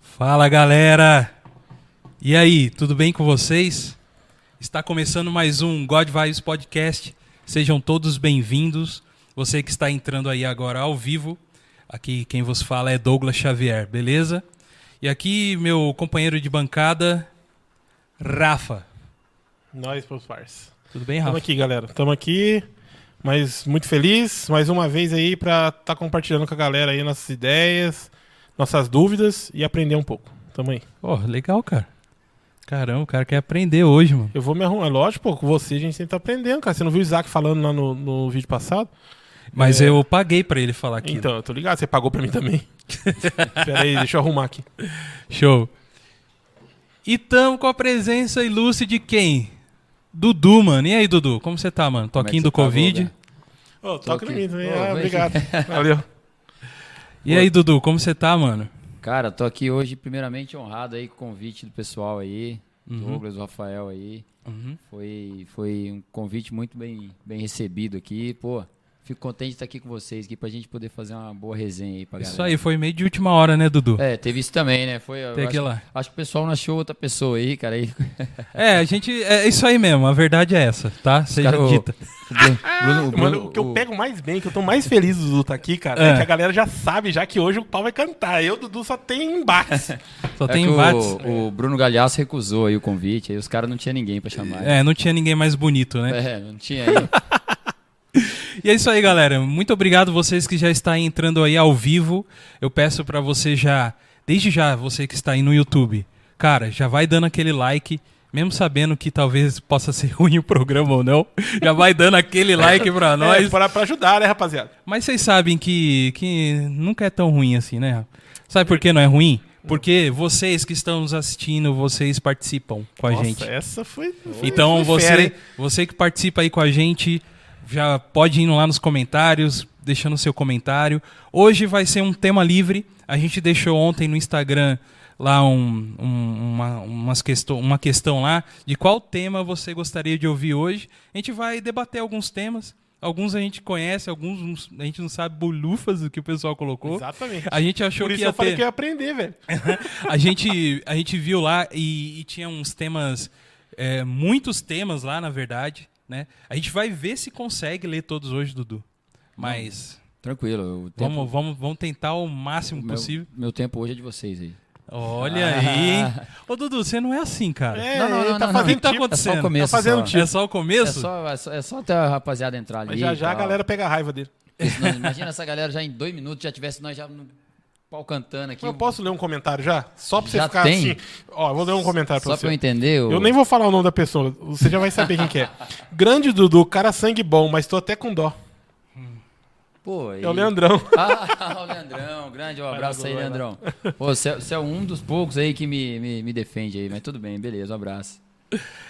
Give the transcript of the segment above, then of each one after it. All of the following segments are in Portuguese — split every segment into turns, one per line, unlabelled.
Fala galera! E aí, tudo bem com vocês? Está começando mais um God Vibes Podcast. Sejam todos bem-vindos. Você que está entrando aí agora ao vivo, aqui quem vos fala é Douglas Xavier, beleza? E aqui meu companheiro de bancada, Rafa.
Nós, meus parceiros.
Tudo bem,
Estamos
Rafa?
aqui, galera. Estamos aqui, mas muito feliz, mais uma vez aí, pra estar compartilhando com a galera aí nossas ideias, nossas dúvidas e aprender um pouco. Tamo aí.
Ó, legal, cara. Caramba, o cara quer aprender hoje, mano.
Eu vou me arrumar. É Lógico, pô, com você a gente sempre tá aprendendo, cara. Você não viu o Isaac falando lá no, no vídeo passado?
Mas eu paguei pra ele falar aqui.
Então, eu tô ligado, você pagou pra mim também. Pera aí, deixa eu arrumar aqui.
Show. E tamo Então, com a presença ilustre de quem? Dudu, mano. E aí, Dudu? Como você tá, mano?
Como é que
Toquinho
você
do
tá,
Covid.
Volga?
Ô,
Tô
toca em
aqui.
mim também.
Ô,
ah,
vem.
obrigado. Valeu.
e aí, Dudu, como você tá, mano?
Cara, tô aqui hoje, primeiramente, honrado aí com o convite do pessoal aí,
Uhum.
Douglas, o Rafael aí. Foi, foi um convite muito bem, bem recebido aqui. Pô, fico contente de estar aqui com vocês, aqui pra gente poder fazer uma boa resenha aí pra galera.
Isso aí, foi meio de última hora, né, Dudu?
É, teve isso também, né? Foi, eu
Tem
acho,
que ir lá.
acho que o pessoal não achou outra pessoa aí, cara. Aí,
É, a gente. É isso aí mesmo, a verdade é essa, tá? Seja
cara, o-
dita.
o Bruno, o Bruno,
Mano, o que eu pego mais bem, que eu tô mais feliz do Dudu tá aqui, cara, é.
É.
que a galera já sabe, já que hoje o pau vai cantar. Eu, Dudu, só tem embates.
Só
é
tem
que
embates.
o, o Bruno Galhaço recusou aí o convite, aí os caras não tinha ninguém pra chamar.
É, não tinha ninguém mais bonito, né?
É, não tinha aí.
E é isso aí, galera. Muito obrigado vocês que já está entrando aí ao vivo. Eu peço para você já, desde já, você que está aí no YouTube, cara, já vai dando aquele like, mesmo sabendo que talvez possa ser ruim o programa ou não. Já vai dando aquele like para
Nós... É,
nós.
pra, pra ajudar, né, rapaziada?
Mas vocês sabem que, que nunca é tão ruim assim, né? Sabe por que não é ruim? Porque vocês que estão nos assistindo, vocês participam com a
Nossa, é
gente.
essa foi. foi-
Então
foi
você,
fera, hein?
você que participa aí com a gente, já pode ir lá nos comentários, deixando seu comentário. Hoje vai ser um tema livre. A gente deixou ontem no Instagram lá um- um- uma, umas questão, uma questão lá de qual tema você gostaria de ouvir hoje. A gente vai debater alguns temas. Alguns a gente conhece, alguns a gente não sabe bolufas do que o pessoal colocou.
Exatamente.
A gente achou
Por
que
isso
ia
eu falei
ter-
que eu ia aprender, velho.
a gente, a gente viu lá e, e tinha uns temas, é, muitos temas lá, na verdade, né? A gente vai ver se consegue ler todos hoje, Dudu. Mas
Tranquilo, o tempo
vamos, vamos, vamos tentar o máximo
Meu-
possível.
Meu, tempo hoje é de vocês aí.
Olha aí.
Ah.
hein? Ô, Dudu, você não é assim, cara.
É,
não, não,
ele
não,
tá
não, não.
O que
fazendo
que tá
tipo-
É só
acontecendo?
o começo.
Tá fazendo
só.
tipo.
É só o
É
começo?
só, é, só, é só até a rapaziada entrar ali.
Mas já
e
já a
Tá.
tal.
galera pega a raiva dele.
Não, imagina essa galera já em dois minutos já tivesse nós já no pau cantando aqui.
Eu posso ler um comentário já? Só pra você
Já
ficar
tem?
assim. Ó, eu vou ler um comentário pra
Só
você.
pra eu entender. o-
Eu nem vou falar o nome da pessoa, você já vai saber quem que é. Grande Dudu, cara sangue bom, mas tô até com dó.
Pô, e-
É o Leandrão.
Ah, o Leandrão. Grande um abraço aí, Leandrão. Pô, você, é- você é um dos poucos aí que me, me, me defende aí. Mas tudo bem, beleza, um abraço.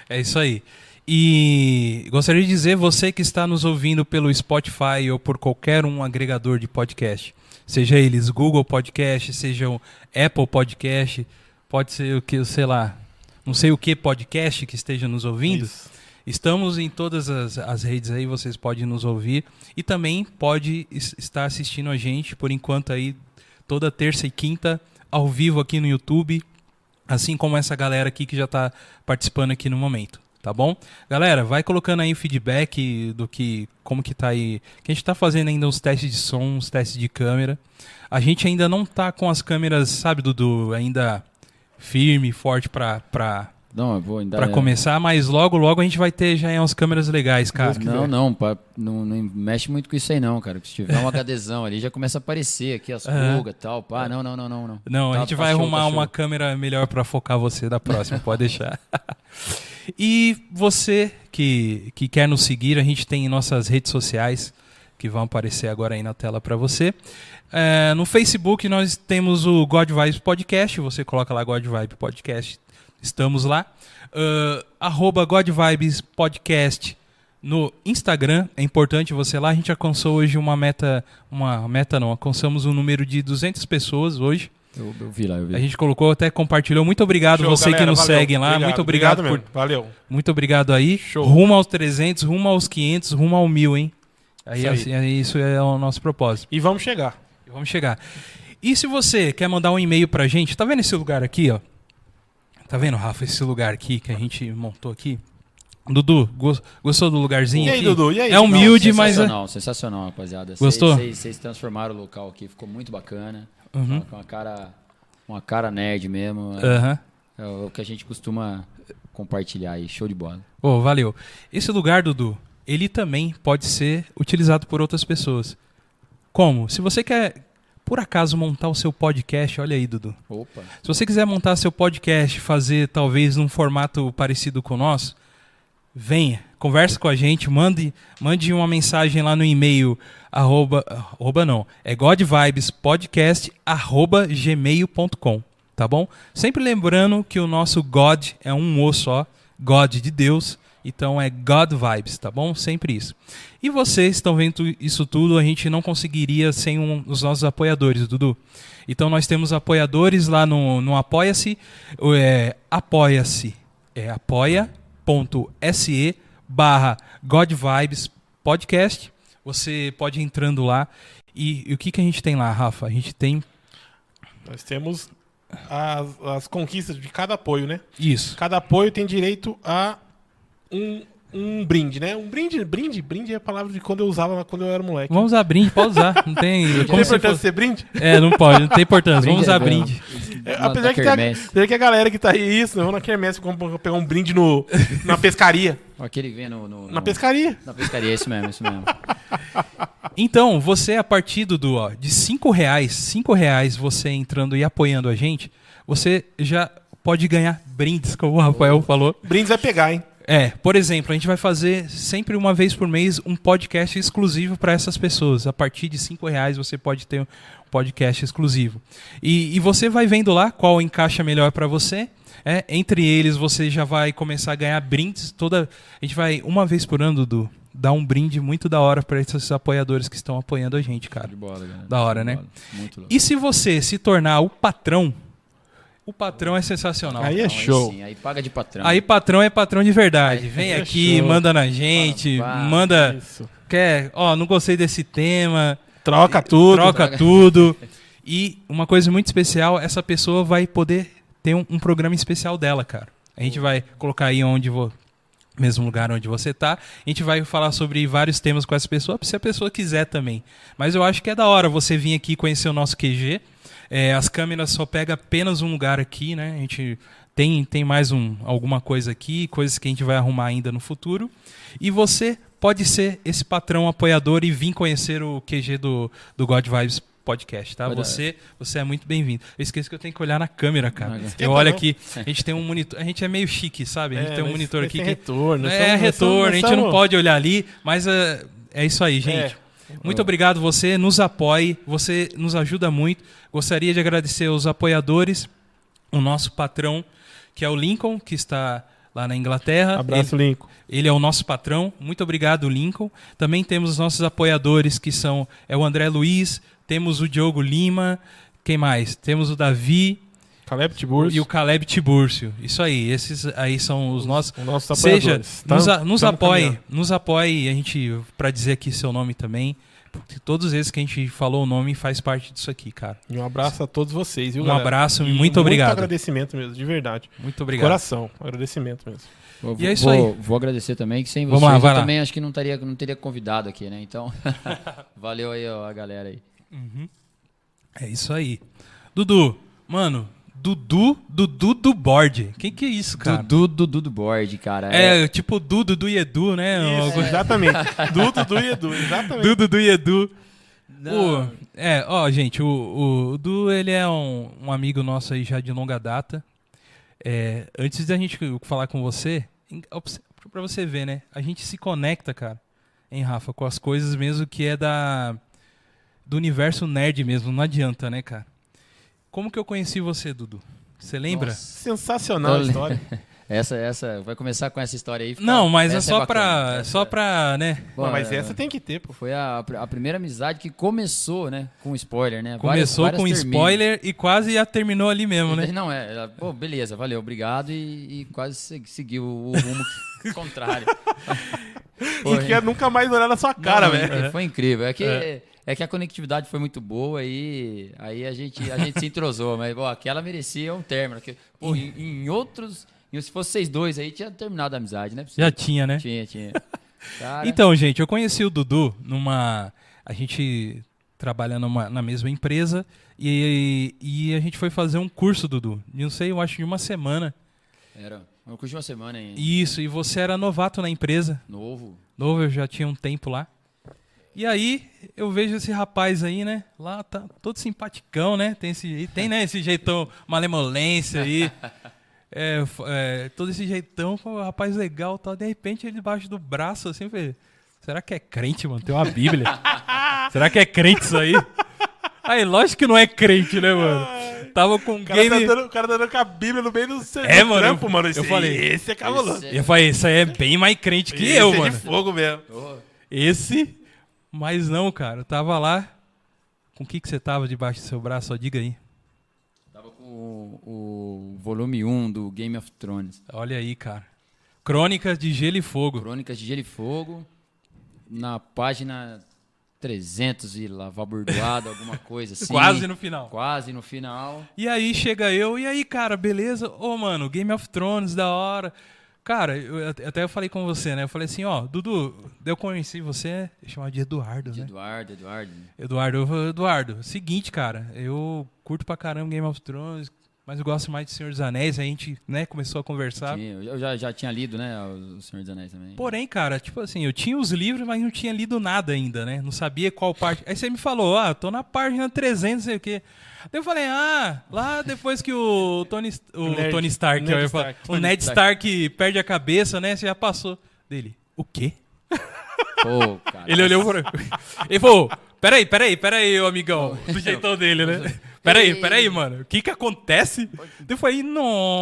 É isso aí. E gostaria de dizer você que está nos ouvindo pelo Spotify ou por qualquer um agregador de podcast, seja eles Google Podcast, seja o Apple Podcast, pode ser o que, sei lá, não sei o que podcast que esteja nos ouvindo.
Isso.
Estamos em todas as, as redes aí, vocês podem nos ouvir e também pode es- estar assistindo a gente por enquanto aí toda terça e quinta ao vivo aqui no YouTube, assim como essa galera aqui que já está participando aqui no momento, tá bom? Galera, vai colocando aí o feedback do que como que tá aí, que a gente tá fazendo ainda uns testes de som, uns testes de câmera. A gente ainda não tá com as câmeras, sabe, Dudu, ainda firme, forte pra para
Não, eu vou ainda.
para começar, mas logo, logo a gente vai ter já aí umas câmeras legais, cara.
Não, não, pá, não, não mexe muito com isso aí, não, cara. Se tiver uma HDzão ali, já começa a aparecer aqui as rugas e tal. Pá, não, não, não, não. Não,
Não, a
Tá-
gente
tá
vai
show, tá
arrumar
show.
uma câmera melhor para focar você da próxima, pode deixar. e você que, que quer nos seguir, a gente tem nossas redes sociais que vão aparecer agora aí na tela para você. É, no Facebook nós temos o God Vibes Podcast, você coloca lá God Vibe Podcast, estamos lá. Ah, arroba God Vibes Podcast no Instagram, é importante você ir lá. A gente alcançou hoje uma meta, uma meta não, alcançamos um número de 200 pessoas hoje.
Eu, eu vi lá, eu vi.
A gente colocou, até compartilhou. Muito obrigado
Show,
você que
galera,
nos
valeu.
segue lá. muito obrigado, por,
mesmo. Valeu.
muito obrigado aí.
Show.
Rumo aos 300, rumo aos 500, rumo ao 1000, hein? Aí,
Isso aí.
assim, aí isso é o nosso propósito.
E vamos chegar.
E Vamos chegar. E se você quer mandar um e-mail pra gente, tá vendo esse lugar aqui, ó? Tá vendo, Rafa, esse lugar aqui que a gente montou aqui? Dudu, gos- gostou do lugarzinho?
E aí,
aqui?
Dudu? E aí?
É humilde,
Não,
mas. é-
Sensacional, sensacional, rapaziada. Cês-
Gostou?
cês- Vocês transformaram o local aqui, ficou muito bacana.
Uhum.
Com uma cara, uma cara nerd mesmo. É,
Aham.
é o que a gente costuma compartilhar aí. Show de bola.
Pô, valeu. Esse lugar, Dudu, ele também pode ser utilizado por outras pessoas. Como? Se você quer, por acaso, montar o seu podcast, olha aí, Dudu.
Opa.
Se você quiser montar seu podcast, fazer talvez num formato parecido com o nosso, venha, converse com a gente, mande, mande uma mensagem lá no e-mail, arroba, arroba não, é godvibespodcast, arroba gmail.com, tá bom? Sempre lembrando que o nosso God é um O só, God de Deus, então é God Vibes, tá bom? Sempre isso. E vocês estão vendo isso tudo, a gente não conseguiria sem um, os nossos apoiadores, Dudu. Então nós temos apoiadores lá no, no Apoia-se, o, é, apoia-se, é apoia.se barra God Vibes Podcast. Você pode ir entrando lá. E, e o que, que a gente tem lá, Rafa? A gente tem
Nós temos as, as conquistas de cada apoio, né?
isso.
Cada apoio tem direito a um, um brinde, né? Um brinde, brinde, brinde é a palavra de quando eu usava quando eu era moleque.
Vamos usar brinde, pode usar. Não tem.
Tem
Como se
importância
fosse...
ser brinde?
É, não pode, não tem importância.
Brinde
Vamos
é
usar
bom.
brinde.
É,
Uma-
apesar,
da
que tá-
quermesse.
apesar que a galera que tá aí, isso, eu vou na quermesse vou pegar um brinde no, na pescaria.
Aquele vem no, no-
Na
no-
pescaria.
na pescaria, é isso mesmo, é isso mesmo.
Então, você a partir do ó, de cinco reais, cinco reais você entrando e apoiando a gente, você já pode ganhar brindes, como o Rafael falou.
Brindes vai pegar, hein?
É, por exemplo, a gente vai fazer sempre uma vez por mês um podcast exclusivo para essas pessoas. A partir de cinco reais você pode ter um podcast exclusivo. E, e você vai vendo lá qual encaixa melhor para você. É, entre eles você já vai começar a ganhar brindes. Toda a gente vai uma vez por ano Dudu, dar um brinde muito da hora para esses apoiadores que estão apoiando a gente,
Show
cara.
de bola, galera.
Da hora,
Show de
né?
bola. Muito louco.
E se você se tornar o patrão, o patrão é sensacional.
Aí é
Então,
show.
Aí, sim, aí paga de patrão.
Aí patrão é patrão de verdade. Vem
fechou.
aqui, manda na gente,
Fala, fala,
manda.
Isso.
Quer, ó, não gostei desse tema,
Troca tudo.
troca tudo. E uma coisa muito especial, essa pessoa vai poder ter um, um programa especial dela, cara. A gente vai colocar aí onde vou mesmo lugar onde você tá. A gente vai falar sobre vários temas com essa pessoa, se a pessoa quiser também. Mas eu acho que é da hora você vir aqui conhecer o nosso QG. É, as câmeras só pega apenas um lugar aqui, né? A gente tem, tem mais um, alguma coisa aqui, coisas que a gente vai arrumar ainda no futuro. E você pode ser esse patrão apoiador e vir conhecer o QG do, do God Vibes Podcast, tá?
Verdade.
Você, você é muito bem-vindo. Eu esqueço que eu tenho que olhar na câmera, cara.
Não, não
eu
esquenta
olho
não.
aqui, a gente tem um monitor, a gente é meio chique, sabe? A gente
É,
tem um
mas-
monitor
mas
aqui
tem
que
retorno. um nós
é
somos- nós
retorno,
somos-
a gente
nós
não
somos-
pode olhar ali, mas é, é isso aí, gente. Muito obrigado você, nos apoie, você nos ajuda muito. Gostaria de agradecer os apoiadores, o nosso patrão, que é o Lincoln, que está lá na Inglaterra.
Abraço, Lincoln.
é Ele é o nosso patrão. Muito obrigado, Lincoln. Também temos os nossos apoiadores, que são é o André Luiz, temos o Diogo Lima, quem mais? Temos o Davi
Caleb um Tiburcio.
e o Caleb Tibúrcio. Isso aí, esses aí são os nossos
os nossos
Seja,
apoiadores.
nos,
Tá-
a- nos
tá no
apoie,
caminho.
nos apoie, a gente, pra dizer aqui seu nome também, porque todos esses que a gente falou o nome faz parte disso aqui, cara.
E um abraço a todos vocês, viu,
Um
galera?
abraço e
E
muito obrigado.
Muito agradecimento mesmo, de verdade.
Muito
De
obrigado.
Coração, agradecimento mesmo.
Vou,
E é isso
vou-
aí.
vou agradecer também, que sem
Vamos
vocês
lá, vai
eu
lá.
também acho que não, taria, não teria convidado aqui, né? Então, valeu aí ó, a galera aí.
É isso aí. Dudu, mano, Dudu, Dudu do board. Quem que é isso, cara?
Dudu, Dudu do board, cara.
É, tipo Du, Dudu e Edu, né?
Isso,
Algo-
exatamente. Du, Dudu e Edu, exatamente.
Du, Dudu e Edu.
Não.
O- é, ó, gente, o, o Du, ele é um, um amigo nosso aí já de longa data. É, antes da gente falar com você, em- ó, pra você- pra você ver, né? A gente se conecta, cara, hein, Rafa, com as coisas mesmo que é da do universo nerd mesmo, não adianta, né, cara? Como que eu conheci você, Dudu? Você lembra?
Nossa,
Sensacional a
Olha.
história.
essa, essa, vai começar com essa história aí. fica-
Não, mas é
essa
só
bacana,
pra,
essa-
só pra, né?
Bom,
Não, mas
é,
essa tem que ter, pô.
Foi a, a primeira amizade que começou, né? Com spoiler, né? Várias-
Começou
várias
com
terminas.
spoiler e quase já terminou ali mesmo, né?
Não, é. ela, Pô, beleza, valeu, obrigado. E, e quase se- seguiu o rumo que- contrário.
Não quer é nunca mais olhar na sua cara,
Não,
velho.
Foi incrível. É que, é. que a conectividade foi muito boa e aí a gente, a gente se entrosou, mas bom, aquela merecia um término. Que, pô, em, em outros. Se fosse vocês dois aí, tinha terminado a amizade, né?
Já tinha, né?
Tinha, tinha. Cara,
Então, gente, eu conheci o Dudu numa. A gente trabalha numa- na mesma empresa e, e a gente foi fazer um curso, Dudu. de, Não sei, eu acho de uma semana.
era. Eu curti uma semana hein?
Isso, e você era novato na empresa.
Novo.
Novo, eu já tinha um tempo lá. E aí, eu vejo esse rapaz aí, né? Lá tá todo simpaticão, né? Tem, esse, tem né, esse jeitão malemolência aí. É, f- é, todo esse jeitão, pô, rapaz legal tal. De repente, ele debaixo do braço, assim, eu falei, será que é crente, mano? Tem uma bíblia. será que é crente isso aí? Aí, lógico que não é crente, né, mano? Tava com um
O cara,
game...
tá dando, o cara tá dando com a Bíblia no meio do seu
É,
do
mano,
trampo,
eu-
mano.
eu
Esse,
falei,
Esse é cabuloso.
esse
Eu falei, isso aí é bem mais crente que
Esse
eu,
é
mano.
de fogo mesmo.
Ô,
Esse, mas não, cara. Eu tava lá. Com o que, que você tava debaixo do seu braço? Só diga aí.
tava com o, o volume 1 do Game of Thrones.
Olha aí, cara. Crônicas de Gelo e Fogo.
Crônicas de Gelo e Fogo, na página 300 e lavar bordoada, alguma coisa assim.
Quase no final.
Quase no final.
E aí chega eu, e aí, cara, beleza? Ô, mano, Game of Thrones, da hora. Cara, eu, at- até eu falei com você, né? Eu falei assim, ó, Dudu, eu conheci você, chamava de Eduardo,
De
né?
Eduardo, Eduardo.
Eduardo, eu vou- Eduardo, seguinte, cara, eu curto pra caramba Game of Thrones, mas eu gosto mais de Senhor dos Anéis, aí a gente, né, começou a conversar.
Tinha- eu já, já tinha lido, né? O Senhor dos Anéis também.
Porém, cara, tipo assim, eu tinha os livros, mas não tinha lido nada ainda, né? Não sabia qual parte. Aí você me falou, ah, tô na página 300, sei o quê. Daí eu falei, ah, lá depois que o Tony, o
Nerd-
Tony Stark,
Ned
eu ia falar,
Stark.
o Ned Stark. perde a cabeça, né? Você já passou. Dele, o quê?
Pô, cara.
Ele olhou pra Ele falou, peraí, peraí, peraí, ô amigão. Do jeitão dele, né? Peraí, peraí, mano. O que que acontece? Daí Eu falei,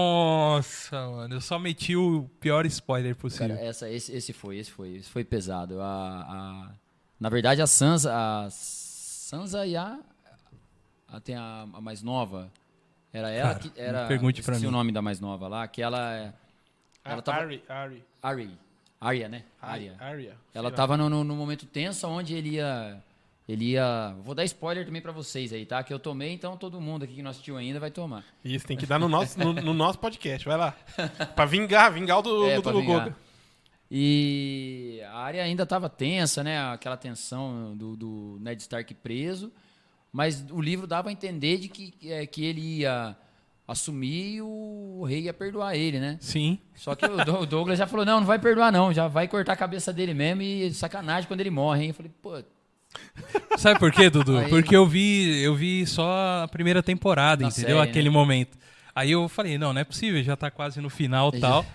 nossa, mano, eu só meti o pior spoiler possível.
Cara, essa, esse, esse foi, esse foi, esse foi pesado. A, a- na verdade, a Sansa, a Sansa e a, a tem a, a mais nova. Era ela
Cara,
que era.
não pergunte pra
esqueci
mim.
o nome da mais nova lá, que ela, é, ela tava
Ah, Ari, Ari.
Ari, Arya, né? Ah, Arya.
Aria.
Ela tava no, no, no momento tenso onde ele ia. Ele ia. Vou dar spoiler também pra vocês aí, tá? Que eu tomei, então todo mundo aqui que não assistiu ainda vai tomar.
Isso, tem que dar no nosso, no, no nosso podcast, vai lá. Pra vingar, vingar o do,
É,
do,
pra
do
vingar.
Goga.
E a área ainda estava tensa, né? Aquela tensão do, do Ned Stark preso. Mas o livro dava a entender de que, é, que ele ia assumir e o rei ia perdoar ele, né?
Sim.
Só que o Dou- o Douglas já falou, não, não vai perdoar não, já vai cortar a cabeça dele mesmo e é sacanagem quando ele morre, hein? Eu falei, pô,
Sabe por quê, Dudu?
Aí-
Porque eu vi, eu vi só a primeira temporada,
Da
entendeu?
série, né?
Aquele momento. Aí eu falei, não, não é possível, já tá quase no final e tal.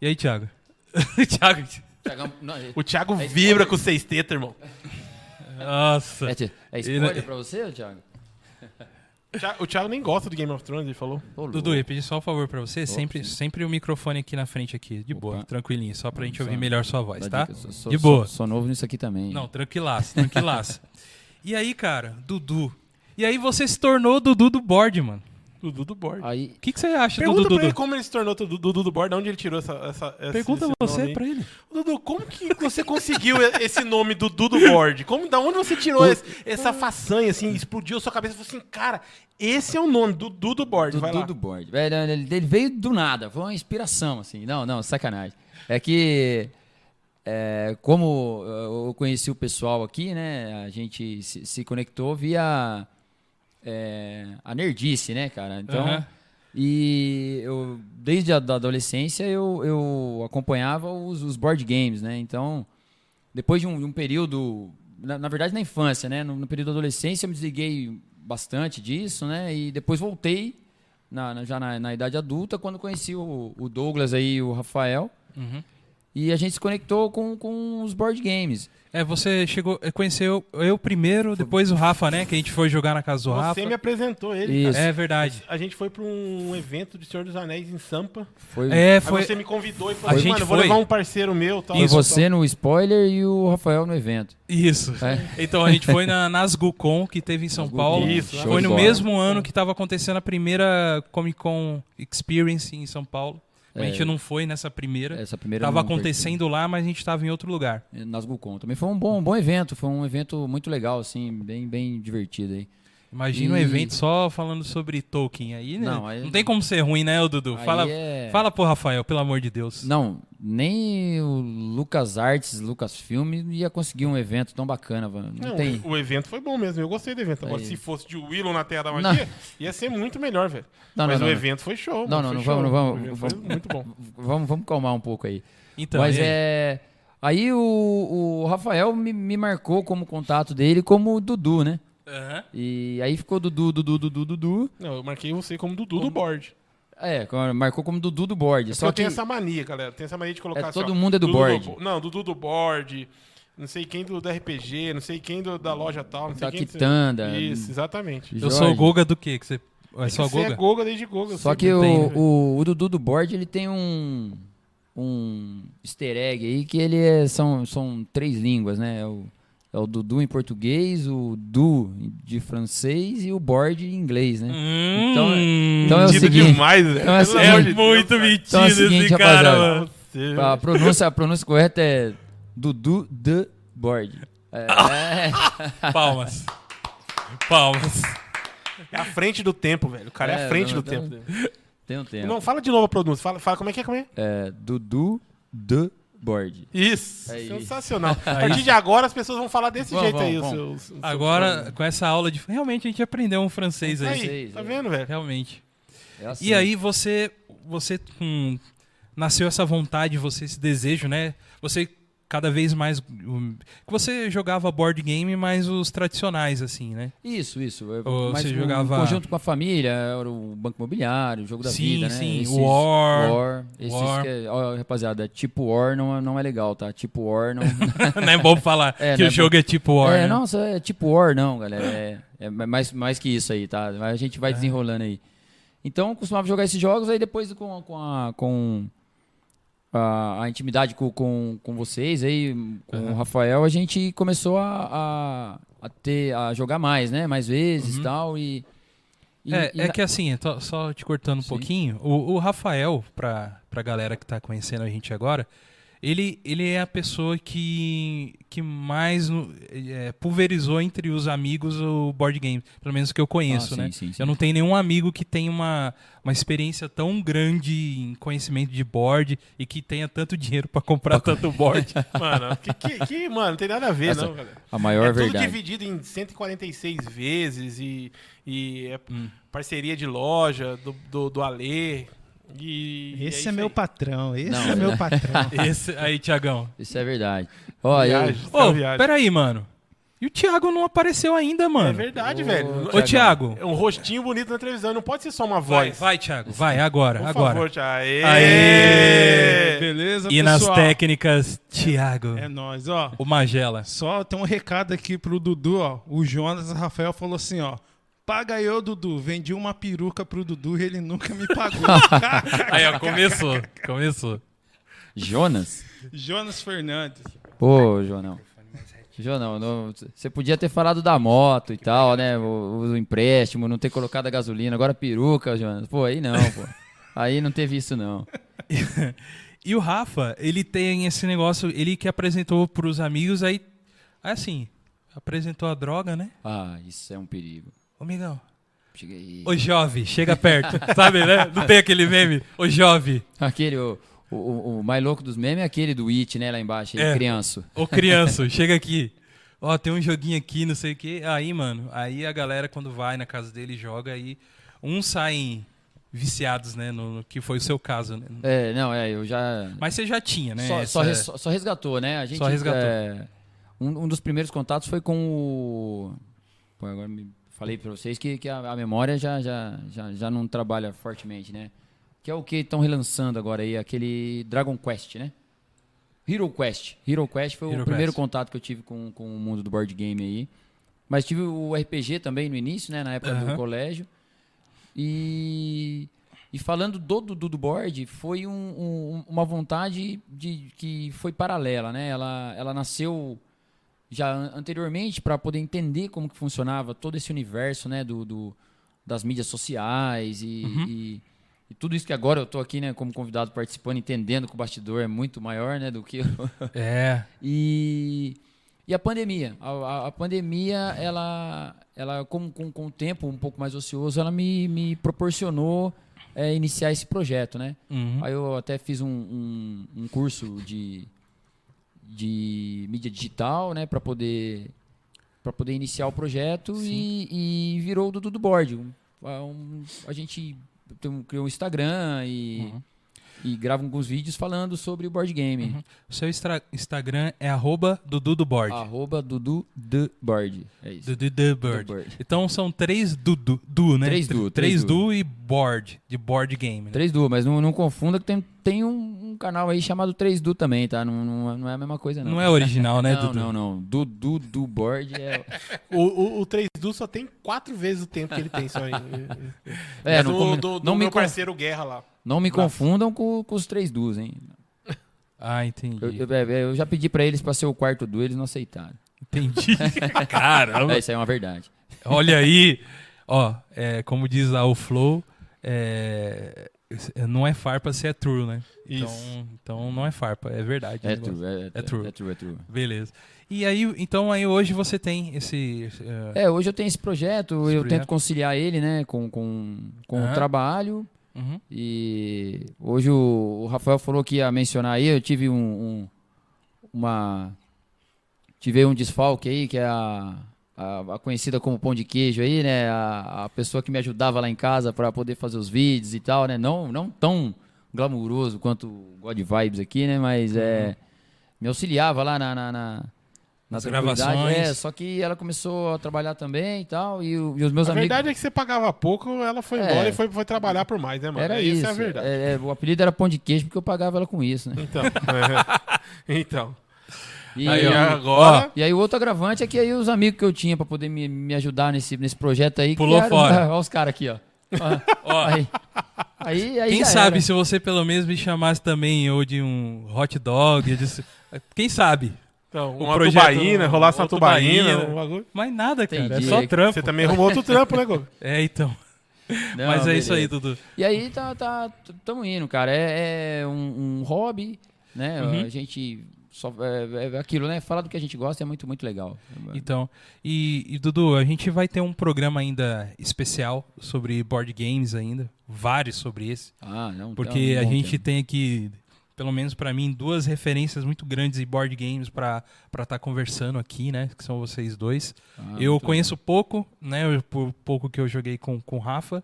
E aí, Thiago? Thiago.
Thiagão, não, é,
O Thiago
É
vibra
spoiler.
com o sexteto, irmão.
Nossa.
é, é spoiler pra você, Thiago?
O Thiago, o Thiago nem gosta do Game of Thrones, ele falou.
Ô,
Dudu, eu ia pedir só um favor pra você.
Opa,
sempre, sempre o microfone aqui na frente, aqui. De boa,
Opa.
tranquilinho. Só pra gente
Só-
ouvir melhor sua voz,
dá
tá?
dica, sou- sou-
De boa.
Sou, sou novo nisso aqui também.
Não, tranquilaço, tranquilaço. e aí, cara, Dudu. E aí você se tornou o Dudu do board, mano.
Dudu do Borda.
Aí,
O que, que você acha
Pergunta
do
pra ele
Dudu?
como ele se tornou Dudu Dudu do Borda, de onde ele tirou essa. essa esse-
Pergunta
esse nome
você
aí.
pra ele.
Dudu, como que você conseguiu esse nome Dudu do Board? Como, da onde você tirou esse- essa façanha, assim, explodiu a sua cabeça e falou assim, cara, esse é o nome, Dudu do Board, vai
Dudu
lá.
do board. Velho, Ele, ele veio do nada, foi uma inspiração, assim. Não, não, sacanagem. É que, é, como eh, eu conheci o pessoal aqui, né, a gente se, se conectou via é, a nerdice, né, cara? Então,
Aham.
e eu, desde a da adolescência, eu, eu acompanhava os, os board games, né? Então, depois de um, de um período, na, na verdade na infância, né? No, no período da adolescência eu me desliguei bastante disso, né? E depois voltei na- na- já na, na idade adulta, quando conheci o, o Douglas aí e o Rafael.
Uhum.
E a gente se conectou com, com os board games.
É, você chegou, é, conheceu eu primeiro, depois o Rafa, né? Que a gente foi jogar na casa do Rafa.
Você me apresentou ele.
Isso.
cara.
É verdade.
A gente foi pra um evento de Senhor dos Anéis em Sampa.
Foi,
É,
Aí
foi.
você me convidou e
A
falou, assim,
gente
mano, eu vou
foi.
levar um parceiro meu. Tal,
foi
tal,
você no spoiler e o Rafael no evento.
Isso.
É.
Então a gente foi na Nasgucon, que teve em São
Nasgucon,
Paulo.
isso, show
foi
de
no
bola.
mesmo ano que estava acontecendo a primeira Comic Con Experience em São Paulo. Mas a gente não foi nessa primeira.
Essa É. primeira
né? Tava
eu não perdi.
acontecendo lá, mas a gente tava em outro lugar.
Nas Gucon. Também foi um bom, um bom evento, foi um evento muito legal, assim, bem, bem divertido aí.
Imagina um
E-
evento só falando sobre Tolkien aí, né? Não,
Não, aí-
tem como ser ruim, né, ô Dudu?
Aí
Fala,
é-
fala pro Rafael, pelo amor de Deus.
Não, nem o Lucas Arts, Lucas Filme ia conseguir um evento tão bacana, mano. Não,
Não,
tem.
o evento foi bom mesmo, eu gostei do evento. Agora,
Aí.
se fosse de Willow na Terra da Magia, ia ser muito melhor, velho.
Não,
Mas
não,
o
não.
evento foi show.
Não,
mano,
não, não
foi
vamos, não
show.
vamos.
O evento
vamos-
Foi muito bom.
Vamos, vamos calmar um pouco aí.
Então,
Mas
e aí?
é. Aí o, o Rafael me, me marcou como contato dele como o Dudu, né?
Aham.
E aí ficou Dudu, Dudu, Dudu, Dudu.
Não, eu marquei você como Dudu do board.
É, marcou como Dudu do board.
Só
Só
É eu
que.
tenho essa mania, galera. Tem essa mania de colocar
É,
assim,
todo
ó,
mundo é do
Dudu
board.
bo- Não, Dudu do board, não sei quem do, da RPG, não sei quem do- da loja tal, não sei
Da
quem...
quitanda.
Isso, exatamente.
Eu sou o
tá Jorge.
Goga do quê? Que você... É só
Você
Goga?
é Goga desde Goga.
Só
você é
que
não
o,
tem, né, velho?
o, o Dudu do board, ele tem um, um easter egg aí, que ele é, são, são três línguas, né? É o, é o Dudu em português, o Du de francês e o board em inglês, né?
Hum,
Então- então é o
mentido
seguinte-
demais, velho.
Então é o
Pelo amor de
É
seguinte-
muito mentido
Deus, cara.
Então é o
esse
seguinte,
cara,
rapaziada.
mano.
Você-
A pronúncia, a pronúncia correta é Dudu de board. É,
Palmas. Palmas.
É à frente do tempo, velho. O cara é, à
É,
frente
não,
do
então-
tempo. dele.
tem um tempo.
Não, fala de novo a pronúncia. Fala, fala como é que é, como é?
É, Dudu de board.
Isso.
Aí.
Sensacional. A partir de agora as pessoas vão falar desse
Vamos,
jeito aí.
vamos,
o seu- o seu- o seu-
Agora, com essa aula de. Realmente a gente aprendeu um francês aí.
Aí,
Francês,
tá
é.
vendo, velho?
Realmente.
É assim.
E aí você. Você. hum, nasceu essa vontade, você, esse desejo, né? Você cada vez mais. hum, Você jogava board game, mas os tradicionais, assim, né?
Isso, isso. Eu-
Ou
mas
você
um
jogava-
conjunto com a família, era o Banco Imobiliário, o Jogo da
Sim,
Vida, né?
sim, War,
War. Esses
War.
que é- ó, rapaziada, tipo War não, é- não é legal, tá? Tipo War não...
não é bom falar
É,
que o
não é
jogo é tipo War.
é,
né?
nossa, é tipo War não, galera. É, é mais, mais que isso aí, tá? Mas a gente
É.
vai desenrolando aí. Então, eu costumava jogar esses jogos, aí depois com, com a... Com a, a intimidade com, com, com vocês aí, com o Rafael, a gente começou a, a, a ter, a jogar mais, né? Mais vezes e tal, e... e-
Uhum. É,
e
é
na-
que assim, tô- só te cortando um
Sim.
pouquinho, o, o Rafael, pra, pra galera que tá conhecendo a gente agora, ele, ele é a pessoa que, que mais no- é, pulverizou entre os amigos o board game, pelo menos que eu conheço,
Ah,
né?
sim, sim, sim.
Eu não tenho nenhum amigo que tenha uma, uma experiência tão grande em conhecimento de board e que tenha tanto dinheiro pra comprar tanto board.
Mano, que, que- que- mano, não tem nada a ver, não, galera.
A
É
maior
tudo
verdade.
dividido em 146 vezes e, e é parceria de loja, do, do, do Alê. E, e
Esse
isso
é, meu
aí.
patrão, esse
Não, né?
é meu patrão.
Esse, aí, Tiagão.
Isso é verdade. Ó, eu-
Viagem,
Ô,
isso é uma viagem.
peraí, mano. E o Thiago não apareceu ainda,
É
mano.
verdade,
Ô,
velho.
Ô, Thiago.
É um rostinho bonito na televisão, não pode ser só uma
Vai,
voz.
vai, Thiago, vai, agora,
Por
agora.
favor, Thiago. Aê!
É, Beleza,
É, E nas técnicas, Thiago,
É nóis, ó.
o Magela.
Só tem um recado aqui pro Dudu, ó. O Jonas Rafael falou assim, ó. Paga eu, Dudu. Vendi uma peruca pro Dudu e ele nunca me pagou.
Aí, ó, começou, começou.
Jonas?
Jonas Fernandes.
Pô, Jonão. Jonão, não- você podia ter falado da moto e tal, né? O, o empréstimo, não ter colocado a gasolina, agora peruca, Jonas. Pô, aí não, pô. Aí não teve isso, não.
E o Rafa, ele tem esse negócio, ele que apresentou pros amigos, aí, assim, apresentou a droga, né?
Ah, isso é um perigo.
Ô, migão,
Cheguei.
ô, jovem, chega perto, sabe, né? Não tem aquele meme, ô, jovem,
Aquele, o, o- o- o mais louco dos memes é aquele do It, né? Lá embaixo, aí,
É.
criança.
ô, criança, chega aqui. Ó, tem um joguinho aqui, não sei o quê. Aí, mano, aí a galera quando vai na casa dele joga, aí uns saem viciados, né? No, no que foi o seu caso, né?
É, não, é, eu já.
Mas você já tinha, né?
Só, só
essa-
res- só- só resgatou, né? A gente,
Só resgatou.
é, um, um dos primeiros contatos foi com o. Pô, agora me falei pra vocês que, que a, a memória já, já, já, já não trabalha fortemente, né? Que é o que estão relançando agora aí, aquele Dragon Quest, né? Hero Quest. Hero Quest foi
Hero
o primeiro
Quest.
contato que eu tive com, com o mundo do board game aí. Mas tive o RPG também no início, né? Na época
Aham.
do colégio. E, e falando do Dudu do Board, foi um- um- uma vontade de, que foi paralela, né? Ela, ela nasceu já an- anteriormente para poder entender como que funcionava todo esse universo, né? Do, do- das mídias sociais e, e, E tudo isso que agora eu tô aqui, né, como convidado participando, entendendo que o bastidor é muito maior, né, do que eu.
É.
E, e a pandemia. A, a- a pandemia, ela, ela com, com, com o tempo um pouco mais ocioso, ela me, me proporcionou é, iniciar esse projeto, né?
Uhum.
Aí eu até fiz um, um, um curso de, de mídia digital, né? Pra poder, pra poder iniciar o projeto e, e virou o Dudu do Board. Um- um- a gente tem um- criou um Instagram e,
Uhum.
e grava alguns vídeos falando sobre o board game.
O seu extra- Instagram é arroba Dudu do Board.
Arroba Dudu the Board. É isso.
Dudu do
The
Board. Então são três Dudu, du, né?
Três du,
Tr-
três
três du e board, de board game. Né?
3Du, mas não, não confunda que tem, tem um, um canal aí chamado 3Du também, tá? Não, não, é- não é a mesma coisa, não.
Não é original, né,
não,
Dudu?
não, não. Dudu do Board é.
O, o, o 3Du só tem quatro vezes o tempo que ele tem só aí.
É,
Mas
não,
o
com-
do, do
não me
meu
con-
parceiro Guerra lá.
não me confundam com, com os 3Dus, hein?
Ah, entendi.
Eu, eu- é, eu já pedi pra eles pra ser o quarto Du, eles não aceitaram.
Entendi. Caramba.
É, isso aí é uma verdade.
Olha aí. Ó, é, como diz lá o Flow, é, não é farpa se é true, né?
Isso.
Então, então não é farpa, é verdade. o
É
negócio.
true, é, é-
É true.
É true, é true.
Beleza. E aí, então aí hoje você tem esse. esse, é,
É, hoje eu tenho esse projeto,
Esse
eu
projeto.
tento conciliar ele, né, com, com, com
Aham.
o trabalho.
uhum.
E hoje o, o Rafael falou que ia mencionar aí, eu tive um, um- uma tive um desfalque aí que é a, a, a conhecida como pão de queijo aí, né? A, a pessoa que me ajudava lá em casa para poder fazer os vídeos e tal, né? Não não tão glamuroso quanto o God Vibes aqui, né? Mas
Uhum.
é me auxiliava lá na, na, na
Nas
tranquilidade.
gravações.
É, só que ela começou a trabalhar também e tal, e, o- e os meus
a
amigos.
verdade é que você pagava pouco, ela foi
É.
embora e foi, foi trabalhar por mais, né, mano?
Era
Isso
isso.
é a verdade.
é, é, o apelido era pão de queijo porque eu pagava ela com isso, né?
Então. é. Então.
E
Aí,
E
ó.
agora.
E aí o outro agravante é que aí os amigos que eu tinha pra poder me, me ajudar nesse, nesse projeto aí. que
Pulou
eram-
fora.
Olha os caras aqui, ó. Ah,
Ó.
Aí, aí, aí
Quem
já
sabe
era.
se você pelo menos me chamasse também ou de um hot dog, de- quem sabe?
Então,
O
uma
projeto-
tubaína, rolasse uma
uma tubaína,
tubaína,
né?
um bagulho.
Mas nada, cara,
Entendi.
é só
É que
trampo.
Você também arrumou outro trampo, né, Gogo?
É, então.
Não,
Mas é isso aí,
beleza.
Dudu.
E aí tá, tá, t- tamo indo, cara. É, é um, um hobby, né?
Uhum.
A gente só é, é aquilo, né? Falar do que a gente gosta é muito, muito legal.
Então, e, e, Dudu, a gente vai ter um programa ainda especial sobre board games ainda, vários sobre esse,
Ah, não.
porque
tá
a
bom,
gente
cara.
tem aqui, pelo menos pra mim, duas referências muito grandes de board games pra estar conversando aqui, né? Que são vocês dois.
Ah,
eu
muito
conheço pouco, né? eu- Por pouco que eu joguei com com o Rafa.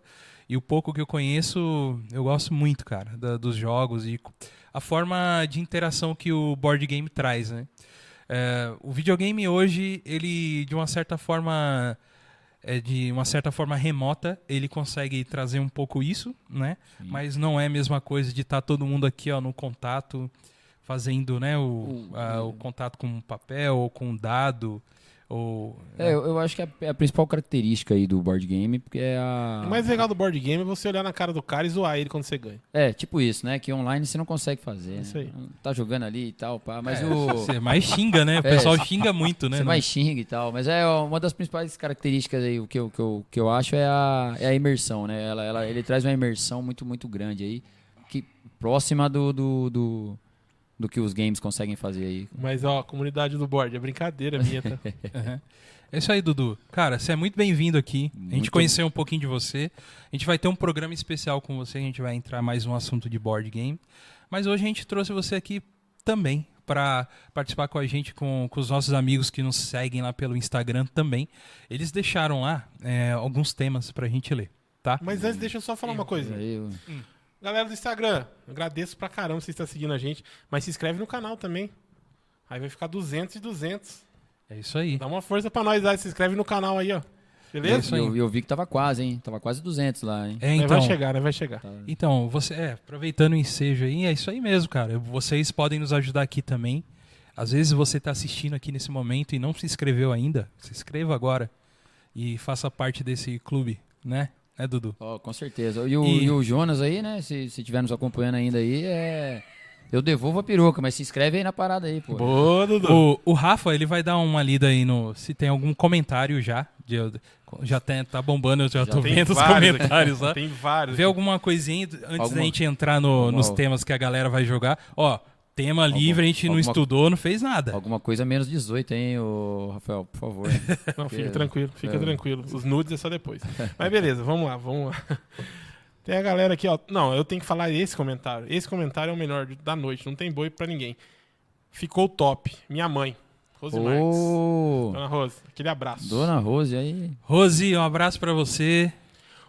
E o pouco que eu conheço, eu gosto muito, cara, da- dos jogos e co- a forma de interação que o board game traz, né? É, o videogame hoje, ele, de uma certa forma. é, de uma certa forma remota, ele consegue trazer um pouco isso, né? Mas não é a mesma coisa de estar todo mundo aqui ó, no contato, fazendo né, o,
O-
ah, o contato com papel ou com um dado. Ou,
É, eu, eu acho que a, a principal característica aí do board game, porque é a.
O mais legal do board game é você olhar na cara do cara e zoar ele quando você ganha.
É, tipo isso, né? Que online você não consegue fazer. né?
Isso aí.
Tá jogando ali e tal, pá. Mas
É,
o.
Você mais xinga, né? O pessoal xinga muito, né?
Você mais xinga e tal. Mas é ó, uma das principais características aí, o que eu, que eu, que eu acho é a, é a imersão, né? Ela, ela, ele traz uma imersão muito, muito grande aí. Que, próxima do, do, do, do que os games conseguem fazer aí.
Mas, ó, comunidade do board, é brincadeira minha, tá?
Aham. É isso aí, Dudu. Cara, você é muito bem-vindo aqui. A gente
Muito-
conheceu um pouquinho de você. A gente vai ter um programa especial com você. A gente vai entrar mais um assunto de board game. Mas hoje a gente trouxe você aqui também para participar com a gente, com, com os nossos amigos que nos seguem lá pelo Instagram também. Eles deixaram lá é, alguns temas para a gente ler, tá?
Mas antes, deixa eu só falar uma
é.
coisa.
Aí, eu-
Galera do Instagram, agradeço pra caramba você estar seguindo a gente, mas se inscreve no canal também. Aí vai ficar 200 e 200.
É isso aí.
Dá um uma força pra nós aí, se inscreve no canal aí, ó.
É
Beleza?
isso aí.
eu, eu vi que tava quase, hein? Tava quase 200 lá, hein?
É,
Mas
então,
Vai chegar, né? Vai chegar.
Então, você, é, aproveitando o ensejo aí, é isso aí mesmo, cara. Vocês podem nos ajudar aqui também. Às vezes você está assistindo aqui nesse momento e não se inscreveu ainda, se inscreva agora e faça parte desse clube, né? É, Dudu?
Ó, com certeza. E o,
E-
e o Jonas aí, né? Se, se tiver nos acompanhando ainda aí, é... Eu devolvo a peruca, mas se inscreve aí na parada aí, pô.
Boa, Dudu.
O, o Rafa, ele vai dar uma lida aí no. Se tem algum comentário já Eu- Já tem- tá bombando, eu já, tô
Tem
vendo os
vários aqui.
comentários lá.
Tem vários.
Vê alguma coisinha antes da
Alguma-
gente entrar no- nos
alguma-
temas que a galera vai jogar. Ó, tema livre, a gente não
alguma-
estudou, não fez nada.
Alguma coisa menos 18, hein, ô Rafael, por favor.
Não, fica
Porque-
tranquilo, fica
é.
tranquilo. Os nudes é só depois. Mas beleza, vamos lá, vamos lá. Tem a galera aqui, ó. Não, eu tenho que falar esse comentário. Esse comentário é o melhor de- da noite, não tem boi pra ninguém. Ficou top. Minha mãe, Rose Marques.
Ô,
Dona Rose, aquele abraço.
Dona Rose aí.
Rose, um abraço pra você.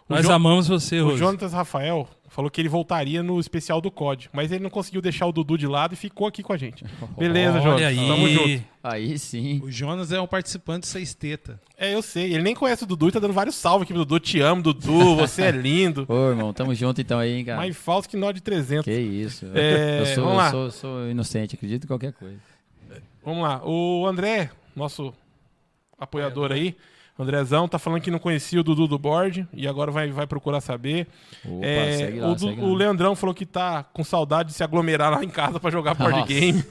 O
Nós
Jo-
amamos você,
O
Rose.
Jonatas Rafael falou que ele voltaria no especial do COD, mas ele não conseguiu deixar o Dudu de lado e ficou aqui com a gente. Beleza, Jonas.
Olha aí.
Tamo junto.
Aí sim.
O Jonas é um participante sexteta.
É, eu sei. Ele nem conhece o Dudu e tá dando vários salve aqui pro Dudu. Te amo, Dudu. Você é lindo.
Ô, irmão, tamo junto então aí, hein, cara.
Mais falso que nó de 300.
Que isso.
É,
eu sou,
vamos lá.
eu sou, sou inocente, acredito em qualquer coisa.
Vamos lá. O André, nosso
É,
apoiador aí, o Andrezão, tá falando que não conhecia o Dudu do board e agora vai, vai procurar saber.
Opa,
É,
segue
o,
lá,
Du-
segue
o
lá.
Leandrão falou que tá com saudade de se aglomerar lá em casa pra jogar board
Nossa.
game.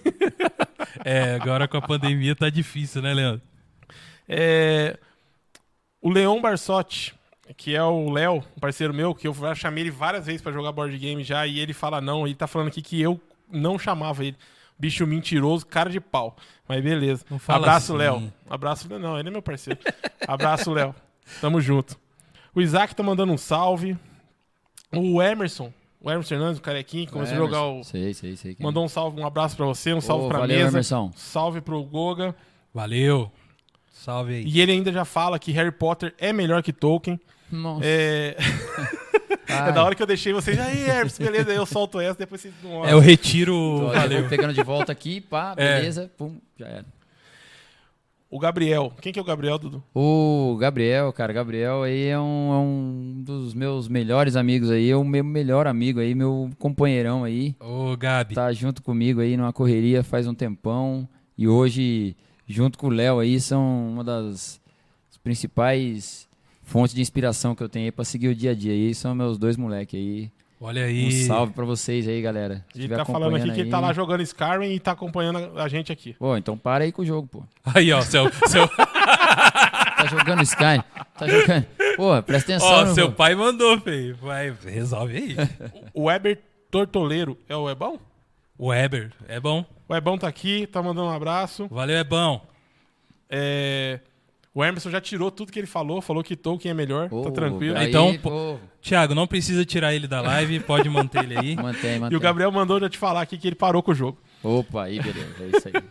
É, agora com a pandemia tá difícil, né, Leandro?
É, o Leon Barsotti, que é o Léo, um parceiro meu, que eu já chamei ele várias vezes pra jogar board game já, e ele fala não, ele tá falando aqui que eu não chamava ele. Bicho mentiroso, cara de pau. Mas beleza.
Não fala
Abraço,
assim.
Léo. Abraço, Léo. Não, ele é meu parceiro. Abraço, Léo. Tamo junto. O Isaac tá mandando um salve. O Emerson, o Emerson Fernandes, o carequinho, que começou a jogar o.
É, Sei, sei, sei. quem é.
Mandou um salve, um abraço pra você, um salve
Ô,
pra
valeu,
mesa.
Emerson.
Salve pro Goga.
Valeu. Salve aí.
E ele ainda já fala que Harry Potter é melhor que Tolkien.
Nossa.
É,
Ai,
é da hora que eu deixei vocês. Aí, Herpes, beleza, aí eu solto essa, depois vocês não
É o retiro.
tô- eu vou pegando de volta aqui, pá,
É.
beleza, pum, já era.
O Gabriel. Quem que é o Gabriel, Dudu?
O Gabriel, cara, Gabriel aí é um, é um dos meus melhores amigos aí, é o meu melhor amigo aí, meu companheirão aí.
Ô, Gabi.
Tá junto comigo aí numa correria faz um tempão e hoje, junto com o Léo aí, são uma das principais fontes de inspiração que eu tenho aí pra seguir o dia a dia aí, são meus dois moleques aí.
Olha
Um
aí.
salve pra vocês aí, galera. Se
Ele
tiver
tá falando aqui
acompanhando
que ele
aí-
tá lá jogando Skyrim e tá acompanhando a a gente aqui.
Pô, então para aí com o jogo, pô.
Aí, ó, seu, seu,
Tá jogando Sky, tá jogando... Pô, presta atenção,
ó,
meu
seu
irmão.
pai mandou, feio. Vai, resolve aí.
O Weber Tortoleiro é o Ebão?
O Eber, é bom.
O Ebão tá aqui, tá mandando um abraço.
Valeu, é bom.
É, O Emerson já tirou tudo que ele falou, falou que Tolkien é melhor,
Ô,
tá tranquilo.
aí,
Então, pô-
pô,
Thiago, não precisa tirar ele da live, pode manter ele aí.
Mantém,
E
mantém.
o Gabriel mandou já te falar aqui que ele parou com o jogo.
Opa, aí beleza, é isso aí.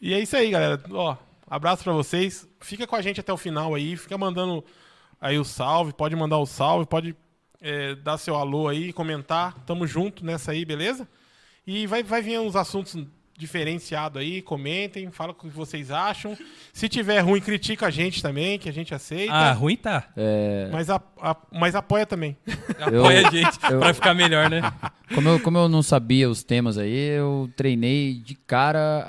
E é isso aí, galera. Ó, abraço pra vocês. Fica com a gente até o final aí. Fica mandando aí o salve. Pode mandar o salve, pode é, dar seu alô aí, comentar. Tamo junto nessa aí, beleza? E vai, vai vir uns assuntos diferenciados aí. Comentem, fala o que vocês acham. Se tiver ruim, critica a gente também, que a gente aceita.
Ah, ruim tá.
É,
Mas, a- a- mas apoia também.
Eu-
Apoia a gente
eu-
pra ficar melhor, né?
como, eu, como eu não sabia os temas aí, eu treinei de cara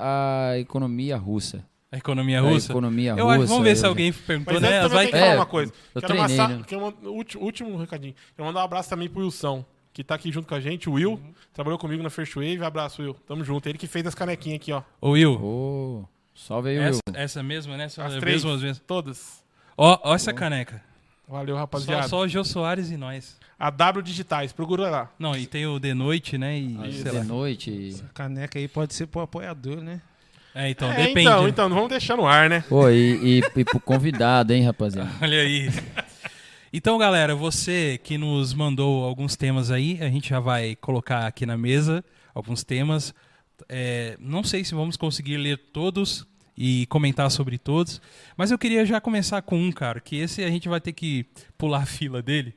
a economia russa.
A economia
A
russa.
economia
eu acho,
russa,
vamos ver se
eu-
alguém perguntou,
Mas
né?
antes
As
também eu
vai-
tenho que falar
É,
uma coisa.
eu
Quero
treinei,
amassar-
né?
quero mandar- último, último recadinho. Quero mandar um abraço também pro Wilson, que tá aqui junto com a gente. O Will, trabalhou comigo na First Wave. Abraço, Will. Tamo junto. Ele que fez as canequinhas aqui, ó.
Ô, Will,
Ô, salve aí,
essa,
Will.
essa mesma, né? Essa
As três.
mesmas vezes.
Todas.
Ó, ó essa caneca.
Valeu,
Só,
rapaziada.
só o Jô Soares e nós.
A W Digitais, procura lá.
Não, e tem o de noite, né? E sei
Ah, de
lá.
noite.
A caneca aí pode ser pro apoiador, né?
É, então,
É,
depende.
então, então, não vamos deixar no ar, né?
Pô, e, e, e pro convidado, hein, rapaziada.
Olha aí. Então, galera, você que nos mandou alguns temas aí, a gente já vai colocar aqui na mesa alguns temas. É, não sei se vamos conseguir ler todos e comentar sobre todos, mas eu queria já começar com um, cara, que esse a gente vai ter que pular a fila dele.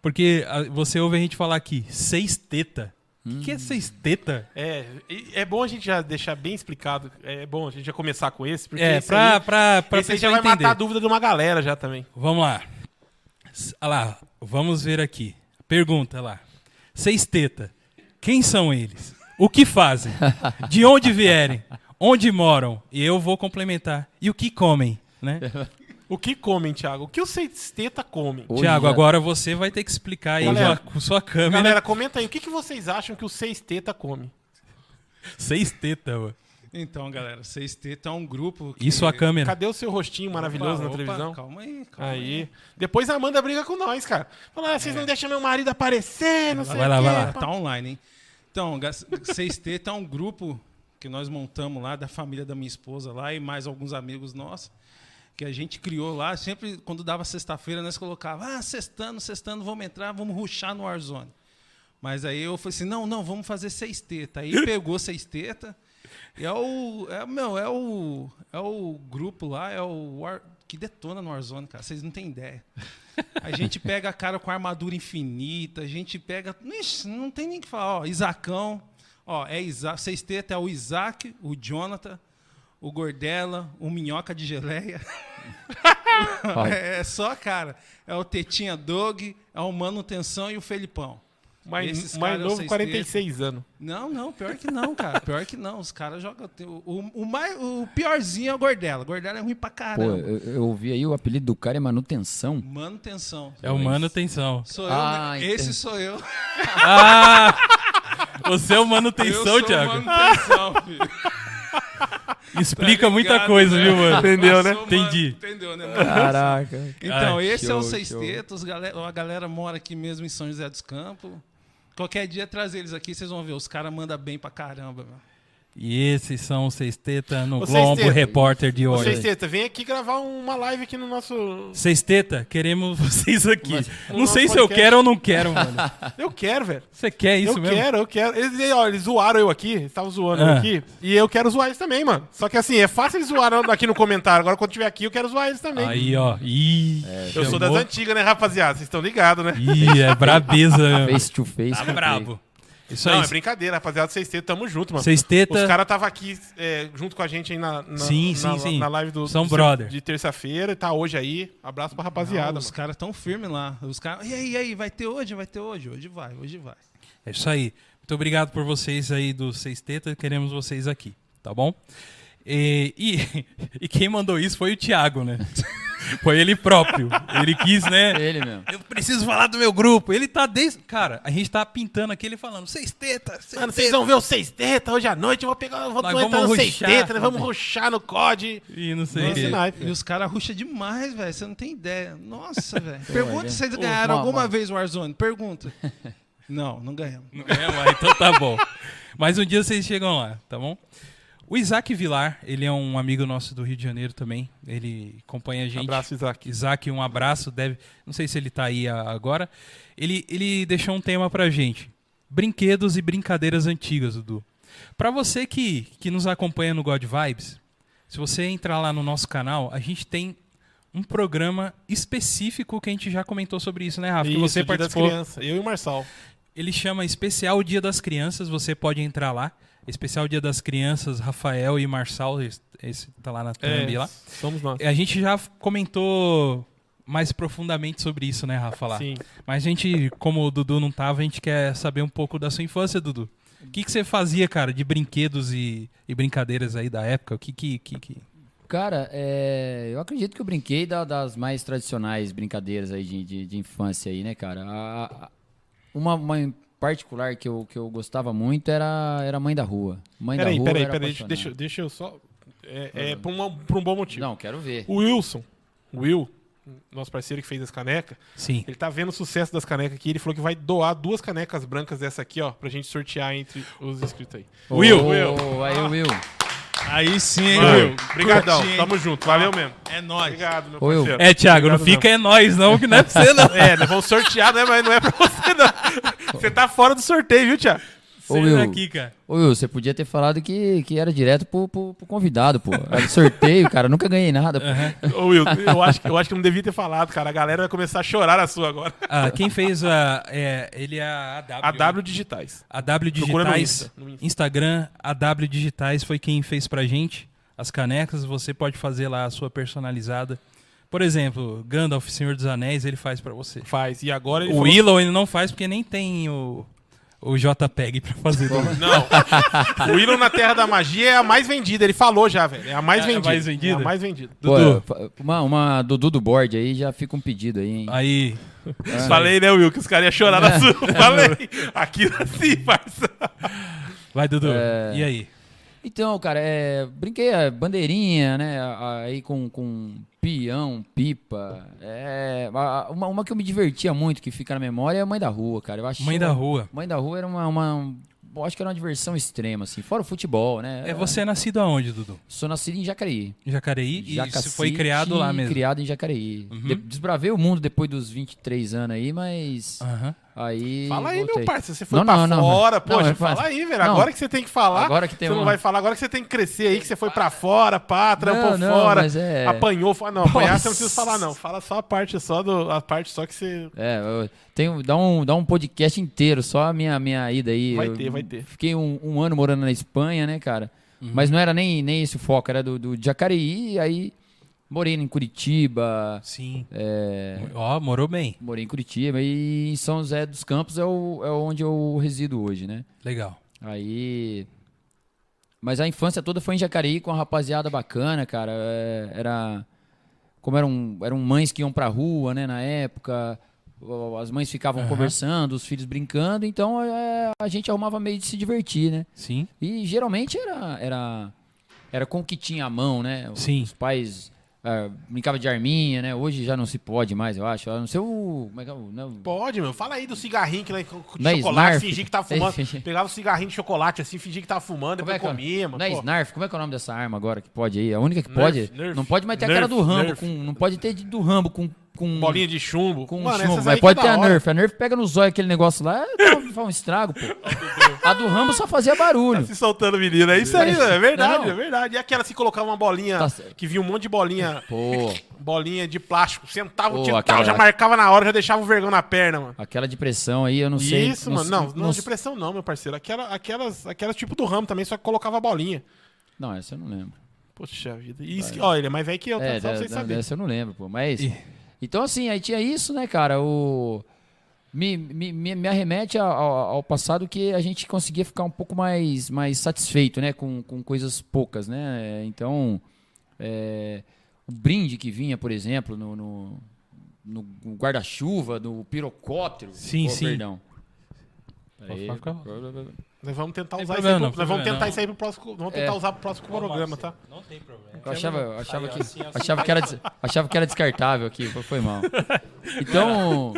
Porque ah, você ouve a gente falar aqui, seis teta. O
Hum.
que, que é seis teta?
É, e- é bom a gente já deixar bem explicado. É bom a gente já começar com esse, porque
É,
esse
pra,
aí,
pra, pra
esse aí já
pessoa
vai
entender.
matar a dúvida de uma galera já também.
Vamos lá. S- ah lá, vamos ver aqui. Pergunta lá. Seis teta. Quem são eles? O que fazem? De onde vierem? Onde moram? E eu vou complementar. E o que comem, né?
O que comem, Thiago? O que os sexteta comem?
Hoje
Tiago,
já-
agora você vai ter que explicar aí
Galera.
com a- com sua câmera.
Galera, comenta aí. O que, que vocês acham que o sexteta come?
Seis teta, ué.
Então, galera, 6T tá um grupo. que-
Isso a câmera. é
Cadê o seu rostinho maravilhoso
Opa, opa,
na televisão?
Calma aí, calma
Aí. Depois a Amanda briga com nós, cara. Fala, ah, vocês não deixam meu marido aparecer, não sei
É. Vai lá,
o quê.
vai lá.
Ah, tá online, hein? Então, ga- 6T tá um grupo que nós montamos lá, da família da minha esposa lá e mais alguns amigos nossos, que a gente criou lá. Sempre, quando dava sexta-feira, nós colocava, ah, sextando, sextando, vamos entrar, vamos ruxar no Warzone. Mas aí eu falei assim, não, não, vamos fazer seis teta. Tá Aí pegou seis teta. E é o. É, meu, é o. É o grupo lá, é o. War- que detona no Warzone, cara. Vocês não têm ideia. A gente pega a cara com armadura infinita, a gente pega. Ixi, não tem nem o que falar. Ó, Isacão. Ó, é Isaac. Seis teta é o Isaac, o Jonathan, o Gordela, o Minhoca de Geleia. é, é só, cara. É o Tetinha Dog, é o Manutenção e o Felipão.
Mais,
Esses
mais
caras,
novo,
vocês
46 anos.
Não, não, pior que não, cara. Pior que não. Os caras jogam. O, o, o mais, o piorzinho é o Gordela. Gordela é ruim pra
Pô,
caramba.
eu, eu ouvi aí o apelido do cara é manutenção.
Manutenção.
É o manutenção.
Sou
Ah,
eu, né? Esse
entendi.
sou eu.
Ah! Você é o
eu
manutenção,
sou
Thiago.
Manutenção, filho.
Explica
Tá
muita
ligado,
coisa,
né?
viu, mano?
Eu
Entendeu,
sou
Entendi.
manu- Entendeu, né?
Caraca.
Então,
Ai,
esse é o
Ah, show,
Seis
show.
Tetos. Galera, a galera mora aqui mesmo em São José dos Campos. Qualquer dia traz eles aqui, vocês vão ver. Os caras mandam bem pra caramba, mano.
E esses são os Sexteta no
Ô,
Globo
Sexteta.
Repórter de
Ô,
hoje.
Sexteta, vem aqui gravar uma live aqui no nosso.
Sexteta, queremos vocês aqui. não
nosso
sei se eu
podcast.
quero ou não quero, mano.
Eu quero, velho.
Você quer isso
Eu
mesmo?
quero, eu quero. Eles, ó, eles zoaram eu aqui, eles estavam zoando
Ah.
eu aqui. E eu quero zoar eles também, mano. Só que assim, é fácil eles zoarem aqui no comentário. Agora, quando tiver aqui, eu quero zoar eles também.
Aí, ó. Ih,
É, eu sou das
chamou.
antigas, né, rapaziada? Vocês estão ligados, né?
Ih, é brabeza. mesmo.
Face to face.
Tá
com o
brabo. Isso
Não,
aí.
é brincadeira, rapaziada. Vocês tetam, tamo junto, mano.
Sexteta.
Os caras estavam aqui é, junto com a gente aí na, na,
Sim,
na-
sim, sim.
na live do
São
do-
brother.
de terça-feira, tá hoje aí. Abraço pra rapaziada.
Não, os
mano.
caras tão firmes lá. Os caras. E aí, e aí, vai ter hoje? Vai ter hoje? Hoje vai, hoje vai.
É isso aí. Muito obrigado por vocês aí do Seis Teta. Queremos vocês aqui, tá bom? E, e- e quem mandou isso foi o Thiago, né? Foi ele próprio. Ele quis, né?
É.
Ele mesmo.
Eu preciso falar do meu grupo. Ele tá desde. Cara, a gente tá pintando aqui ele falando, seis tetas, seis
Mano, vocês
tetas.
vão ver o seis teta hoje à noite. Eu vou pegar, eu vou
Nós
vou entrar
vamos
no seis
ruxar.
teta, né? Vamos ruxar no COD.
E não sei o
Nossa,
quê.
na-
E os caras ruxam demais, velho. Você não tem ideia. Nossa, velho. Pergunta
é.
se vocês
Ô,
ganharam
uma-
alguma
uma-
vez o Warzone. Pergunta. Não, não ganhamos.
Não ganha mais, então tá bom. Mas um dia vocês chegam lá, tá bom? O Isaac Vilar, ele é um amigo nosso do Rio de Janeiro também. Ele acompanha a gente.
Abraço, Isaac.
Isaac, um abraço. Deve... Não sei se ele tá aí a- agora. Ele, ele deixou um tema pra gente. Brinquedos e brincadeiras antigas, Dudu. Pra você que, que nos acompanha no God Vibes, se você entrar lá no nosso canal, a gente tem um programa específico que a gente já comentou sobre isso, né, Rafa? que
Isso,
você
Dia das
participou.
Crianças. Eu e o Marçal.
Ele chama Especial Dia das Crianças, você pode entrar lá. Especial Dia das Crianças, Rafael e Marçal, esse- esse tá
É.
lá na thumb lá.
Somos nós.
A gente já comentou mais profundamente sobre isso, né, Rafa? Lá.
Sim.
Mas a gente, como o Dudu não tava, a gente quer saber um pouco da sua infância, Dudu. O que, que você fazia, cara, de brinquedos e, e brincadeiras aí da época? O que que... que, que...
Cara, é, eu acredito que eu brinquei da- das mais tradicionais brincadeiras aí de, de- de infância aí, né, cara? A- a- uma, uma em particular que eu, que eu gostava muito era, era Mãe da Rua. Mãe da
Peraí,
Rua
peraí,
era
peraí.
apaixonado.
Deixa, deixa eu só. É, é por, uma- por um bom motivo.
Não, quero ver.
O Wilson, o Will, nosso parceiro que fez as canecas,
Sim.
ele tá vendo o sucesso das canecas aqui. Ele falou que vai doar duas canecas brancas dessa aqui, ó, pra gente sortear entre os inscritos aí.
Will!
Ô, Aí, Will.
Aí sim, hein,
Mano,
Will?
Obrigadão,
Curti, hein?
tamo junto, valeu mesmo.
É nóis.
Obrigado, meu
Ô, Will.
parceiro.
É, Thiago, não
Obrigado
fica é nós não, que não é pra você não.
mesmo. É, nós vamos sortear, né? Mas não é pra você, não. Você tá fora do sorteio, viu, Tiago?
Ô,
Você
Will.
daqui, cara.
Ô, Will, você podia ter falado que, que era direto pro, pro- pro convidado, pô. Era sorteio, cara. Nunca ganhei nada, pô.
Ô, Will, eu acho, que- eu acho que eu não devia ter falado, cara. A galera vai começar a chorar a sua agora.
Ah, quem fez a... é, ele é a AW.
A W Digitais.
A W
Procura no
Digitais,
Insta, no Insta.
Instagram, a W Digitais foi quem fez pra gente as canecas. Você pode fazer lá a sua personalizada. Por exemplo, Gandalf, Senhor dos Anéis, ele faz pra você.
Faz. E agora ele
O
falou-
Willow ele não faz porque nem tem o, o JPEG pra fazer.
Não. o Willow na Terra da Magia é a mais vendida. Ele falou já, velho. É a mais
É a
vendida.
mais vendida?
É a mais vendida.
Pô,
Dudu.
fa- uma, uma Dudu do board aí já fica um pedido aí, hein?
Aí,
Falei, né, Will, que os caras iam chorar na sua. Falei. Aqui assim, é parça.
vai Dudu.
É.
E aí?
Então, cara, é, brinquei a bandeirinha, né? a- Aí com, com peão, pipa. É, a- a- uma, uma que eu me divertia muito, que fica na memória, é a Mãe da Rua, cara. Eu acho
Mãe da rua.
Mãe da Rua era uma. uma um- eu acho que era uma diversão extrema, assim. Fora o futebol, né?
É, você é nascido aonde, Dudu?
Sou nascido em Jacareí.
Em Jacareí? e
Jacacite,
se foi criado lá mesmo? Uhum.
Criado em Jacareí. De- desbravei o mundo depois dos 23 anos aí, mas.
Aham.
Aí.
Fala aí, meu
voltei.
parceiro. Você foi
Não,
pra
não, não.
fora,
Não,
poxa.
eu faço.
fala aí, velho.
Não.
Agora que você tem que falar.
Agora que tem um
Você não
uma-
vai falar. Agora que você tem que crescer aí, que você foi pra fora, pá, trampou
não,
fora.
mas é-
Apanhou. Fala, não, apanhar você não precisa
Nossa.
falar, não. Fala só a parte só do. A parte só que você.
É, eu tenho, dá, um, dá um podcast inteiro, só a minha, minha ida aí.
Vai
Eu
ter, vai ter. Uhum.
Fiquei um, um ano morando na Espanha, né, cara? Mas não era nem, nem esse o foco, era do, do Jacareí, aí morei em Curitiba,
Sim.
É.
Ó, morou bem.
morei em Curitiba e em São José dos Campos é, o, é onde eu resido hoje, né?
Legal.
Aí. Mas a infância toda foi em Jacareí com uma rapaziada bacana, cara. É, Era. Como eram, eram mães que iam pra rua, né, na época. o- As mães ficavam conversando, os filhos brincando, então é, a gente arrumava meio de se divertir, né?
Sim.
E geralmente era, era, era com o que tinha à mão, né? Os,
Sim.
os pais ah, brincavam de arminha, né? Hoje já não se pode mais, eu acho. A não ser o. Como é que é o. Não,
Pode, meu. Fala aí do cigarrinho que lá de
Não é
chocolate,
Snarf?
fingir que tava fumando.
Fingir.
Pegava o cigarrinho de chocolate assim, fingir que tava fumando,
Como é
depois
que é?
comia,
Não é
mano. pô.
Snarf? Como é que é o nome dessa arma agora que pode aí? A única que
Nerf,
pode?
Nerf.
não pode mais ter a cara
Nerf,
do Rambo.
Nerf.
Com, não pode ter de- do Rambo com. com
Bolinha de chumbo.
Com um
Mano,
chumbo,
essas aí
mas
que
pode
é
ter
da
a
hora.
Nerf. A Nerf pega no zóio aquele negócio lá, dá- faz um estrago, pô. A do Rambo só fazia
Tá
barulho.
se soltando, menino. É isso aí,
Mas-
é verdade,
Não, não.
é verdade. E aquela se colocava uma bolinha,
Tá certo.
que vinha um monte de bolinha,
Pô,
bolinha de plástico, sentava o
Pô,
tiro, tal,
aquela-
já marcava na hora, já deixava o vergão na perna, mano.
aquela de pressão aí, eu não sei.
Isso, mano. Não, não,
sei-
depressão não, meu parceiro. Aquela, aquelas, aquelas tipo do ramo também, só que colocava a bolinha.
Não, essa eu não lembro.
Poxa vida. E isso que- ó, ele é mais velho que eu, tá?
É,
só pra vocês
da- da-
saberem.
dessa eu não lembro, pô. Mas.
Ih.
Então, assim, aí tinha isso, né, cara? O. Me, me, me, me arremete ao, ao ao passado que a gente conseguia ficar um pouco mais, mais satisfeito, né? Com, com coisas poucas, né? Então, é, o brinde que vinha, por exemplo, no, no, no guarda-chuva, no pirocóptero.
Sim, sim.
Perdão. Peraí.
Pode ficar-
Nós vamos tentar
Tem
usar isso aí.
problema
pro-
não, tem
Nós vamos
problema
tentar
não.
isso aí pro próximo.
É.
Vamos tentar usar pro próximo programa, tá?
Não tem problema.
Eu achava, eu achava, que,
assim,
achava, que era, des- achava que era descartável aqui, foi, foi mal. Então,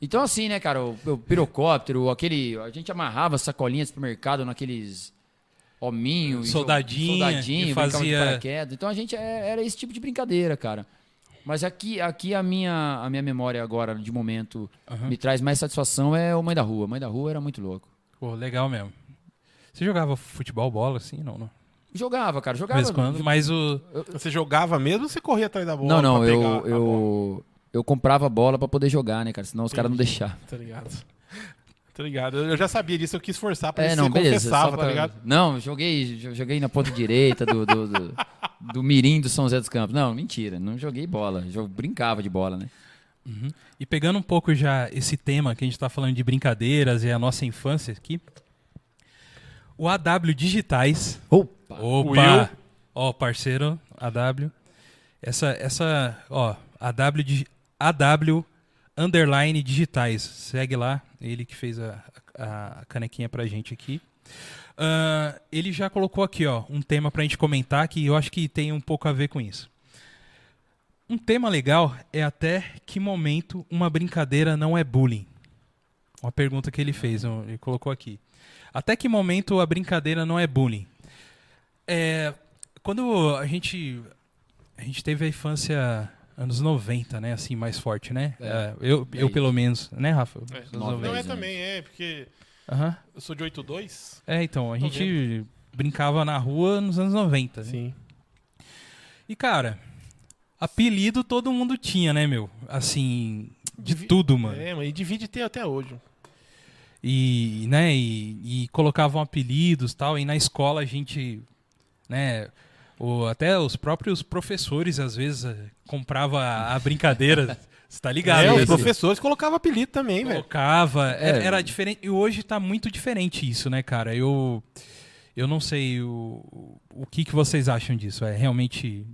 então assim, né, cara, o, o pirocóptero, aquele, a gente amarrava sacolinhas pro mercado naqueles hominho, e jo-
Soldadinha,
soldadinho,
e
brincava de
fazia-
paraquedas. Então a gente é- era esse tipo de brincadeira, cara. Mas aqui, aqui a, minha, a minha memória agora, de momento, me traz mais satisfação é o Mãe da Rua. Mãe da Rua era muito louco.
Pô, legal mesmo. Você jogava futebol, bola, assim? Não, não.
Jogava, cara,
De
jogava.
vez em quando, mas o...
Você jogava mesmo ou você corria atrás da bola?
Não, não,
pra
eu,
pegar a bola,
eu, eu comprava a bola pra poder jogar, né, cara? Senão os caras não deixavam.
Tá ligado? Tá ligado? Eu eu já sabia disso, eu quis forçar pra
É,
isso,
não,
você
beleza. só
confessava,
pra-
tá ligado?
Não, joguei, jo- joguei na ponta direita do, do, do, do Mirim do São José dos Campos. Não, mentira, não joguei bola. Eu brincava de bola, né?
E pegando um pouco já esse tema que a gente está falando de brincadeiras e a nossa infância aqui, o AW Digitais.
Opa!
Opa! Ó, parceiro, AW. Essa, essa, ó, AW, Digi- AW Underline Digitais. Segue lá, ele que fez a, a canequinha pra gente aqui. Ah, ele já colocou aqui, ó, um tema pra gente comentar que eu acho que tem um pouco a ver com isso. Um tema legal é até que momento uma brincadeira não é bullying. Uma pergunta que ele fez, um- ele colocou aqui. Até que momento a brincadeira não é bullying? É, quando a gente a gente teve a infância anos 90, né, assim mais forte, né? É, eu, eu
isso.
pelo menos, né, Rafa? Anos
É,
Nove
90.
não é
anos.
também, é, porque
Aham.
eu sou de 8-2.
É, então, a
Tô
gente brincava na rua nos anos 90. né?
Sim.
E, cara, apelido todo mundo tinha, né, meu? Assim, de
Devi-
tudo, mano.
É, mas e divide ter até hoje.
E, né, e, e colocavam apelidos tal. E na escola a gente, né, o, até os próprios professores, às vezes, eh, comprava a, a brincadeira. Você tá ligado?
é,
né?
os
Você
professores colocavam apelido também, velho.
Colocava. Era,
É.
era diferente. E hoje tá muito diferente isso, né, cara? Eu, eu não sei o, o que, que vocês acham disso. É realmente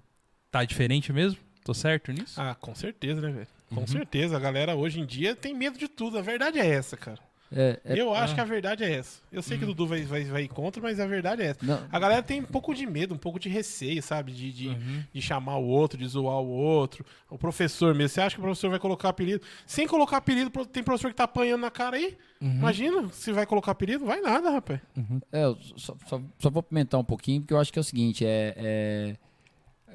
tá diferente mesmo? Tô certo
Ah,
nisso?
Ah, com certeza, né, velho? Com certeza. A galera hoje em dia tem medo de tudo. A verdade é essa, cara.
É, é-
eu acho que a verdade é essa. Eu sei que o Dudu vai, vai, vai ir contra, mas a verdade é essa.
Não.
A galera tem um pouco de medo, um pouco de receio, sabe? De, de, de chamar o outro, de zoar o outro. O professor mesmo. Você acha que o professor vai colocar apelido? Sem colocar apelido, pro- tem professor que tá apanhando na cara aí? Imagina se vai colocar apelido. Vai nada, rapaz.
É, eu só, só, só vou pimentar um pouquinho, porque eu acho que é o seguinte, é, é-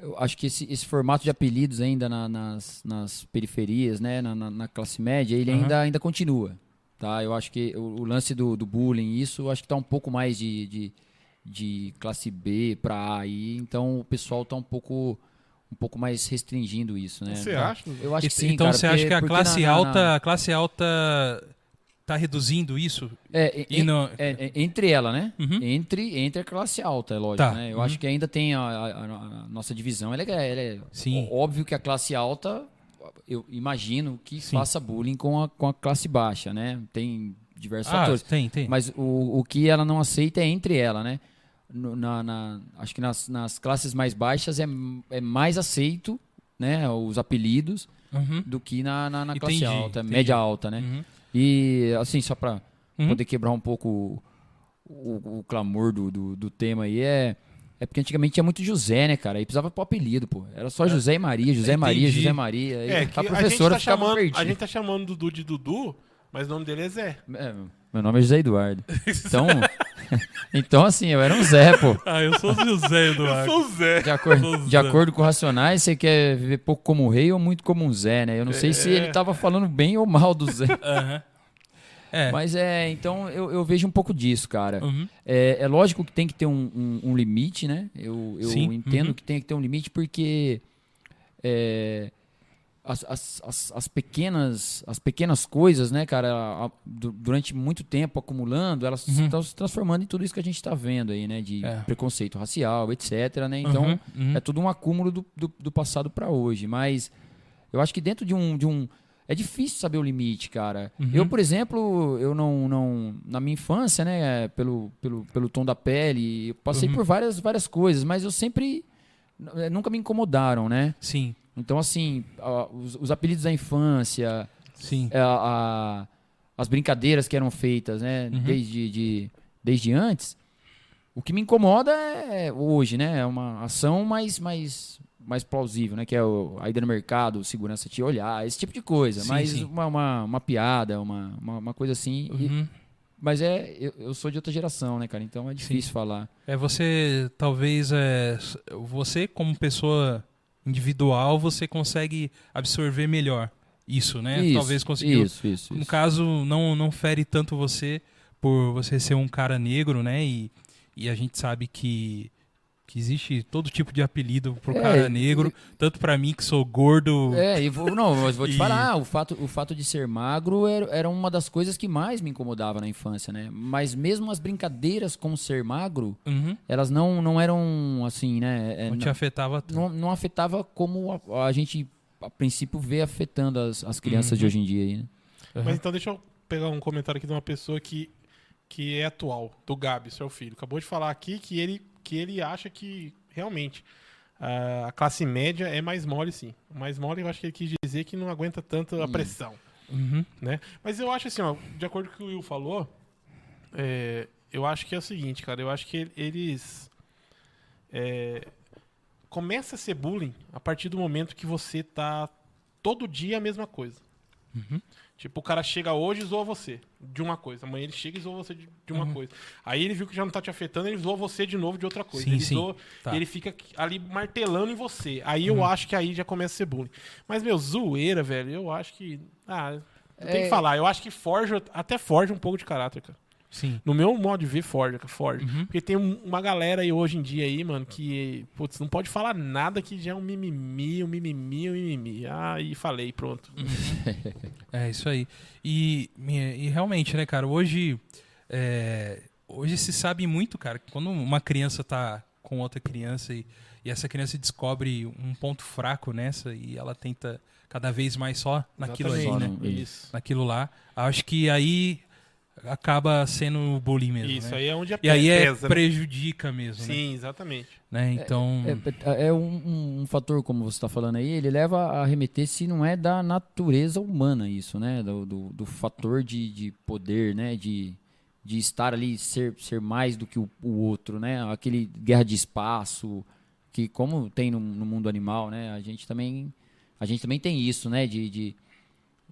eu acho que esse, esse formato de apelidos ainda na- nas, nas periferias, né, na, na- na classe média, ele ainda, ainda continua, tá? Eu acho que o, o lance do, do bullying, isso, eu acho que tá um pouco mais de, de, de classe B para A aí, então o pessoal tá um pouco, um pouco mais restringindo isso, né?
Você
Então,
acha, Dudu?
Eu acho que sim,
então
cara,
você acha
porque-
que a
porque
classe
na- na- na-
alta, a classe alta tá reduzindo isso?
É, e-
E não-
é, é, entre ela, né?
Uhum.
Entre, entre a classe alta, é lógico,
Tá.
né? Eu
Uhum.
acho que ainda tem a, a- a- a nossa divisão. Ela é, ela é
Sim.
ó- óbvio que a classe alta, eu imagino que
Sim.
faça bullying com a, com a classe baixa, né? Tem diversos
ah,
fatores.
tem, tem.
Mas o, o que ela não aceita é entre ela, né? No- na, na- acho que nas, nas classes mais baixas é, é mais aceito, né? Os apelidos
Uhum.
do que na, na, na
Entendi,
classe alta,
entendi.
média alta, né?
Uhum.
E assim, só pra
Uhum.
poder quebrar um pouco o, o- o clamor do, do, do tema aí, é, é porque antigamente tinha muito José, né, cara? Aí precisava pôr apelido, pô. Era só José e Maria, José e Maria,
Entendi.
José e Maria. Aí
É, que
a
a, gente
professora
tá
ficava
chamando,
perdida.
a gente tá chamando o Dudu de Dudu, mas o nome dele é Zé.
É, meu nome é José Eduardo. Então, então assim, eu era um Zé, pô.
Ah, eu sou o José
Eu
Eduardo.
sou o É, um Zé.
De acordo, de acordo com o Racionais, você quer viver pouco como um rei ou muito como um Zé, né? Eu não
É.
sei se ele tava falando bem ou mal do Zé.
Aham. É.
Mas é, então eu, eu vejo um pouco disso, cara.
Uhum.
É, é lógico que tem que ter um, um- um limite, né? Eu, eu
Sim,
entendo
uhum.
que tem que ter um limite porque é, as, as- as- as pequenas, as pequenas coisas, né, cara, a- du- durante muito tempo acumulando, elas estão se transformando em tudo isso que a gente está vendo aí, né? De
Uhum. É.
preconceito racial, etc. Né? Então,
Uhum, uhum.
é tudo um acúmulo do, do, do passado para hoje. Mas eu acho que dentro de um. De um é difícil saber o limite, cara. Eu, por exemplo, eu não, não. Na minha infância, né? Pelo, pelo, pelo tom da pele, eu passei por várias, várias coisas, mas eu sempre. eh, Nunca me incomodaram, né?
Sim,
Então, assim, a- os, os apelidos da infância,
sim.
é, a- as brincadeiras que eram feitas, né,
Uhum.
desde, de- desde antes. O que me incomoda é hoje, né? É uma ação mais, mais, mais plausível, né? Que é o, a ida no mercado, o segurança te olhar, esse tipo de coisa.
Sim,
mas
sim.
Uma, uma, uma piada, uma, uma, uma coisa assim. E-
Uhum.
mas é, eu, eu sou de outra geração, né, cara? Então é difícil falar.
É você, talvez, é, s- você como pessoa individual, você consegue absorver melhor isso, né?
Isso,
talvez conseguiu.
Isso, isso.
No
isso.
caso, não, não fere tanto você por você ser um cara negro, né? E, e a gente sabe que, que existe todo tipo de apelido pro
É,
cara negro, tanto pra mim que sou gordo.
É, e vou, não, mas vou te
E-
falar, o fato, o fato de ser magro era, era uma das coisas que mais me incomodava na infância, né? Mas mesmo as brincadeiras com ser magro,
Uhum.
elas não, não eram assim, né? É,
Não te afetava tanto.
não, não afetava como a, a gente, a princípio, vê afetando as, as crianças
Uhum.
de hoje em dia aí, né?
Mas então deixa eu pegar um comentário aqui de uma pessoa que, que é atual, do Gabi, seu filho. Acabou de falar aqui que ele, que ele acha que realmente ah, a classe média é mais mole, sim. Mais mole eu acho que ele quis dizer que não aguenta tanto a pressão.
Uhum.
Né? Mas eu acho assim, ó, de acordo com o que o Will falou, é, eu acho que é o seguinte, cara, eu acho que ele- eles. É, começa a ser bullying a partir do momento que você tá todo dia a mesma coisa.
Uhum.
Tipo, o cara chega hoje e zoa você de uma coisa. Amanhã ele chega e zoa você de, de
Uhum.
uma coisa. Aí ele viu que já não tá te afetando, ele zoa você de novo de outra coisa.
Sim,
ele
sim.
zoa,
Tá. Uhum.
ele fica ali martelando em você. Aí eu acho que aí já começa a ser bullying. Mas, meu, zoeira, velho, eu acho que. Ah, eu tenho
É.
que falar. Eu acho que forja, até forja um pouco de caráter, cara.
Sim.
No meu modo de ver, forja, cara, forja. Porque tem um- uma galera aí hoje em dia aí, mano, que, putz, não pode falar nada que já é um mimimi, um mimimi, um mimimi. Ah, e falei, pronto.
É isso aí. E, minha- e realmente, né, cara, hoje, é, hoje se sabe muito, cara, que quando uma criança tá com outra criança e, e essa criança descobre um ponto fraco nessa e ela tenta cada vez mais só naquilo ali,
Exatamente.
né?
né?
Isso.
Naquilo lá. Acho que aí acaba sendo o bullying mesmo.
Isso
né?
aí é onde é
E aí é,
pesa, né?
prejudica mesmo, né?
Sim, exatamente.
Né, Então,
É, é um, um- um fator, como você está falando aí, ele leva a remeter se não é da natureza humana isso, né? Do, do, do fator de, de poder, né? De, de estar ali, ser, ser mais do que o, o outro, né? Aquele guerra de espaço, que como tem no, no mundo animal, né? A gente também, a gente também tem isso, né? De, de,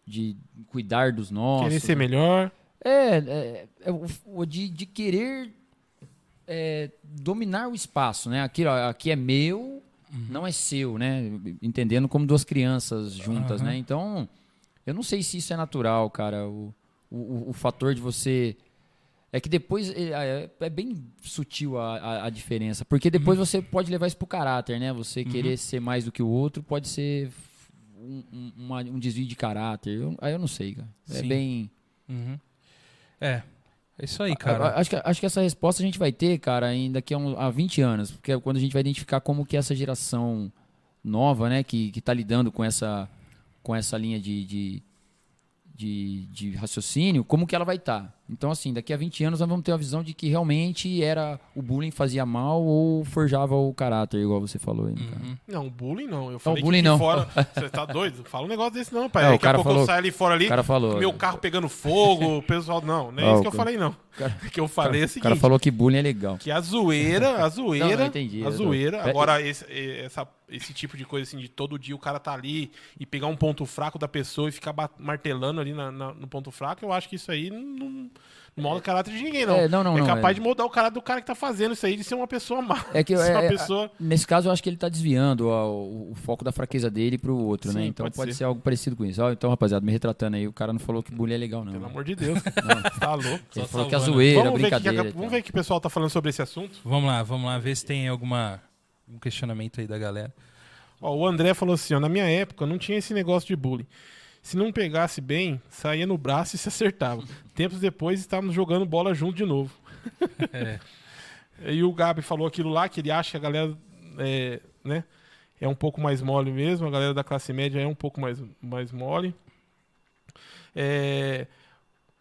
de cuidar dos nossos.
Querer ser melhor.
É, é, é o, o de, de querer é, dominar o espaço, né? Aqui, ó, aqui é meu,
Uhum.
não é seu, né? Entendendo como duas crianças juntas,
Aham.
né? Então, eu não sei se isso é natural, cara. O, o- o, o fator de você. É que depois. É, é- é bem sutil a, a, a diferença. Porque depois
Uhum.
você pode levar isso pro caráter, né? Você querer ser mais do que o outro pode ser um, um, uma- um desvio de caráter. Eu, aí eu não sei, cara. É
Sim.
bem.
uhum. é. É isso aí, cara.
A- a- Acho que, acho que essa resposta a gente vai ter, cara, ainda daqui a, um, a 20 anos, porque é quando a gente vai identificar como que essa geração nova, né, que, que tá lidando com essa, com essa linha de, de, de, de raciocínio, como que ela vai estar. Então, assim, daqui a 20 anos nós vamos ter uma visão de que realmente era o bullying fazia mal ou forjava o caráter, igual você falou aí, né, cara.
Não, bullying não. Eu falei que
bullying
aqui
não.
fora. Você tá doido? Fala um negócio desse não, pai.
É, o
Daqui
cara
a pouco
falou-
eu saio ali fora ali,
o cara falou.
meu carro pegando fogo, o pessoal. Não, não é
Ah,
isso
o
que eu
cara-
falei, não. O que eu falei é o
O
seguinte.
cara falou que bullying é legal.
Que a zoeira, a zoeira,
Não, não, entendi,
a
eu tô-
zoeira.
Pe-
Agora, esse, e- essa- esse tipo de coisa assim, de todo dia o cara tá ali e pegar um ponto fraco da pessoa e ficar bat- martelando ali na- na- no ponto fraco, eu acho que isso aí não, não molda o caráter de ninguém, não.
É, não, não, não,
capaz
é.
de moldar o caráter do cara que tá fazendo isso aí, de ser uma pessoa má.
É que
de ser uma
é, é,
pessoa...
Nesse caso, eu acho que ele tá desviando ó, o, o foco da fraqueza dele pro outro, né?
Sim,
Então pode,
pode
ser.
ser.
algo parecido com isso. Ó, então, rapaziada, me retratando aí, o cara não falou que bullying é legal, não.
Pelo
Ele
amor de Deus, cara. tá louco.
Só
falou que a
salvando.
zoeira,
Vamos ver, o que que a-
brincadeira. então. e
vamos
tal.
ver o que o pessoal tá falando sobre esse assunto.
Vamos lá, vamos lá, ver se tem alguma um questionamento aí da galera.
Ó, o André falou assim, ó, na minha época não tinha esse negócio de bullying. Se não pegasse bem, saía no braço e se acertava. Tempos depois estávamos jogando bola junto de novo.
É.
E o Gabi falou aquilo lá, que ele acha que a galera é, né, é um pouco mais mole mesmo, a galera da classe média é um pouco mais, mais mole. É,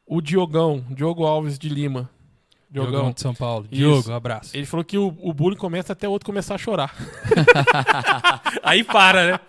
o Diogão, Diogo Alves de Lima.
Diogão,
Diogão,
de São Paulo.
Isso.
Diogo, abraço.
ele falou que o, o bullying começa até o outro começar a chorar.
Aí para, né?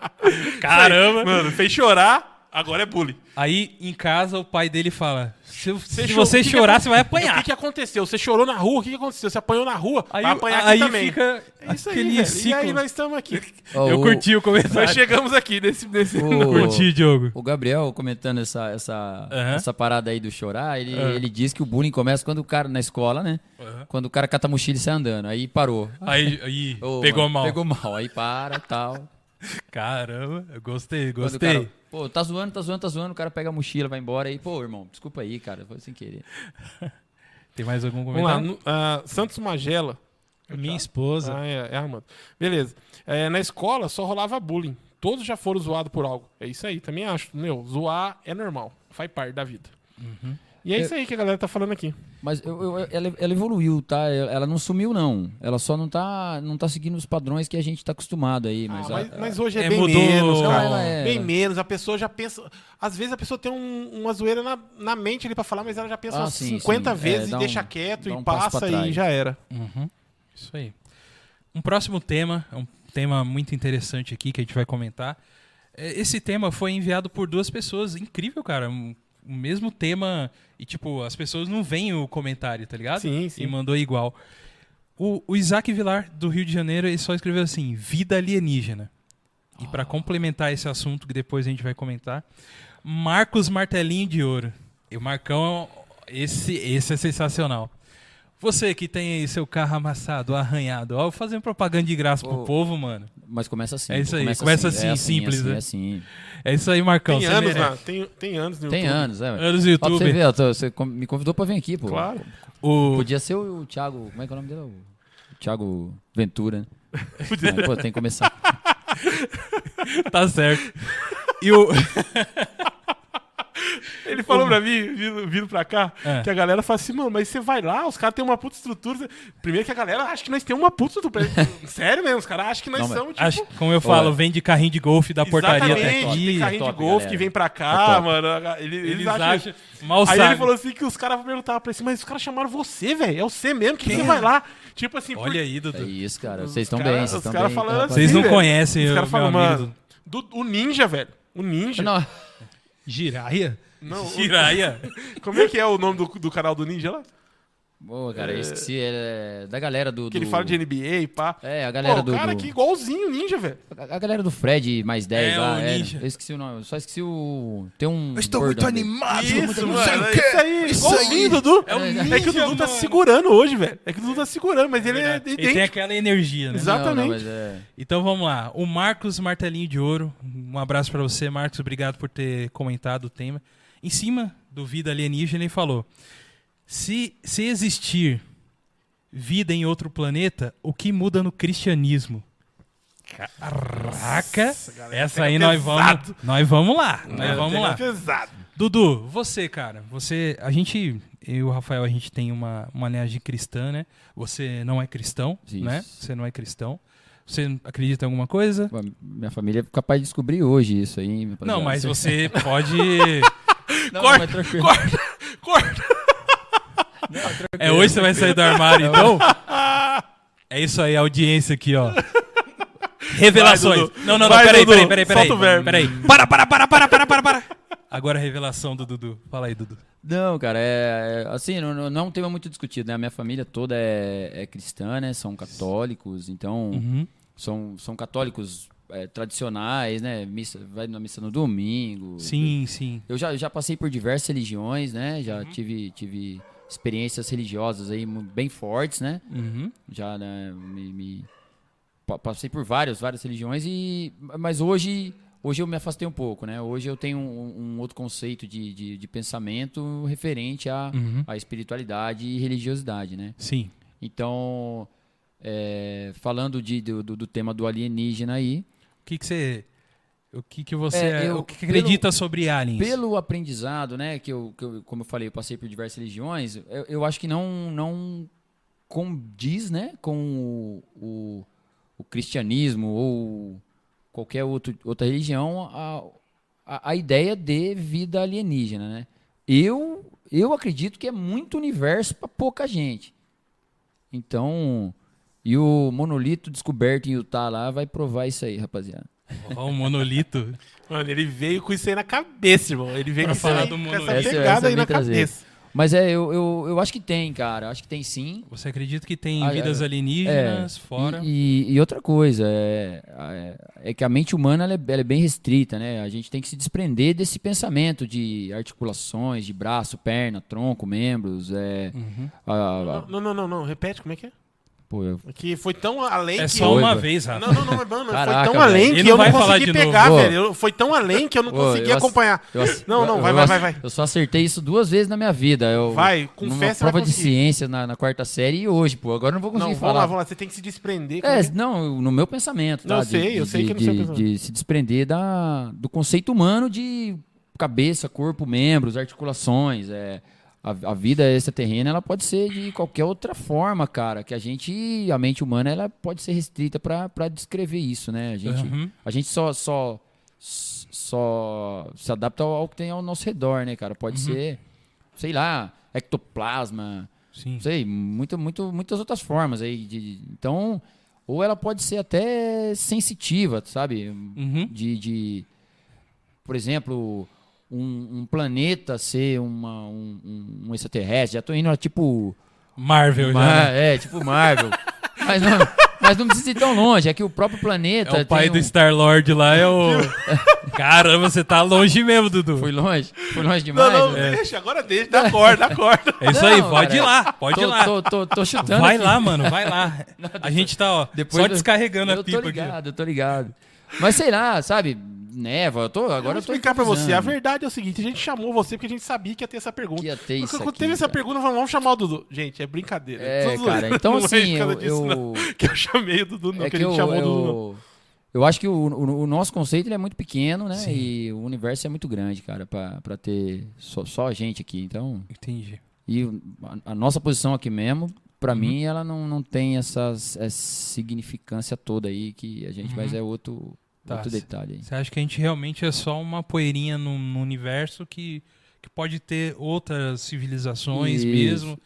Caramba.
Mano, fez chorar, agora é bullying.
Aí em casa o pai dele fala: se, eu- se
cho-
você
o que que
chorar,
acon-
você vai
O que,
apanhar.
que aconteceu? Você chorou na rua, o que, que aconteceu? Você apanhou na rua,
Aí,
vai apanhar aqui
aí
também.
fica
É isso aí,
aquele
velho. E
ciclo.
aí nós estamos aqui.
Ó,
Eu
o-
curti o comentário.
nós chegamos aqui nesse... nesse...
o-
Curti, Diogo.
O Gabriel comentando essa, essa,
Aham.
essa parada aí do chorar, ele, ele diz que o bullying começa quando o cara, na escola, né? Quando o cara cata a mochila e sai andando. Aí parou.
Aí, aí
Ô,
pegou
mano,
mal.
Pegou mal. Aí para tal.
Caramba, eu gostei,
Quando o
gostei.
cara- pô, tá zoando, tá zoando, tá zoando. O cara pega a mochila, vai embora. Aí, pô, irmão, desculpa aí, cara. Foi sem querer.
Tem mais algum
Vamos lá,
comentário?
no- ah, Santos Magela.
Minha esposa.
Ah, é, é Armando. Beleza. É, na escola só rolava bullying. Todos já foram zoados por algo. É isso aí, também acho. Meu, zoar é normal. Faz parte da vida.
Uhum.
E é isso aí que a galera tá falando aqui.
Mas eu- eu- ela, ela evoluiu, tá? Ela ela não sumiu, não. Ela só não tá, não tá seguindo os padrões que a gente tá acostumado aí.
Ah,
Mas, a-
mas, mas hoje é,
é,
bem
mudou.
menos, cara.
Não,
ela é-
Bem
ela-
menos. A pessoa já pensa. Às vezes a pessoa tem um- uma zoeira na, na mente ali pra falar, mas ela já pensa
Ah,
umas
sim,
50
sim. É,
vezes e
dá um-
deixa quieto
dá
e
um passo pra
passa e
trás.
já era.
Uhum. Isso aí. Um próximo tema, é um tema muito interessante aqui que a gente vai comentar. É, Esse tema foi enviado por duas pessoas. Incrível, cara. Um- O mesmo tema. E, tipo, as pessoas não veem o comentário, tá ligado?
Sim, sim.
E mandou igual. O, o Isaac Vilar, do Rio de Janeiro, ele só escreveu assim: vida alienígena. E
Ah.
pra complementar esse assunto, que depois a gente vai comentar, Marcos Martelinho de Ouro. E o Marcão, esse, esse é sensacional. Você que tem aí seu carro amassado, arranhado, ó, fazendo propaganda de graça pro
Ô.
povo, mano.
mas começa assim.
É isso
pô,
aí, começa assim,
é
simples,
assim,
né?
é assim.
É isso aí, Marcão.
Tem
você
anos,
merece.
né? Tem, tem anos no
Tem
YouTube. É,
anos, né? velho?
Anos do
Ó, pra você
YouTube.
ver, ó, tô- você com- me convidou pra vir aqui, pô.
Claro.
O...
Podia ser o, Thiago. Como é que é o nome dele? O Thiago Ventura, né? Mas, pô, tem que começar.
Tá certo. E o...
Ele falou pra mim, vindo, vindo pra cá,
É.
que a galera fala assim, mano, mas você vai lá, os caras têm uma puta estrutura. você- Primeiro que a galera acha que nós temos uma puta estrutura. Sério mesmo, os caras acham que nós
Não, mas
somos, tipo...
Acho, como eu falo,
Olha.
vem de carrinho de golfe da portaria até
Exatamente, tem
aqui.
carrinho
top,
de golfe
galera.
que vem pra
É
cá,
top.
mano. Eles, eles
Eles
acham...
acham. Mal
Aí
sabe.
ele falou assim que os caras perguntavam pra ele assim, mas os caras chamaram você, velho. É você mesmo, que você vai lá? Tipo assim, por-
Olha aí, Dudu.
É isso, cara. Vocês estão
cara-
bem,
os
vocês estão
cara
bem.
falando assim,
rapaz.
Vocês não
velho.
conhecem
Os
o
caras falam,
meu amigo.
mano, do, o ninja, velho. O ninja.
Não,
Jiraya?
Não, o-
Tiraia.
como é que é o nome do, do canal do ninja lá?
boa, cara, eu esqueci. É da galera do.
Que ele
do-
fala de NBA e pá.
É, a
Pô,
galera
o
do.
cara
do-
que igualzinho o ninja, velho.
A a galera do Fred mais 10
É,
lá.
o
é,
Ninja.
eu esqueci o nome, eu só esqueci o. Tem um.
Ah,
animado.
Isso, mano. é Isso aí, igualzinho, Dudu. É,
o
que o
ninja,
Dudu tá
mano.
segurando hoje, velho. É que o Dudu tá segurando, mas ele é idêntico.
Ele tem aquela energia, né?
Exato.
Exatamente. Não,
Exatamente.
não, mas é.
Então vamos lá. O Marcos Martelinho de Ouro. Um abraço pra você, Marcos. Obrigado por ter comentado o tema. Em cima do Vida Alienígena, ele falou: se, se existir vida em outro planeta, o que muda no cristianismo? Caraca! essa aí nós vamos,
pesado.
nós vamos lá.
É,
Nós vamos
pega
lá.
Pesado.
Dudu, você, cara, você. A gente. Eu e o Rafael, a gente tem uma, uma linhagem cristã, né? Você não é cristão,
Isso.
né? Você não é cristão. Você acredita em alguma coisa?
Pô, Minha família é capaz de descobrir hoje isso aí. hein, rapaziada.
Não, mas
Não
você pode.
sei- Não,
corta,
mas tranquilo.
Corta.
É hoje você vai sair do armário, então? É isso aí, audiência aqui, ó. Revelações.
Vai, Dudu.
não, não, não,
Vai,
peraí,
Dudu.
peraí, peraí, peraí.
Solta o verbo.
Peraí. Para, para, para, para, para, para, para. Agora a revelação do Dudu. Fala aí, Dudu.
Não, cara, é, é, assim, não, não- não é um tema muito discutido, né? A minha família toda é, é cristã, né? São católicos, então
Uhum.
são, são católicos é, tradicionais, né? Missa, vai na missa no domingo.
Sim, sim.
Eu já, eu já passei por diversas religiões, né? Já tive, tive experiências religiosas aí mu- bem fortes, né?
Uhum.
já né, me, me- pa- passei por várias várias religiões e mas hoje hoje eu me afastei um pouco né hoje eu tenho um, um outro conceito de, de, de pensamento referente à
Uhum.
à espiritualidade e religiosidade né
Sim.
então é, falando de, do, do do tema do alienígena aí
O que que você o que que você
É, eu-
o que que acredita sobre aliens?
pelo aprendizado né que eu, que eu- como eu falei eu passei por diversas religiões eu, eu acho que não não condiz né com o, o, o cristianismo ou qualquer outro, outra religião a, a, a ideia de vida alienígena né eu eu acredito que é muito universo para pouca gente então e o monolito descoberto em Utah lá vai provar isso aí rapaziada
Ó, o monolito.
Mano, ele veio com isso aí na cabeça, irmão. Ele
Pra
veio com, isso
falar
aí,
do
com
monolito.
essa
Essa-
pegada
essa é
aí
eu
na
vim trazer.
cabeça.
mas é eu, eu, eu acho que tem cara acho que tem sim
Você acredita que tem
Ah,
vidas
é.
alienígenas fora?
E, e- e outra coisa, é, é, é que a mente humana ela é, ela é bem restrita, né? A gente tem que se desprender desse pensamento de articulações, de braço, perna, tronco, membros. É, a- a-
Não, não, não, não. Repete, como é que é?
pô, eu-
Que foi tão além
É
que.
só
Oi,
uma
velho.
vez, Rafa.
Não, não, não, mano,
Caraca,
foi tão além
velho. Ele
que
não
eu
vai
não
falar
consegui
de novo.
pegar,
Ô.
velho. Eu- Foi tão além que eu não
Ô,
consegui
eu ass-
acompanhar.
eu ass-
Não, não,
eu-
vai,
eu
vai,
ass-
vai, vai.
Eu só acertei isso duas vezes na minha vida. Eu,
Vai, com
numa
fé você vai
prova de
conseguir.
ciência na, na quarta série e hoje, pô. Agora eu não vou
Não,
conseguir
vamos lá,
falar.
vamos lá. Você tem que se desprender. como
É,
que-
não, no meu pensamento, tá?
Não, eu
De-
sei, eu
de-
sei que é no
de-
seu
de-
pensamento.
De se desprender da, do conceito humano de cabeça, corpo, membros, articulações, é... A, a vida extraterrena, ela pode ser de qualquer outra forma, cara, que a gente, a mente humana, ela pode ser restrita pra pra descrever isso, né? A gente,
Uhum.
a gente só, só, só se adapta ao, ao que tem ao nosso redor, né, cara? Pode
Uhum.
ser, sei lá, ectoplasma,
Sim.
não sei, muito, muito, muitas outras formas aí. de- de- então, ou ela pode ser até sensitiva, sabe?
Uhum.
De, de- por exemplo, um, um planeta ser uma, um, um- um extraterrestre. Já tô indo, ó, tipo.
Marvel já.
Mar-
né?
é, tipo Marvel. mas, não, mas não precisa ir tão longe, é que o próprio planeta.
É o pai
tem
do
um-
Star Lord lá é o Caramba, você tá longe mesmo, Dudu.
Fui longe, fui longe
Não,
demais.
não,
né?
deixa, agora deixa. Dá corda, dá corda.
É isso aí,
Não,
pode
cara,
ir lá, pode ir
Tô,
lá.
tô, tô, tô chutando.
Vai
aqui.
lá, mano, vai lá. A gente tá, ó,
Depois
só
eu-
descarregando
eu
a pipa
tô
aqui.
ligado, Eu tô ligado. Mas sei lá, sabe? Neva, eu tô, agora
Agora eu vou
eu tô
explicar pra você. A
improvisando.
verdade é o seguinte: a gente chamou você porque a gente sabia que ia ter essa pergunta.
Que ia ter
Quando-
isso
Quando
aqui,
teve essa
cara.
pergunta, vamos vamos chamar o Dudu. Gente, é brincadeira.
É,
tudo zoeira.
cara, então
Não é por
assim,
causa
eu-
disso, não.
eu-
Que eu chamei o Dudu, não.
é
que
que
a gente
eu,
chamou o Dudu, não.
eu, Eu acho que o, o- o nosso conceito ele é muito pequeno, né? E o universo é muito grande, cara, pra pra ter só, só a gente aqui. Então,
Entendi.
e o- a, a nossa posição aqui mesmo,
Uhum.
pra mim, ela não, não tem essas- essa significância toda aí que a gente,
Uhum.
mas é outro,
Tá,
outro
cê-
detalhe. aí.
Você acha que a gente realmente é só uma poeirinha no, no universo que, que pode ter outras civilizações
Isso.
mesmo,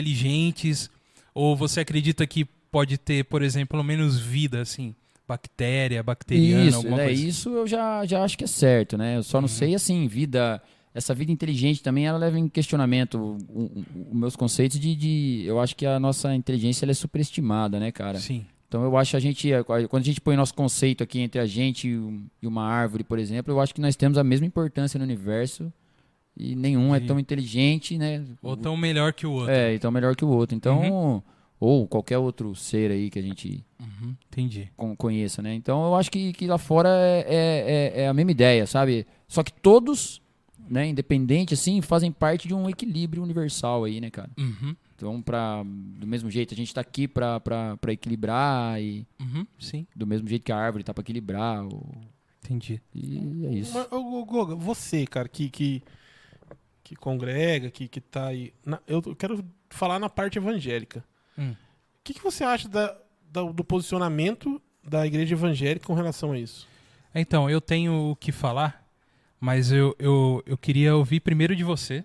inteligentes? Ou você acredita que pode ter, por exemplo, pelo menos vida, assim, bactéria, bacteriana,
Isso,
alguma
né,
coisa? assim. Uhum.
isso eu já, já acho que é certo, né? Eu só não sei, assim, vida. Essa vida inteligente também, ela leva em questionamento o- o- o- os meus conceitos de, de- Eu acho que a nossa inteligência ela é superestimada, né, cara?
Sim.
Então eu acho a gente. a- Quando a gente põe nosso conceito aqui entre a gente e um- e uma árvore, por exemplo, eu acho que nós temos a mesma importância no universo e nenhum é
Sim.
tão inteligente, né?
Ou tão melhor que o outro.
É, então melhor que o outro. Então. Ou qualquer outro ser aí que a gente
Uhum, entendi.
con- conheça, né? Então eu acho que, que lá fora é, é- é- é a mesma ideia, sabe? Só que todos, né, independente assim, fazem parte de um equilíbrio universal aí, né, cara?
Uhum,
Então, pra, do mesmo jeito, a gente tá aqui pra, pra, pra equilibrar e
uhum, sim,
do mesmo jeito que a árvore tá pra equilibrar. o-
entendi.
E é isso.
Mas, ô, ô, Goga, você, cara, que, que, que congrega, que, que tá aí. na- eu quero falar na parte evangélica.
Hum.
O que, que você acha da- da- do posicionamento da igreja evangélica com relação a isso?
Então, eu tenho o que falar, mas eu, eu, eu queria ouvir primeiro de você.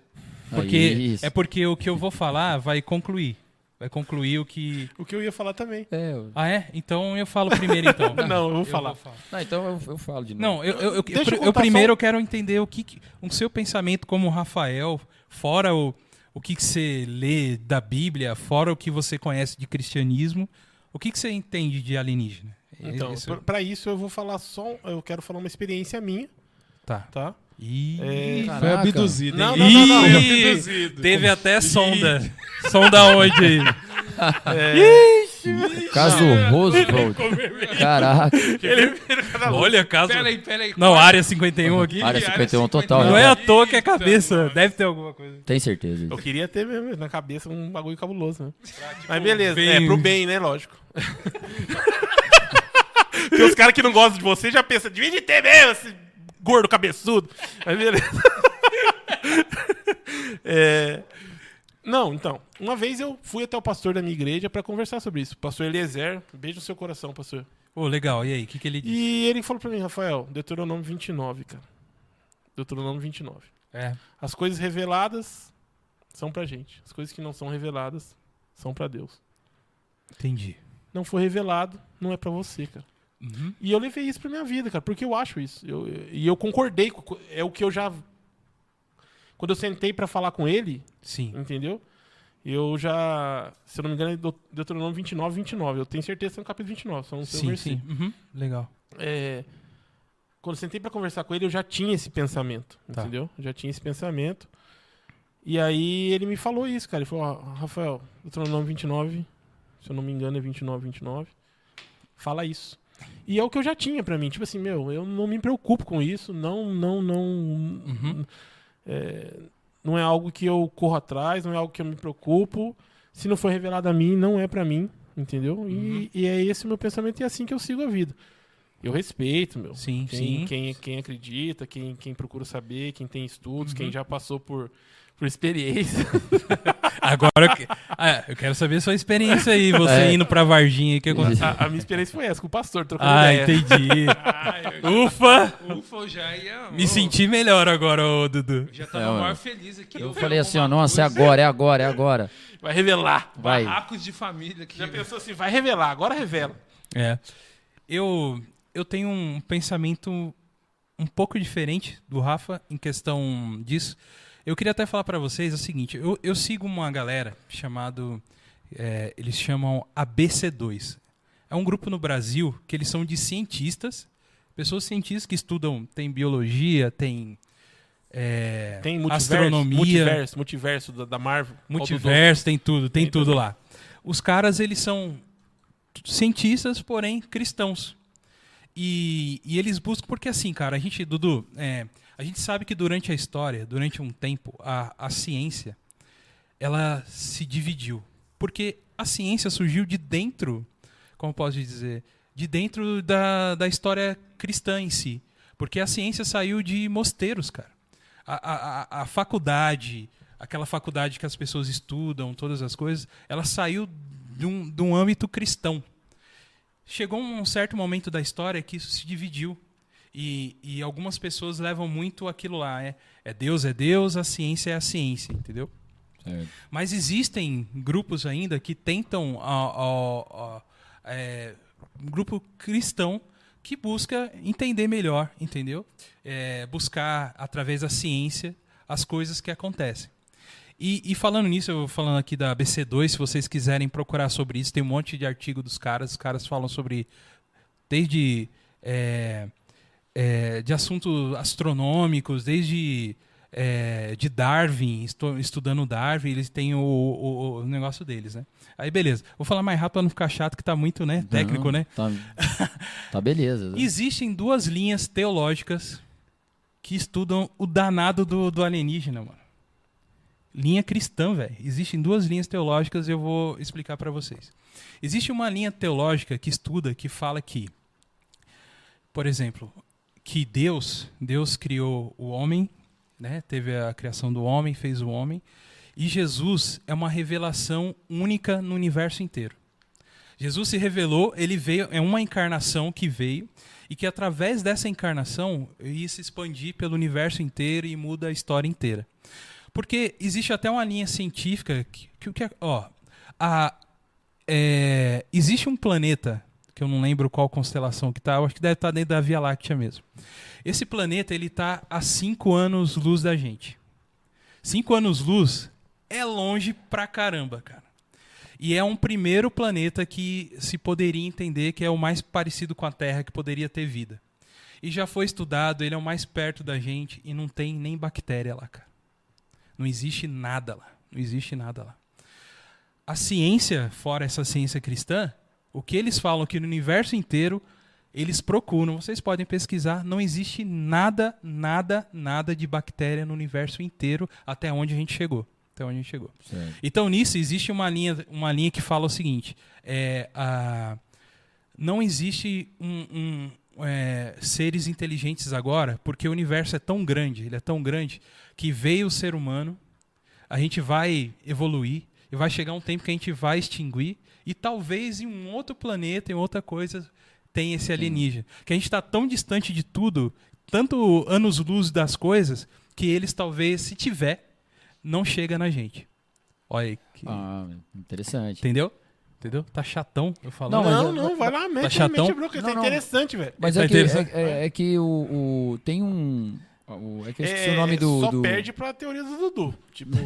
Porque
Aí, isso.
é porque o que eu vou falar vai concluir. Vai concluir o que.
O que eu ia falar também.
É, eu-
Ah, é? Então eu falo primeiro, então.
Não, Ah, eu vou falar.
Não, então eu, eu falo de novo.
Não, eu, eu, eu,
Deixa eu
eu- eu
contar
primeiro
só-
eu quero entender o que, que- o seu pensamento como Rafael, fora o, o que, que você lê da Bíblia, fora o que você conhece de cristianismo, o que, que você entende de alienígena? É
Então,
Esse-
pra- pra isso eu vou falar só. Eu quero falar uma experiência minha,
tá.
tá?
Ih,
É,
Caraca.
Foi abduzido, hein?
Não, não, não, não.
Ih, Teve até sonda. Sonda onde?
Ah. É,
Caso
é-
Roosevelt. Caraca.
Olha, caso.
Peraí, peraí.
Não, área 51 aqui.
Área 51 total.
Não
né?
é à toa que é cabeça. Deve ter alguma coisa.
Tem certeza.
Eu queria ter mesmo na cabeça um bagulho cabuloso, né? Mas beleza,
bem-
é pro bem, né? Lógico. Porque os caras que não gostam de você já pensam, devia de ter mesmo, esse gordo cabeçudo. Mas beleza. É, Não, então. Uma vez eu fui até o pastor da minha igreja pra conversar sobre isso. Pastor Eliezer, beijo no seu coração, pastor.
Ô, legal. E aí, o que, que ele disse?
E ele falou pra mim, Rafael, Deuteronômio 29, cara. Deuteronômio 29.
É.
As coisas reveladas são pra gente. As coisas que não são reveladas são pra Deus.
Entendi.
Não foi revelado, não é pra você, cara.
Uhum.
E eu levei isso pra minha vida, cara, porque eu acho isso. Eu- eu- e eu concordei com co- é o que eu já quando eu sentei pra falar com ele,
Sim.
entendeu? Eu já, se eu não me engano, é Deut- Deuteronômio 29, 29. Eu tenho certeza que é no capítulo 29, só não sei
Sim,
o
sim.
versículo.
Uhum. Legal.
é, quando eu sentei pra conversar com ele, eu já tinha esse pensamento,
Tá.
entendeu? Eu já tinha esse pensamento. E aí ele me falou isso, cara. Ele falou, ó, Rafael, Deuteronômio 29, se eu não me engano é 29, 29. Fala isso. E é o que eu já tinha pra mim, tipo assim, meu, eu não me preocupo com isso, não, não, não, é, não é algo que eu corro atrás, não é algo que eu me preocupo. Se não for revelado a mim, não é pra mim, entendeu? E, e é esse o meu pensamento e é assim que eu sigo a vida. Eu respeito, meu.
Sim,
Quem,
sim.
Quem, quem acredita, quem, quem procura saber, quem tem estudos,
Uhum.
quem já passou por, por experiência.
Agora eu, que- Ah, eu quero saber sua experiência aí, você
É.
indo pra Varginha. O que aconteceu?
a, a minha experiência foi essa, com o pastor, trocando
Ah,
ideia.
entendi. Ufa!
Ufa, eu já ia.
Me
ó,
senti melhor agora, ô Dudu.
Já tava
É, ó.
maior feliz aqui.
Eu falei assim, ó, nossa, é agora, é agora, é agora.
Vai revelar.
Vai.
Barracos de família aqui.
Já pensou assim, vai revelar, agora revela.
É. Eu, eu tenho um pensamento um pouco diferente do Rafa em questão disso. Eu queria até falar para vocês o seguinte: eu, eu sigo uma galera chamado. é, eles chamam ABC2. É um grupo no Brasil que eles são de cientistas, pessoas cientistas que estudam, tem biologia, tem. é,
Tem multiverso,
astronomia,
multiverso, multiverso da, da Marvel.
Multiverso, tem tudo, tem,
Tem
tudo
tudo.
lá. Os caras, eles são cientistas, porém cristãos. E, e eles buscam, porque assim, cara, a gente, Dudu, é, a gente sabe que durante a história, durante um tempo, a, a ciência, ela se dividiu. Porque a ciência surgiu de dentro, como eu posso dizer, de dentro da, da história cristã em si. Porque a ciência saiu de mosteiros, cara. A, a, a- a faculdade, aquela faculdade que as pessoas estudam, todas as coisas, ela saiu de um, de um âmbito cristão. Chegou um certo momento da história que isso se dividiu. E, e algumas pessoas levam muito aquilo lá. É, é Deus é Deus, a ciência é a ciência, entendeu?
Certo.
Mas existem grupos ainda que tentam a- a- a- é, um grupo cristão que busca entender melhor, entendeu? É, buscar através da ciência as coisas que acontecem. E, e falando nisso, eu vou falando aqui da BC2, se vocês quiserem procurar sobre isso, tem um monte de artigo dos caras, os caras falam sobre desde é, é, de assuntos astronômicos, desde é, de Darwin, estou estudando Darwin, eles têm o, o- o negócio deles, né? Aí beleza, vou falar mais rápido para não ficar chato, que tá muito né, técnico,
Não,
né?
Tá, tá beleza. né?
Existem duas linhas teológicas que estudam o danado do, do alienígena, mano. Linha cristã, velho. Existem duas linhas teológicas e eu vou explicar pra vocês. Existe uma linha teológica que estuda, que fala que, por exemplo, que Deus, Deus criou o homem, né? Teve a criação do homem, fez o homem, e Jesus é uma revelação única no universo inteiro. Jesus se revelou, ele veio, é uma encarnação que veio e que através dessa encarnação ia se expandir pelo universo inteiro e muda a história inteira. Porque existe até uma linha científica que, que, o que é, ó, a, é, existe um planeta que eu não lembro qual constelação que tá, eu acho que deve estar dentro da Via Láctea mesmo. Esse planeta ele tá a 5 anos luz da gente. 5 anos luz é longe pra caramba, cara. E é um primeiro planeta que se poderia entender que é o mais parecido com a Terra que poderia ter vida. E já foi estudado, ele é o mais perto da gente e não tem nem bactéria lá, cara. Não existe nada lá. Não existe nada lá. A ciência, fora essa ciência cristã, o que eles falam é que no universo inteiro eles procuram, vocês podem pesquisar, não existe nada, nada, nada de bactéria no universo inteiro até onde a gente chegou. Até onde a gente chegou.
Certo.
Então, nisso, existe uma linha, uma linha que fala o seguinte: é, a- não existe um- um, é, seres inteligentes agora, porque o universo é tão grande, ele é tão grande, que veio o ser humano, a gente vai evoluir, e vai chegar um tempo que a gente vai extinguir, e talvez em um outro planeta, em outra coisa, tem esse alienígena. Que a gente está tão distante de tudo, tanto anos-luz das coisas, que eles talvez, se tiver, não chega na gente. Olha aí. que-
Ah, interessante.
Entendeu? Entendeu? Tá chatão eu falando.
Não, mas
não,
eu-
não, vai lá, mete,
chatão?
mete bronca, isso é
Tá Não, não.
interessante, velho.
Mas
Tá
é que,
interessante.
é, é- é que o, o- Tem um. o- é que eu esqueci
É,
o nome do.
Só
do-
perde pra teoria do Dudu. Tipo,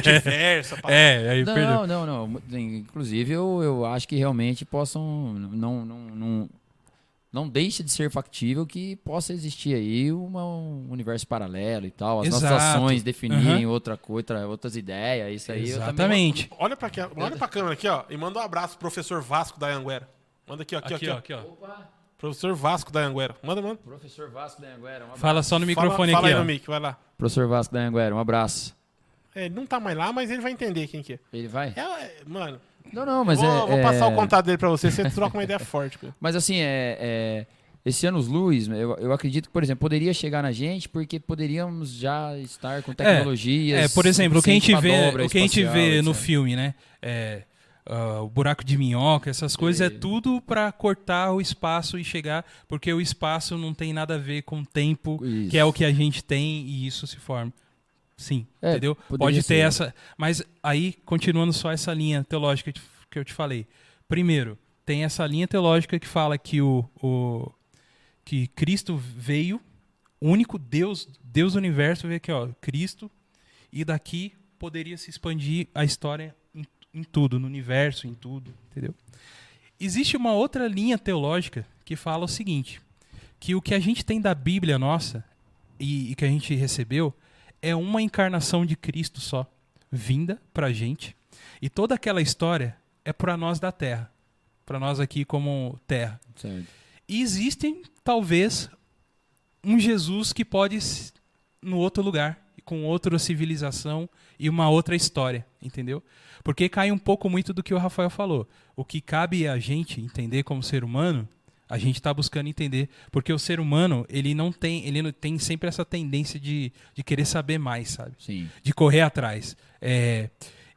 multiverso, a parada.
É, aí
Não,
perdeu.
não, não, não. Mu- Inclusive, eu, eu acho que realmente possam. Não, não, não, não deixa de ser factível que possa existir aí uma- um universo paralelo e tal. As nossas
Exato.
ações definirem
Aham.
outra coisa, outra- outras ideias, isso aí. eu também-
Exatamente.
Olha pra, aqui, olha pra câmera aqui, ó, e manda um abraço pro professor Vasco da Anguera. Manda aqui, ó, aqui,
Aqui,
ó,
ó,
aqui,
aqui, ó.
ó. Professor Vasco da Anguera. Manda, manda.
Professor Vasco da Anguera, um abraço.
Fala só no microfone
fala,
aqui,
fala aí
ó.
no mic, vai lá.
Professor Vasco da Anguera, um abraço.
É, ele não tá mais lá, mas ele vai entender quem que é.
Ele vai?
É, é, mano,
Não, não, mas
vou,
é.
vou passar
é-
o contato dele pra você, você troca uma ideia forte, cara.
Mas assim, é, é, esse anos luz, eu, eu acredito que, por exemplo, poderia chegar na gente porque poderíamos já estar com tecnologias.
É, por exemplo, o que a gente
suficientes pra
vê,
dobra
o que a gente
espacial,
vê no
etc.
filme, né? É, ah, o buraco de minhoca, essas coisas, é tudo pra cortar o espaço e chegar, porque o espaço não tem nada a ver com o tempo,
Isso.
que é o que a gente tem e isso se forma. Sim,
É,
entendeu?
poderia
Pode ter
ser.
essa. Mas aí, continuando só essa linha teológica que eu te falei. Primeiro, tem essa linha teológica que fala que o, o que Cristo veio, o único Deus, Deus do universo, veio aqui, ó, Cristo, e daqui poderia se expandir a história em, em tudo, no universo, em tudo, entendeu? Existe uma outra linha teológica que fala o seguinte, que o que a gente tem da Bíblia nossa e, e que a gente recebeu é uma encarnação de Cristo só, vinda pra gente, e toda aquela história é pra nós da Terra, pra nós aqui como Terra.
Certo.
E existem, talvez, um Jesus que pode s- no outro lugar, com outra civilização e uma outra história, entendeu? Porque cai um pouco muito do que o Rafael falou. O que cabe a gente entender como ser humano A gente está buscando entender, porque o ser humano ele não tem, ele não tem sempre essa tendência de, de querer saber mais, sabe?
Sim.
De correr atrás. É,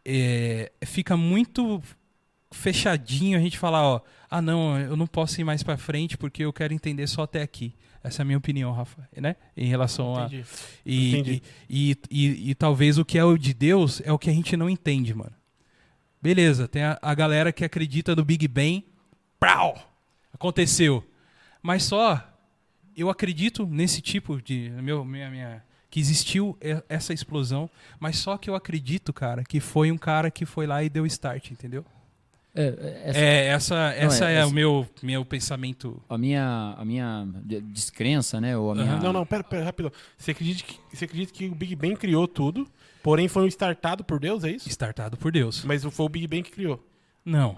é, fica muito fechadinho a gente falar, ó, ah não, eu não posso ir mais para frente porque eu quero entender só até aqui. Essa é a minha opinião, Rafa, né? Em relação a
Entendi.
e,
Entendi.
E, e, e- e talvez o que é o de Deus é o que a gente não entende, mano. Beleza, tem a, a galera que acredita no Big Bang. Prau! Aconteceu. Mas só eu acredito nesse tipo de. Meu, minha, minha, que existiu e- essa explosão. Mas só que eu acredito, cara, que foi um cara que foi lá e deu start, entendeu?
É, é- essa-
É, essa, essa
é,
é,
essa-
o meu, meu pensamento.
A minha, a minha de- descrença, né? Ou a minha...
Não, não, pera, pera, rapidão. Você acredita, que, você acredita que o Big Bang criou tudo, porém foi um startado por Deus, é isso?
Startado por Deus.
Mas foi o Big Bang que criou.
Não.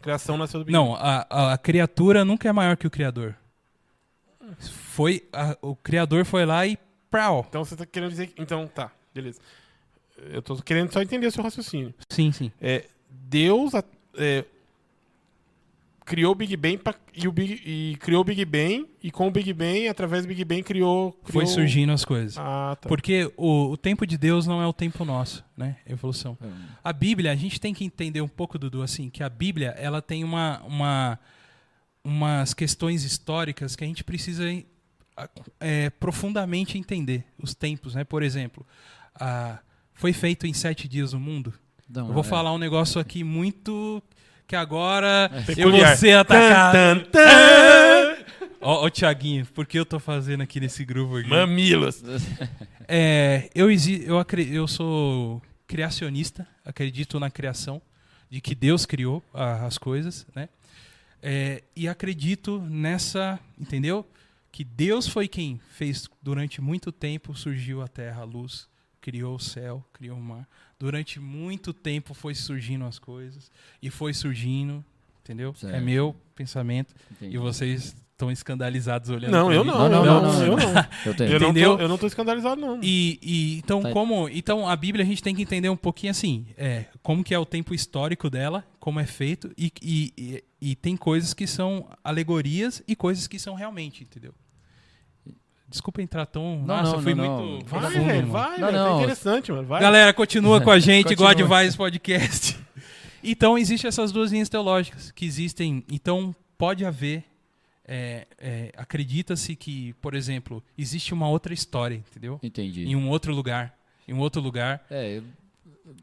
A criação nasceu do Big Bang.
Não, a, a- a criatura nunca é maior que o criador. Foi a- o criador foi lá e prau.
Então você tá querendo dizer que... Então, tá, beleza. Eu tô querendo só entender o seu raciocínio.
Sim, sim.
É, Deus a- é, criou o Big Bang pra- e, o Big- e criou o Big Bang e com o Big Bang, através do Big Bang, criou...
Foi
criou-
surgindo as coisas.
Ah, tá.
Porque o, o tempo de Deus não é o tempo nosso, né? Evolução.
É.
Hum.
A Bíblia, a gente tem que entender um pouco, Dudu, assim, que a Bíblia, ela tem uma, uma, umas questões históricas que a gente precisa eh, eh, profundamente entender. Os tempos, né? Por exemplo, a- foi feito em sete dias o mundo?
Não,
Eu vou
é-
falar um negócio aqui muito que agora eu
É Peculiar.
vou ser
Tan,
atacado.
tan, tan!
Ó, ó, Tiaguinho, por que eu tô fazendo aqui nesse grupo aqui?
Mamilos.
É, eu, exi- eu, acre- eu sou criacionista, acredito na criação, de que Deus criou a- as coisas, né? É, e acredito nessa, entendeu? Que Deus foi quem fez durante muito tempo, surgiu a terra, a luz, criou o céu, criou o mar. Durante muito tempo foi surgindo as coisas e foi surgindo, entendeu? É
Certo.
meu pensamento
Entendi.
e vocês estão escandalizados olhando
Não,
pra
eu
mim.
não, eu não, eu não.
Eu tenho.
Eu não,
Entendeu?
tô, eu não tô escandalizado, não.
E, e, então
Tá.
como então a Bíblia a gente tem que entender um pouquinho assim é, como que é o tempo histórico dela como é feito e, e, e, e tem coisas que são alegorias e coisas que são realmente entendeu desculpa entrar tão nossa
não,
fui
não,
muito
não.
Vai,
profundo,
velho,
mano.
vai,
Não,
velho.
não.
É interessante, mano. Vai.
Galera, continua com a gente,
Continua.
Godvice Podcast. Então, existem essas duas linhas teológicas que existem. Então, pode haver. é, é, Acredita-se que, por exemplo, existe uma outra história, entendeu?
Entendi.
Em um outro lugar. Em um outro lugar.
É, eu-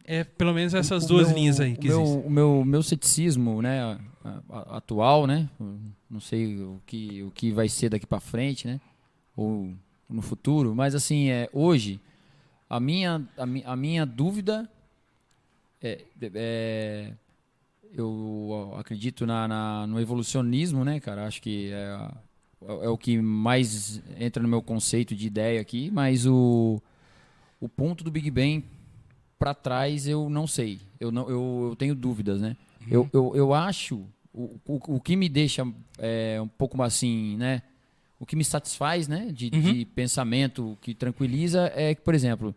É pelo menos essas
o
duas
meu-
linhas aí que
o meu,
existem.
O meu, meu ceticismo, né, a- a- atual, né, não sei o que, o que vai ser daqui pra frente, né, ou no futuro, mas assim, é, hoje, a minha, a, mi- a minha dúvida é, é- eu acredito na, na- no evolucionismo, né, cara, acho que é, a- é o que mais entra no meu conceito de ideia aqui, mas o, o ponto do Big Bang para trás eu não sei. Eu, não, eu, eu tenho dúvidas, né?
Uhum.
Eu, eu, eu acho. O, o, o que me deixa é, um pouco assim, né? O que me satisfaz, né? De,
Uhum.
de pensamento, que tranquiliza, é que, por exemplo,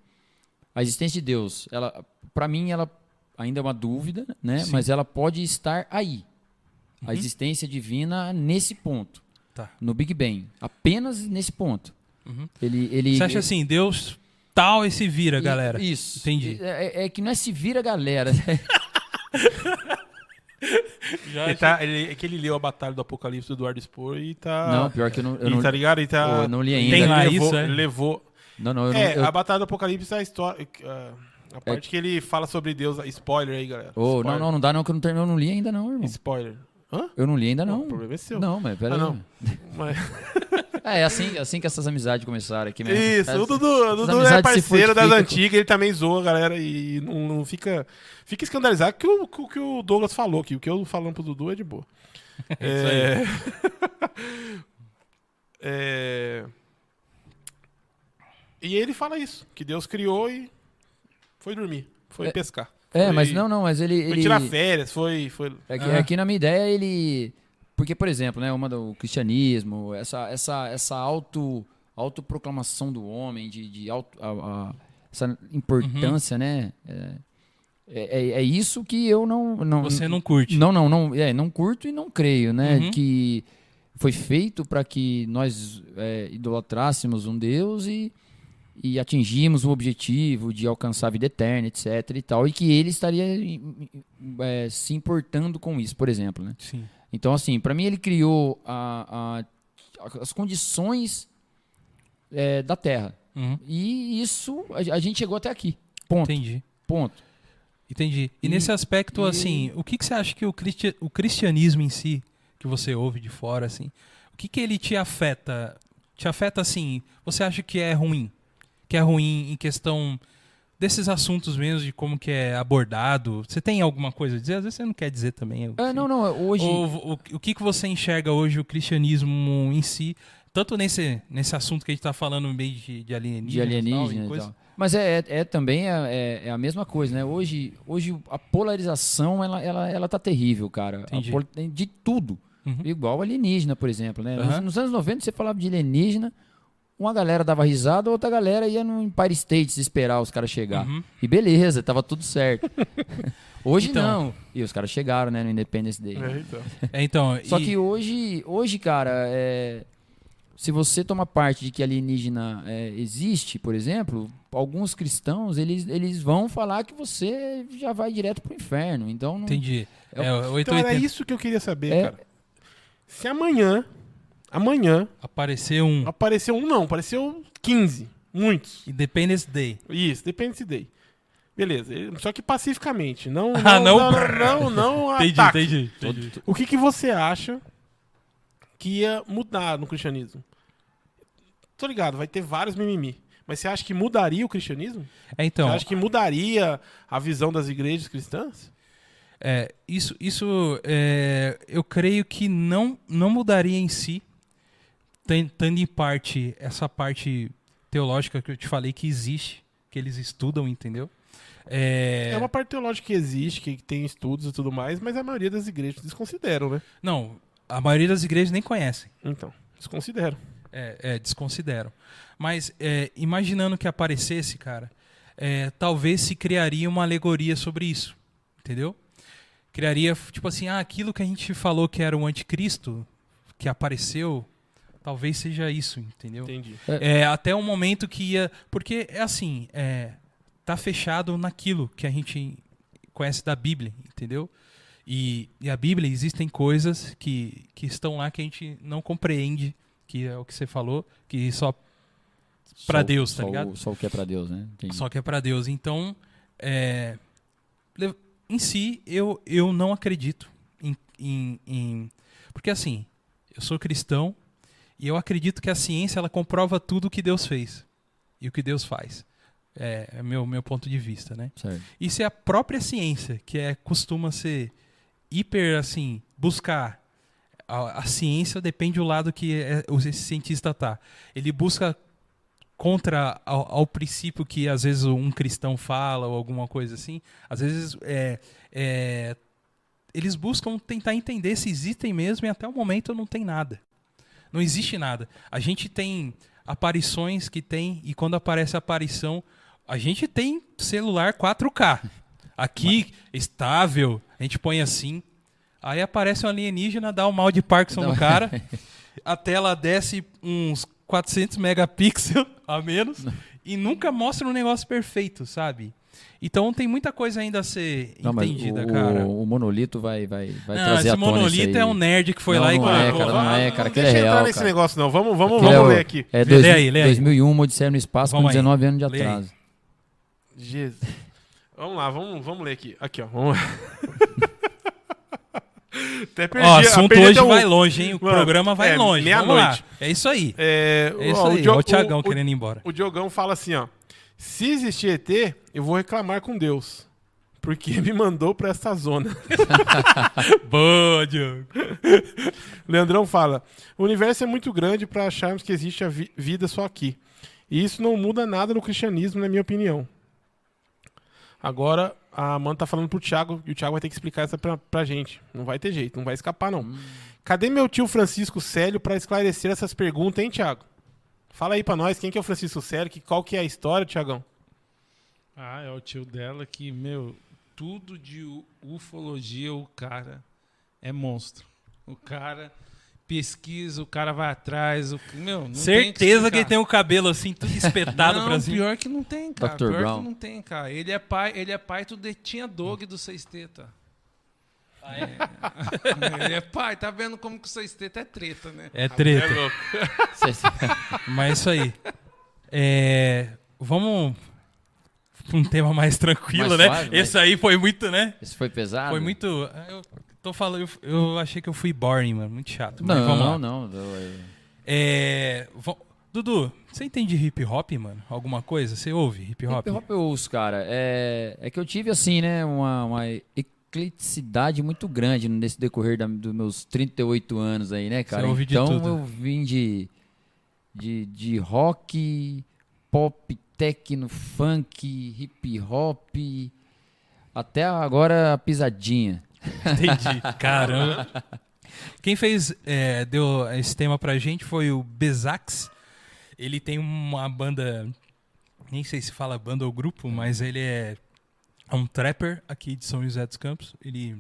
a existência de Deus, ela, para mim, ela ainda é uma dúvida, né?
Sim. Uhum.
Mas ela pode estar aí. A existência divina nesse ponto.
Tá. Uhum.
No Big Bang. Apenas nesse ponto. Ele, ele,
Você acha assim, Deus tal e se vira,
e-
galera.
Isso.
Entendi.
É, é- é que não é se vira galera.
Ele tá, ele, é que ele leu a Batalha do Apocalipse do Eduardo Spohr e tá.
não, pior que eu não. Eu
e
não,
tá ligado? E tá.
eu não li
ele
ainda.
Tem lá
levou,
isso, é?
ele levou.
não, não, eu não.
É,
eu- É
a Batalha do Apocalipse é a história. A parte que ele fala sobre Deus. Spoiler aí, galera.
Ô,
Spoiler.
não, não, não dá não, que eu não terminei. Eu não li ainda, não, irmão.
Spoiler. Hã?
Eu não li ainda, não.
O problema é seu.
Não, mas pera
Ah,
aí.
não. Mas-
É, é assim, é assim que essas amizades começaram aqui né? mesmo.
Isso,
Essas-
o Dudu, o
essas
Dudu é
amizades se
parceiro das
fortificam.
antigas, ele também zoa a galera e não, não fica, fica escandalizado que o que, o- que o Douglas falou aqui. O que eu falando pro Dudu é de boa. É... É. E ele fala isso, que Deus criou e foi dormir, foi
É,
pescar.
É,
foi-
mas não, não, mas ele.
Foi
ele
tirar férias, foi... foi...
é que,
Ah.
é que na minha ideia ele. Porque, por exemplo, né, uma do o cristianismo, essa, essa, essa auto, autoproclamação do homem, de, de auto, a- a-
Uhum.
essa importância, né? É, é, é isso que eu não. não
Você não curte.
Não, não, não. É, não curto e não creio, né?
Uhum.
Que foi feito para que nós é, idolatrássemos um Deus e, e atingimos o objetivo de alcançar a vida eterna, etc. e tal, e que ele estaria em- em- é, se importando com isso, por exemplo, né?
Sim.
Então, assim, para mim ele criou a- a- as condições é, da Terra.
Uhum.
E isso, a, a gente chegou até aqui. Ponto,
Entendi.
ponto.
Entendi. E,
E-
nesse aspecto,
e-
assim, o que, que você acha que o, cristi- o cristianismo em si, que você ouve de fora, assim, o que, que ele te afeta? Te afeta, assim, você acha que é ruim? Que é ruim em questão desses assuntos mesmo, de como que é abordado? Você tem alguma coisa a dizer? Às vezes você não quer dizer também. eu
É,
sei.
não, não, hoje...
Ou o, o que, que você enxerga hoje o cristianismo em si, tanto nesse, nesse assunto que a gente tá falando meio de, de alienígena,
de alienígena e
coisa?
tal. Mas é, é, é também é, é- é a mesma coisa, né? Hoje, hoje a polarização ela, ela, ela tá terrível, cara. A
Entendi.
poli- tem de tudo.
Uhum.
Igual alienígena, por exemplo, né?
Aham.
Nos, nos anos 90 você falava de alienígena, uma galera dava risada, outra galera ia no Empire State esperar os caras chegar.
Uhum.
E beleza, tava tudo certo. hoje
Então.
não. E os caras chegaram, né, no Independence Day.
É, então.
É, então,
Só
e-
que hoje, hoje cara, é, se você toma parte de que alienígena é, existe, por exemplo, alguns cristãos eles, eles vão falar que você já vai direto pro inferno. Então, não,
Entendi. É,
É
o
Então era
880.
isso que eu queria saber,
É.
cara. Se amanhã, amanhã,
Apareceu um
apareceu um não, apareceu 15, muitos.
Independence Day.
Isso, depende se day. Beleza, ele- só que pacificamente, não
Ah, não.
não não, não, não, não
Entendi,
Um ataque.
entendi. entendi.
O que que você acha que ia mudar no cristianismo? Tô ligado, vai ter vários mimimi. Mas você acha que mudaria o cristianismo?
É, então,
você acha que mudaria a visão das igrejas cristãs?
é, isso, isso é, eu creio que não, não mudaria em si, ten- tendo em parte essa parte teológica que eu te falei que existe, que eles estudam, entendeu? É,
É. uma parte teológica que existe, que tem estudos e tudo mais, mas a maioria das igrejas desconsideram, né?
Não, a maioria das igrejas nem conhecem.
Então, desconsideram.
É, é, desconsideram. Mas é, imaginando que aparecesse, cara, é, talvez se criaria uma alegoria sobre isso, entendeu? Criaria, f- tipo assim, ah, aquilo que a gente falou que era o anticristo, que apareceu, talvez seja isso, entendeu?
Entendi.
É, até um momento que ia. Porque é assim, é, tá fechado naquilo que a gente conhece da Bíblia, entendeu? E, e a Bíblia existem coisas que, que estão lá que a gente não compreende, que é o que você falou, que só, pra
só-
Deus, tá
só o-
ligado?
Só o que é pra Deus, né? Entendi.
só que é para Deus. Então, é, le- em si, eu, eu não acredito em, em- em- Porque assim, eu sou cristão e eu acredito que a ciência ela comprova tudo o que Deus fez e o que Deus faz. É, é meu, meu ponto de vista, né?
Certo.
E se a própria ciência, que é costuma ser hiper assim, buscar a, a ciência depende do lado que é, o- esse cientista tá. Ele busca contra ao, ao princípio que às vezes um cristão fala ou alguma coisa assim. Às vezes é, é, eles buscam tentar entender se existem mesmo e até o momento não tem nada. Não existe nada. A gente tem aparições que tem e quando aparece a aparição, a gente tem celular 4K. Aqui, estável, a gente põe assim. Aí aparece um alienígena, dá o mal de Parkinson
um-
no cara. A tela desce uns 400 megapixels a menos e nunca mostra um negócio perfeito, sabe? Então tem muita coisa ainda a ser
Não, mas
entendida,
o,
né, cara.
o monolito vai, vai, vai
Não, esse
trazer à tona isso
monolito
aí.
é um nerd que foi
Não,
lá e
não é,
colocou.
cara, não é, cara, aquele é
deixa eu entrar
real,
nesse
cara.
negócio, não. Vamos, vamos,
Aquele
vamos
é o-
ler aqui.
É
Lê
dois,
aí, lê aí.
2001, Odisseia no Espaço, com
Vamos aí.
19 anos de
Lê aí.
atraso.
Jesus. Vamos lá, vamos, vamos ler aqui. Aqui, ó. Vamos... Até perdi. é um-
Ó, assunto
perdi
hoje
até o-
vai longe, hein? O
Mano,
programa vai
é,
longe. Vamos lá.
meia-noite.
É isso aí.
É,
É isso
ó,
aí.
Dio-
Ó, o Thiagão
o-
querendo ir embora.
O Diogão fala assim, ó. Se existir ET, eu vou reclamar com Deus. Porque me mandou pra essa zona.
Boa, Diogo.
Leandrão fala: O universo é muito grande pra acharmos que existe a vi- vida só aqui. E isso não muda nada no cristianismo, na minha opinião. Agora a Amanda tá falando pro Thiago e o Thiago vai ter que explicar essa pra, pra gente. Não vai ter jeito, não vai escapar, não. Cadê meu tio Francisco Célio pra esclarecer essas perguntas, hein, Thiago? Fala aí pra nós, quem que é o Francisco Célio? Que, qual que é a história, Thiagão?
Ah, é o tio dela que, meu, tudo de u- ufologia, o cara é monstro. O cara pesquisa, o cara vai atrás. O... Meu, não tem
Certeza que, ele
explicar.
tem o cabelo assim, tudo espetado
não,
pra cima.
pior que não tem, cara.
Dr.
Pior
Brown.
que não tem, cara. Ele é pai, ele é pai do Detinha Dog do Seis Teta.
Ah,
é? ele é pai, tá vendo como que o Seis Teta é treta, né?
É
É
treta.
louco.
Mas é isso aí. É, vamos pra um tema mais tranquilo,
Mais
né?
suave, mais-
Esse aí foi muito, né?
Isso foi pesado?
Foi muito. Eu tô falando, eu, eu achei que eu fui boring, mano. Muito chato. mas
Não,
vamos lá.
não, não. eu-
É, vo- Dudu, você entende hip hop, mano? Alguma coisa? Você ouve hip hop?
Hip hop eu ouço, cara. É, é que eu tive, assim, né, uma, uma ecleticidade muito grande nesse decorrer da- dos meus 38 anos aí, né, cara?
ouve de
então
tudo.
eu vim de, de, de rock, pop, techno, funk, hip hop, até agora a pisadinha.
Entendi. Caramba. Quem fez, é, deu esse tema pra gente foi o Bezax. Ele tem uma banda, nem sei se fala banda ou grupo, mas ele é um trapper aqui de São José dos Campos. Ele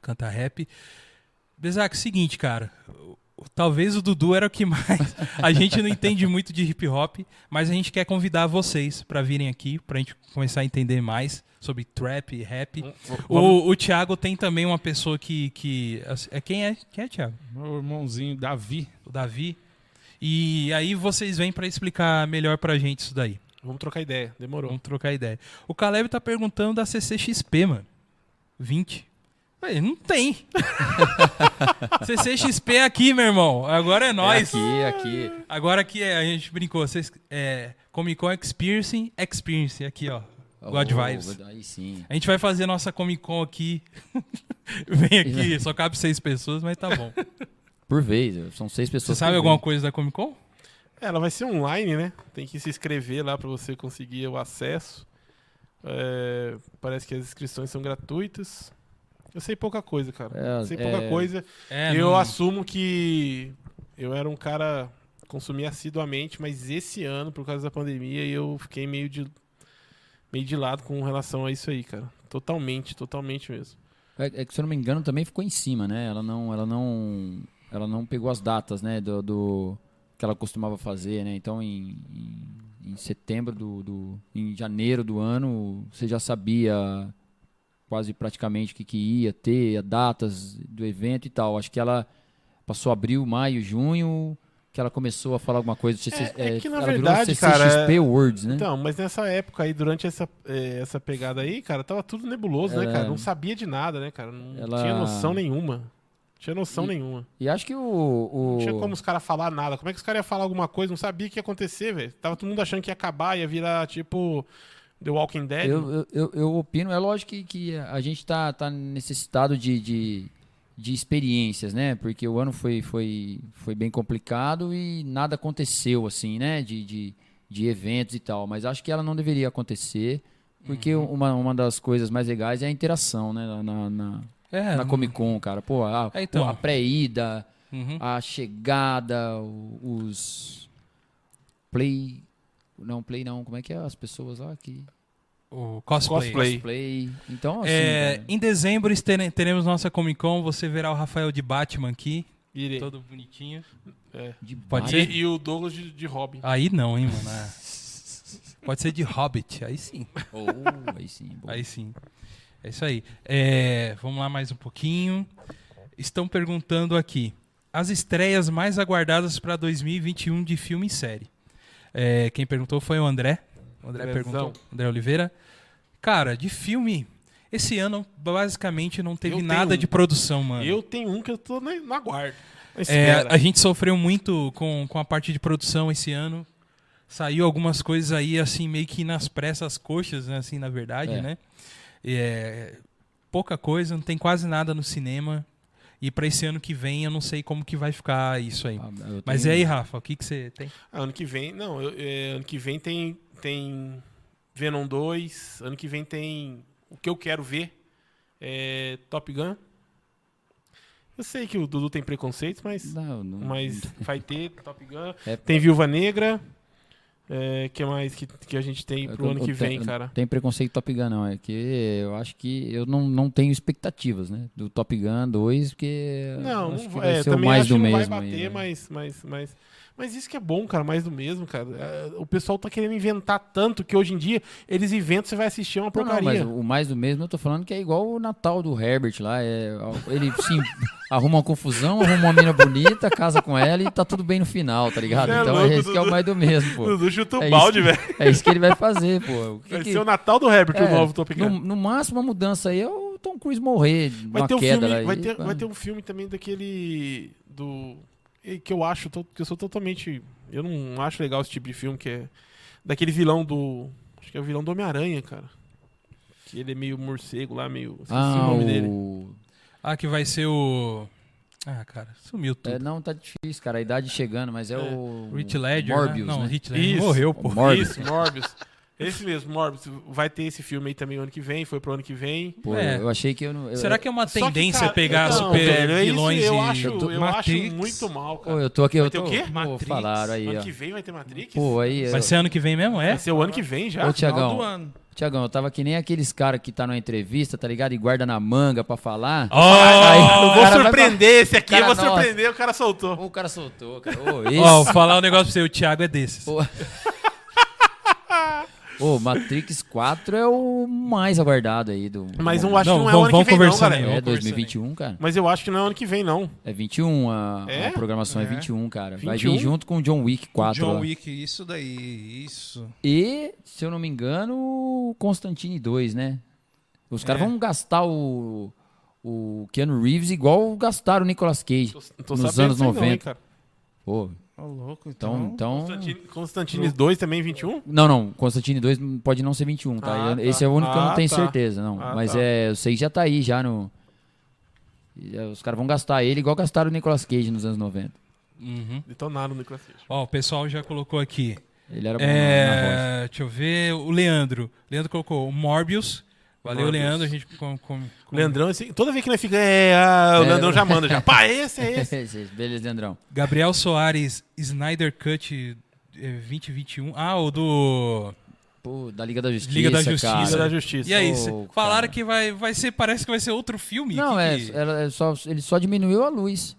canta rap. Bezax, seguinte, cara. o- o- Talvez o Dudu era o que mais. A gente não entende muito de hip hop, mas a gente quer convidar vocês pra virem aqui, pra gente começar a entender mais sobre trap e rap. O, o Thiago tem também uma pessoa que. que é quem é? Quem é, Thiago?
Meu irmãozinho, Davi.
O Davi. E aí vocês vêm pra explicar melhor pra gente isso daí.
Vamos trocar ideia. Demorou.
Vamos trocar ideia. O Caleb tá perguntando da CCXP, mano. 20. Ué, não tem. CCXP é aqui, meu irmão. Agora é
É
nós.
Aqui, aqui.
Agora aqui é, a gente brincou. Vocês, é, Comic Con Experiencing, Experience, aqui, ó. God
Oh,
Vibes.
Aí sim.
A gente vai fazer nossa Comic Con aqui. Vem aqui, só cabe seis pessoas, mas tá bom.
Por vez, são seis pessoas.
Você sabe
por
alguma
vez.
coisa da Comic Con?
É, ela vai ser online, né? Tem que se inscrever lá pra você conseguir o acesso. É, parece que as inscrições são gratuitas. Eu sei pouca coisa, cara.
É,
sei
é-
pouca coisa.
É,
eu
não-
assumo que eu era um cara que consumia assiduamente, mas esse ano, por causa da pandemia, eu fiquei meio de meio de lado com relação a isso aí, cara. Totalmente, totalmente mesmo.
É, é que se eu não me engano também ficou em cima, né? Ela não, ela não, ela não pegou as datas, né? Do, do- que ela costumava fazer, né? Então em, em, em setembro do, do, em janeiro do ano você já sabia quase praticamente o que, que ia ter, a datas do evento e tal. Acho que ela passou abril, maio, junho que ela começou a falar alguma coisa. CC
é que, na
ela
verdade,
virou
cara,
CCXP Words, né?
Então, mas nessa época aí, durante essa, eh, essa pegada aí, cara, tava tudo nebuloso, né,
Ela-
cara? Não sabia de nada, né, cara? Não
É. Ela-
tinha noção nenhuma. Não Tinha noção nenhuma.
E acho que o, o
Não tinha como os caras falar nada. Como é que os caras iam falar alguma coisa? Não sabia o que ia acontecer, velho. Tava todo mundo achando que ia acabar, ia virar tipo The Walking Dead.
Eu, eu, eu, eu opino, é lógico que, que a gente tá, tá necessitado de, de, de experiências, né? Porque o ano foi, foi, foi bem complicado e nada aconteceu, assim, né? De, de, de eventos e tal. Mas acho que ela não deveria acontecer, porque
Uhum.
uma, uma das coisas mais legais é a interação, né? Na, na, na-
É,
na Comic Con, cara. Pô, a,
É, então.
a pré-ida,
uhum.
a chegada, o- os play... Não, play não. Como é que é? As pessoas lá que...
O cosplay.
Cosplay.
Play. Então, assim,
É,
cara,
em dezembro estere- teremos nossa Comic Con. Você verá o Rafael de Batman aqui,
Irei.
todo bonitinho.
de
pode
baixo.
ser?
E, e o Douglas de, de Robin.
Aí não, hein, mano. Ah. Pode ser de Hobbit, aí sim.
Oh, aí sim. boa.
Aí sim. É isso aí. É, vamos lá mais um pouquinho. Estão perguntando aqui. As estreias mais aguardadas para 2021 de filme e série. É, quem perguntou foi o André. O André
Andrezão.
perguntou. André Oliveira. Cara, de filme, esse ano basicamente não teve
Eu
nada
tenho um.
de produção, mano.
Eu tenho um que eu tô na, na guarda. Na
É,
espera.
a gente sofreu muito com, com a parte de produção esse ano. Saiu algumas coisas aí, assim, meio que nas pressas coxas, né, assim, na verdade,
É.
né? É, pouca coisa, não tem quase nada no cinema. E pra esse ano que vem, eu não sei como que vai ficar isso aí.
Ah, eu
Mas e
tenho-
é
aí, Rafa, o que que você tem?
Ah, ano que vem, não, eu- é, ano que vem tem, tem Venom 2, ano que vem tem o que eu quero ver, é Top Gun. Eu sei que o Dudu tem preconceitos, mas,
Não, não-
mas vai ter Top Gun.
É-
Tem Viúva Negra, É, que mais que, que a gente tem pro
Eu-
ano
eu
que
te-
vem,
eu
cara?
Não tem preconceito Top Gun, não. É que eu acho que eu não, não tenho expectativas, né? Do Top Gun 2, porque.
Não,
acho
não
que
vai,
vai
é,
ser o
também
mais
acho
do
que não
mesmo.
vai
aí,
bater,
né?
mas, mas, mas, mas isso que é bom, cara, mais do mesmo, cara. É, O pessoal tá querendo inventar tanto que hoje em dia eles inventam, você vai assistir é uma
Não, não, mas
porcaria.
o o mais do mesmo, eu tô falando que é igual o Natal do Herbert lá. É, ele sim, arruma uma confusão, arruma uma mina bonita, casa com ela e tá tudo bem no final, tá ligado?
Cê é
então
louco,
é isso que é o
Dudu.
mais do mesmo, pô.
Dudu chuta o
É isso
balde,
que-
velho.
É isso que ele vai fazer, pô. O que
Vai
que-
ser o Natal do Herbert,
é,
o novo Top Gun.
No, no máximo, a mudança aí é o Tom Cruise morrer,
Vai
uma
ter, um
queda
filme,
lá.
vai,
e-
ter, vai ter um filme também daquele. do. e que eu acho, to- que eu sou totalmente. Eu não acho legal esse tipo de filme, que é. Daquele vilão do. Acho que é o vilão do Homem-Aranha, cara. Que ele é meio morcego lá, meio. Esqueci
Ah,
o nome
o...
dele.
Ah, que vai ser o. Ah, cara, sumiu tudo.
É, não, tá difícil, cara. A idade chegando, mas é,
É.
o.
Rich Ledger.
Morbius,
né? Não,
né?
Rich Ledger
Isso.
morreu,
O
pô.
Morbius.
Isso, Morbius. Esse mesmo, Morbius. Vai ter esse filme aí também ano que vem, foi pro ano que vem.
Pô,
É.
eu achei que eu não. Eu,
Será que é uma
Só que,
tendência
cara,
pegar
não,
super
velho, é isso,
vilões
eu
e.
Acho,
Eu
eu
tô-
acho
Matrix.
muito mal,
Pô,
cara.
eu tô aqui. Eu
Vai ter
tô...
o quê?
Pô,
Matrix.
falaram aí,
ano
ó.
que vem vai ter Matrix?
Pô, aí.
Vai
eu-
ser ano que vem mesmo, é?
Vai ser o ano que vem já?
Ô,
Final do
Tiagão,
ano.
Tiagão, eu tava que nem aqueles caras que tá na entrevista, tá ligado? E guarda na manga pra falar.
Ó,
Aí
Eu
o
vou
cara vai-
surpreender esse aqui, eu
Cara,
vou
nossa.
surpreender, o cara soltou.
Ô, o cara soltou, cara. Ô, esse.
Ó, vou falar um negócio pra você, o Thiago é desses.
Ô. Ô, Matrix 4 é o mais aguardado aí do.
Mas eu
um
acho
Não,
que não é o
vamos-
ano que
vamos
vem, não,
conversando
galera.
aí,
É
vamos conversando
2021, cara.
Mas eu acho que não é ano que vem, não.
É 21, a,
É?
a programação é.
É.
21, cara. Vai
21?
vir junto com o John Wick 4.
John
lá.
Wick, isso daí, isso.
E, se eu não me engano, o Constantine 2, né? Os caras
É.
vão gastar o, o Keanu Reeves igual gastaram o Nicolas Cage.
Tô, tô
Nos
sabendo
anos
disso aí não, hein,
90.
cara.
Pô,
Ô, louco,
então.
então.
então...
Constantine, Constantines 2 também, 21?
Não, não, Constantine 2 não- pode não ser 21, tá?
Ah,
Eu-
tá.
Esse é o único que eu
Ah,
não tenho
tá.
certeza, não.
Ah,
Mas
tá.
é, eu sei que já tá aí, já no. e, é, Os caras vão gastar ele igual gastaram o Nicolas Cage nos anos 90.
Uhum.
Detonaram Então no classifico.
Ó, o pessoal já colocou aqui.
Ele era Tá bom na- na rocha.
É, deixa eu ver, o Leandro. Leandro colocou o Morbius. Valeu,
Morbius.
Leandro. A gente com, com- com-
Leandrão, assim, toda vez que nós fica. É, ah, o
É.
Leandrão já manda já. Pá, esse é esse.
Beleza, Leandrão.
Gabriel Soares, Snyder Cut eh, 2021. Ah, o do.
Pô, da Liga da Justiça.
Liga da Justiça.
cara.
Liga da Justiça.
E aí,
Ô,
cê-
cara.
falaram que vai, vai ser. Parece que vai ser outro filme.
Não,
que-
é,
que-
ela- é só, ele só diminuiu a luz.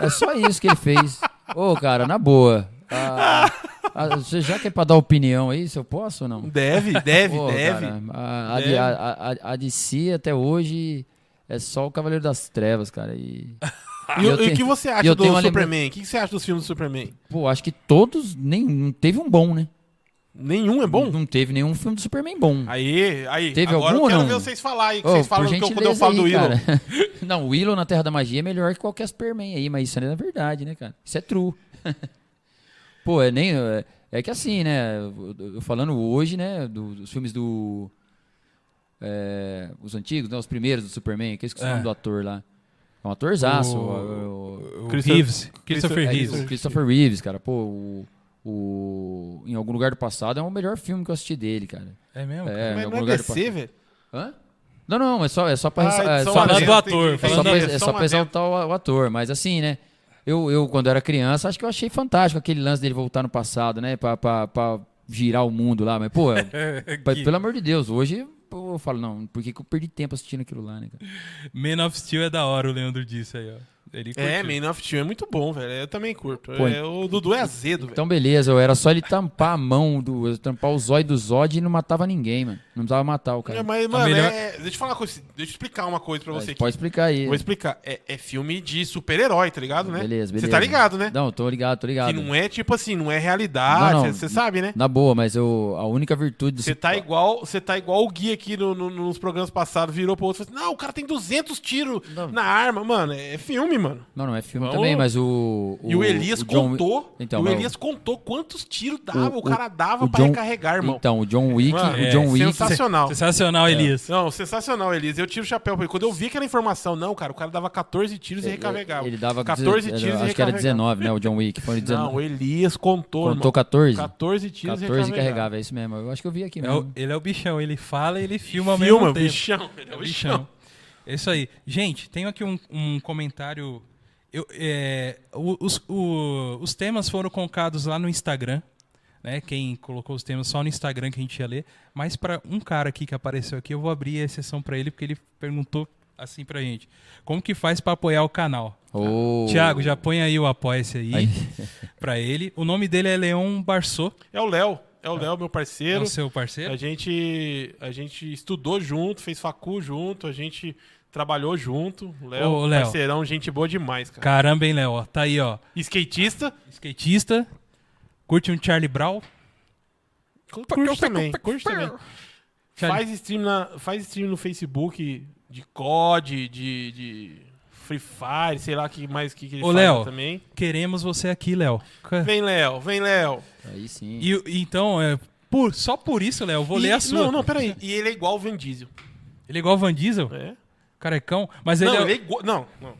É só isso que ele fez. Ô, cara, na boa. Ah, ah, você já quer pra dar opinião aí, se eu posso ou não?
Deve, deve,
Ô,
deve.
cara, a, a,
Deve.
A, a, a- a DC até hoje é só o Cavaleiro das Trevas, cara. E,
E, o-
eu
e o
tenho-
que você
eu
acha do
tenho uma lembra-
Superman? O que que você acha dos filmes do Superman?
pô, acho que todos. Nem, não teve um bom, né?
Nenhum é bom?
Não teve nenhum filme do Superman bom.
Aí, aí.
Hum. Teve
Agora
algum
eu
ou
quero
não?
ver vocês falarem. que
Ô,
vocês falam
por
que eu, quando eu
gentileza
falo do
aí,
Willow.
cara. Não, o Willow na Terra da Magia é melhor que qualquer Superman aí, mas isso não é verdade, né, cara? Isso é true. Pô, é nem. É, é que assim, né? Eu, eu falando hoje, né, do- dos filmes do. é, os antigos, né? Os primeiros do Superman, que eu esqueci o
É.
nome do ator lá. É um atorzaço.
O-
o- o-
O
Christopher-
Reeves. Christopher
é,
Reeves.
o Christopher Reeves, cara. Pô, o, o- Em algum lugar do passado é o melhor filme que eu assisti dele, cara.
É mesmo? cara?
É, em
Mas
algum
não é
lugar do
DC, velho.
pa- Hã? Não, não, é só, é só pra.
Ah,
ressa- é
edição
só pra-
Falando
adendo,
do ator,
entendi,
é só,
falando
pra,
entendi.
da-
é
Edição
só pra
adendo.
exaltar o, o ator, mas assim, né? Eu, eu, quando era criança, acho que eu achei fantástico aquele lance dele voltar no passado, né? Pra, pra, pra girar o mundo lá. Mas, pô,
É,
pa- pelo amor de Deus, hoje pô, eu falo, não, por que, que eu perdi tempo assistindo aquilo lá, né, cara?
Man of Steel é da hora, o Leandro disse aí, ó. Ele
É,
curtiu.
Man of Steel é muito bom, velho. Eu também curto.
Pô,
É, o Dudu é azedo, velho.
Então, beleza, eu era só ele tampar a mão, do, tampar o zóio do Zod e não matava ninguém, mano. Não precisava matar o cara. tá
É, mas, mano,
melhor-
é- deixa eu falar uma coisa, deixa eu explicar uma coisa pra
Mas
você aqui.
pode explicar aí.
assim
né?
Vou explicar. É, é filme de super-herói, tá ligado, né?
Beleza, beleza.
Você tá ligado, né?
Não, tô ligado, tô ligado.
Que não é tipo assim, não é realidade,
Não, não.
você sabe, né?
Na boa, mas eu, a única virtude do
Você tá igual, você tá igual o Gui aqui no- no- nos programas passados, virou pro outro e falou assim, não, o cara tem 200 tiros
Não.
na arma. Mano, é filme, mano.
Não, não, é filme
Vamos-
também, mas o.
E o Elias
John-
contou,
Então,
e o
mas
Elias contou quantos tiros dava, o,
o-
cara dava
o
pra
John-
recarregar, irmão.
Então, o John Wick,
Mano,
o John
é
Wick.
sensacional.
É.
Sensacional, Elias.
Não, sensacional, Elias. Eu tiro o chapéu pra ele. Quando eu vi aquela informação, não, cara, o cara dava 14 tiros e recarregava.
Ele dava
14 né, tiros e
Acho que era
recarregava.
19, né? O John Wick. Foi
Não,
19.
o Elias contou,
Contou
irmão.
14?
14 tiros
14
e recarregava.
carregava, é isso mesmo. Eu acho que eu vi aqui
É o-
mesmo.
ele é o bichão, ele fala e ele filma ao
Uhum. Filma,
mesmo tempo.
bichão. Ele é o bichão.
É isso aí. Gente, tenho aqui um, um comentário. Eu, é, o- os, o- os temas foram concados lá no Instagram. né? né? Quem colocou os temas só no Instagram que a gente ia ler. Mas para um cara aqui que apareceu aqui, eu vou abrir a exceção para ele, porque ele perguntou assim pra gente. Como que faz para apoiar o canal?
Ô,
Tiago, já põe aí o apoia-se aí pra ele. O nome dele é Leon Barçô,
É o Léo. É o Léo, meu
é
parceiro. É
o seu
A
parceiro.
gente, a gente estudou junto, fez facu junto, a gente trabalhou junto.
Ô,
Léo,
Léo.
parceirão, gente boa demais, cara.
Caramba, hein, Léo? Ó, Tá aí, ó.
Skatista,
Skatista, curte um Charlie Brown.
curte também, curte também.
Charlie-
Faz stream, na, faz stream no Facebook de COD, de, de Free Fire, sei lá que mais que, que ele
Ô,
faz
Léo.
também.
Queremos você aqui, Léo.
Vem, Léo, vem, Léo.
Aí sim.
E, e então, é, por, só por isso, Léo, eu vou ler
E-
a sua.
Não, não, peraí. E ele é igual o Vin Diesel.
Ele é igual o Van Diesel,
É?
carecão, mas ele
Não,
é...
ele é igual. Não, não.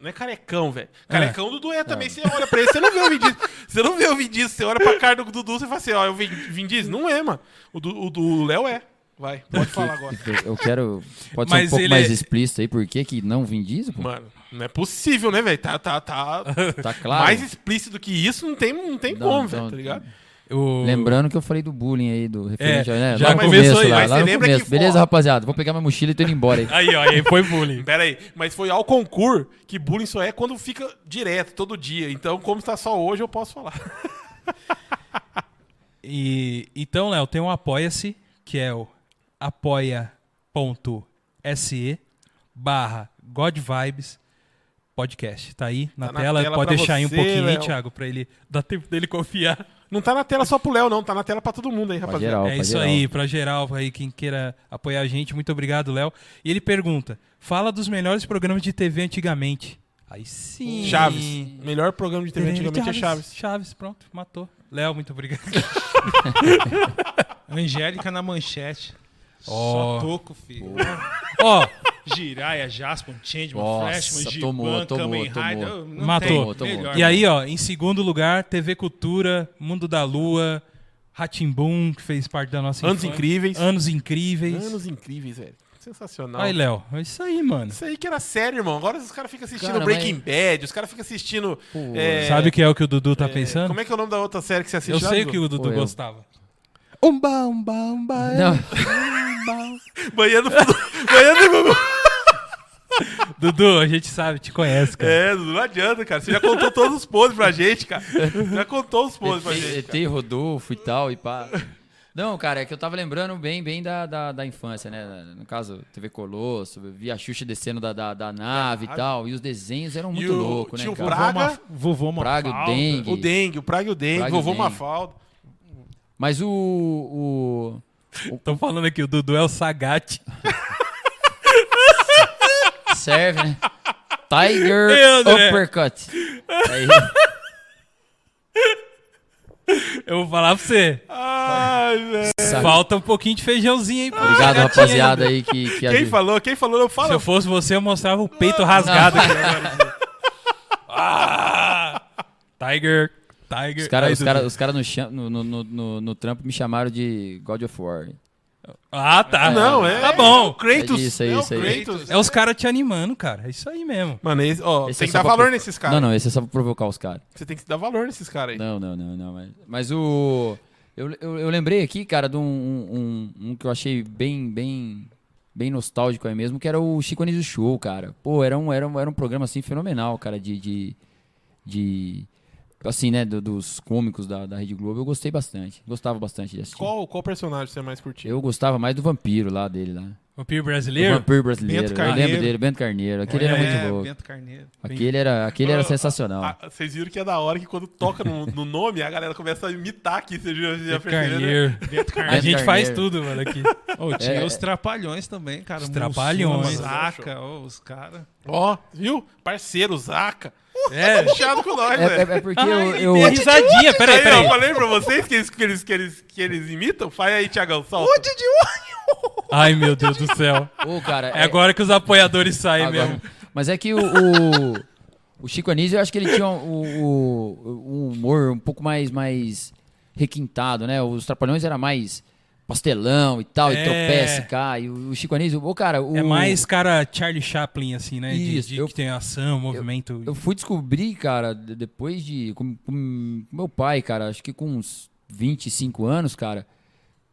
Não é carecão, velho. Carecão do Dudu é também. Você olha pra ele, você não vê o Vin Diesel. Você não vê o Vin Diesel. Você olha pra cara do Dudu, você fala assim, ó, eu Vin, Vin Diesel? Não é, mano. O do o do Léo é. Vai, pode falar agora.
Eu quero. Pode ser
Mas
um pouco
ele
mais
é-
explícito aí, por que que não Vin Diesel? Pô?
Mano, não é possível, né, velho? Tá, tá, tá.
Tá claro.
Mais explícito que isso não tem, não tem
Não,
como,
não,
velho, tá
não.
ligado?
o-
Lembrando que eu falei do bullying aí, do referente.
É,
ao- né,
já
lá no
começou
começo,
aí,
lá,
mas
lá
você
no
lembra
começo.
que,
Beleza,
ó-
rapaziada? Vou pegar minha mochila e tô indo embora aí.
Aí, ó, aí foi bullying.
Pera aí, mas foi ao concurso que bullying só é quando fica direto, todo dia. Então, como está só hoje, eu posso falar.
E, então, Léo, tem um Apoia-se, que é o apoia.se barra godvibes podcast. Tá aí na,
Tá na
tela.
tela
Pode
pra
deixar aí um
você,
pouquinho aí,
Léo.
Thiago, pra ele dar tempo dele confiar.
Não tá na tela só pro Léo, não. Tá na tela pra todo mundo aí,
Pra
rapaziada.
geral,
é
pra
isso
geral.
aí, pra geral, aí quem queira apoiar a gente, muito obrigado, Léo. E ele pergunta: fala dos melhores programas de TV antigamente. Aí sim.
Chaves. Melhor programa de TV antigamente é Chaves.
Chaves, pronto, matou. Léo, muito obrigado.
Angélica na manchete.
Ó.
Só toco, filho.
Ó,
Giraia, Jasper, Changeman,
Nossa,
Flashman, Giban,
tomou, tomou,
Kamen Rider.
tomou.
Não
Matou.
tem
Tomou, tomou.
melhor.
E aí, ó, em segundo lugar, TV Cultura, Mundo da Lua, Ratimbum, que fez parte da nossa
Anos
infância.
incríveis.
Anos incríveis.
Anos incríveis, velho. Sensacional.
Aí, Léo, é isso aí, mano.
Isso aí que era sério, irmão. Agora os caras ficam assistindo
Cara,
Breaking Bad, os caras ficam assistindo. é,
Sabe o que é o que o Dudu tá
é,
pensando?
Como é que é o nome da outra série que você assistiu?
Eu sei o que o Dudu
Pô, eu-
gostava. Umba, umba, umba.
Não,
umba.
Banheiro do Banheiro do Gugu.
Dudu, a gente sabe, te conhece, cara.
É, não adianta, cara. Você já contou todos os poses pra gente, cara. Já contou os poses pra gente.
ET,
cara.
ET, Rodolfo e tal, e pá. Não, cara, é que eu tava lembrando bem, bem da, da, da infância, né? No caso, TV Colosso, eu via a Xuxa descendo da, da, da nave e tal, e os desenhos eram muito
o
loucos,
tio
né,
Bra-
cara?
Vovô,
Praga.
Ma- vovô
Praga, o
Mafalda.
dengue.
O Dengue, o Praga e o Dengue,
Praga e o
vovô
Dengue.
Mafalda.
Mas o, o...
Tô falando aqui, o Dudu é o Sagat.
Serve, né? Tiger
Meu Deus.
Uppercut. Aí,
Eu vou falar pra você.
Ai, velho.
sabe?
Falta um pouquinho de feijãozinho, hein? pô.
Tá. Obrigado, rapaziada aí que, que
Quem
ajuda.
falou, quem falou, eu
Se
falo.
eu fosse você, eu mostrava o peito rasgado aqui agora. Ah! Tiger, Tiger.
Os caras
Aí,
os
Dudu.
cara, os cara no, cham- no, no, no- no, no trampo me chamaram de God of War.
Ah, tá.
Não, é.
Tá bom.
o Kratos.
É isso, é
o
isso, é isso.
Kratos.
É os caras te animando, cara. É isso aí mesmo.
Mano, esse, ó,
Esse
tem
é
que
só
dar
pra-
valor nesses caras.
Não, não, esse é só pra provocar os caras.
Você tem que dar valor nesses caras aí.
Não, não, não, não. Mas, mas o. Eu, eu, eu lembrei aqui, cara, de um, um, um- um que eu achei bem, bem, bem nostálgico aí mesmo, que era o Chico Anísio Show, cara. Pô, era um, era um, era um programa assim fenomenal, cara, de. de, de- assim, né, do- dos cômicos da, da Rede Globo. Eu gostei bastante. Gostava bastante de assistir.
Qual, qual personagem você é mais curtiu?
Eu gostava mais do vampiro lá dele lá.
Vampiro
O
brasileiro.
vampiro brasileiro.
Bento
eu lembro
Carneiro.
dele, Bento Carneiro. Aquele era
É,
muito louco.
Bento Carneiro.
Aquele era, aquele era sensacional.
Ah, vocês viram que é da hora que quando toca no, no nome, a galera começa a imitar aqui. Vocês já,
É
vocês já perceberam? né?
Carneiro.
Bento
A
Carneiro.
gente faz
Carneiro.
tudo, mano, aqui.
Ô, tinha
É.
os trapalhões também, cara.
Os
Mussum,
Trapalhões.
Zaca, ô, os caras.
Ó, viu? Parceiro, Zaca.
É.
Fechado com nós,
É,
velho.
é- é porque
Ai,
eu,
dei
eu,
risadinha. Peraí,
Aí, ó, eu
peraí.
falei pra vocês que eles, que eles, que eles, que eles imitam? Faz aí, Tiagão, solta.
Ai, meu Deus do céu.
Ô, cara,
É agora que os apoiadores saem
Agora-
mesmo.
Mas é que o, o, o Chico Anísio, eu acho que ele tinha um, um- um humor um pouco mais, mais requintado, né? Os Trapalhões era mais pastelão e tal,
É.
e tropeça e cai. O, o Chico Anísio, ô, cara, o,
É mais cara Charlie Chaplin, assim, né? De-
Isso,
de,
eu-
que tem ação, movimento.
eu fui descobrir, cara, de- depois de. Com, com meu pai, cara, acho que com uns 25 anos, cara,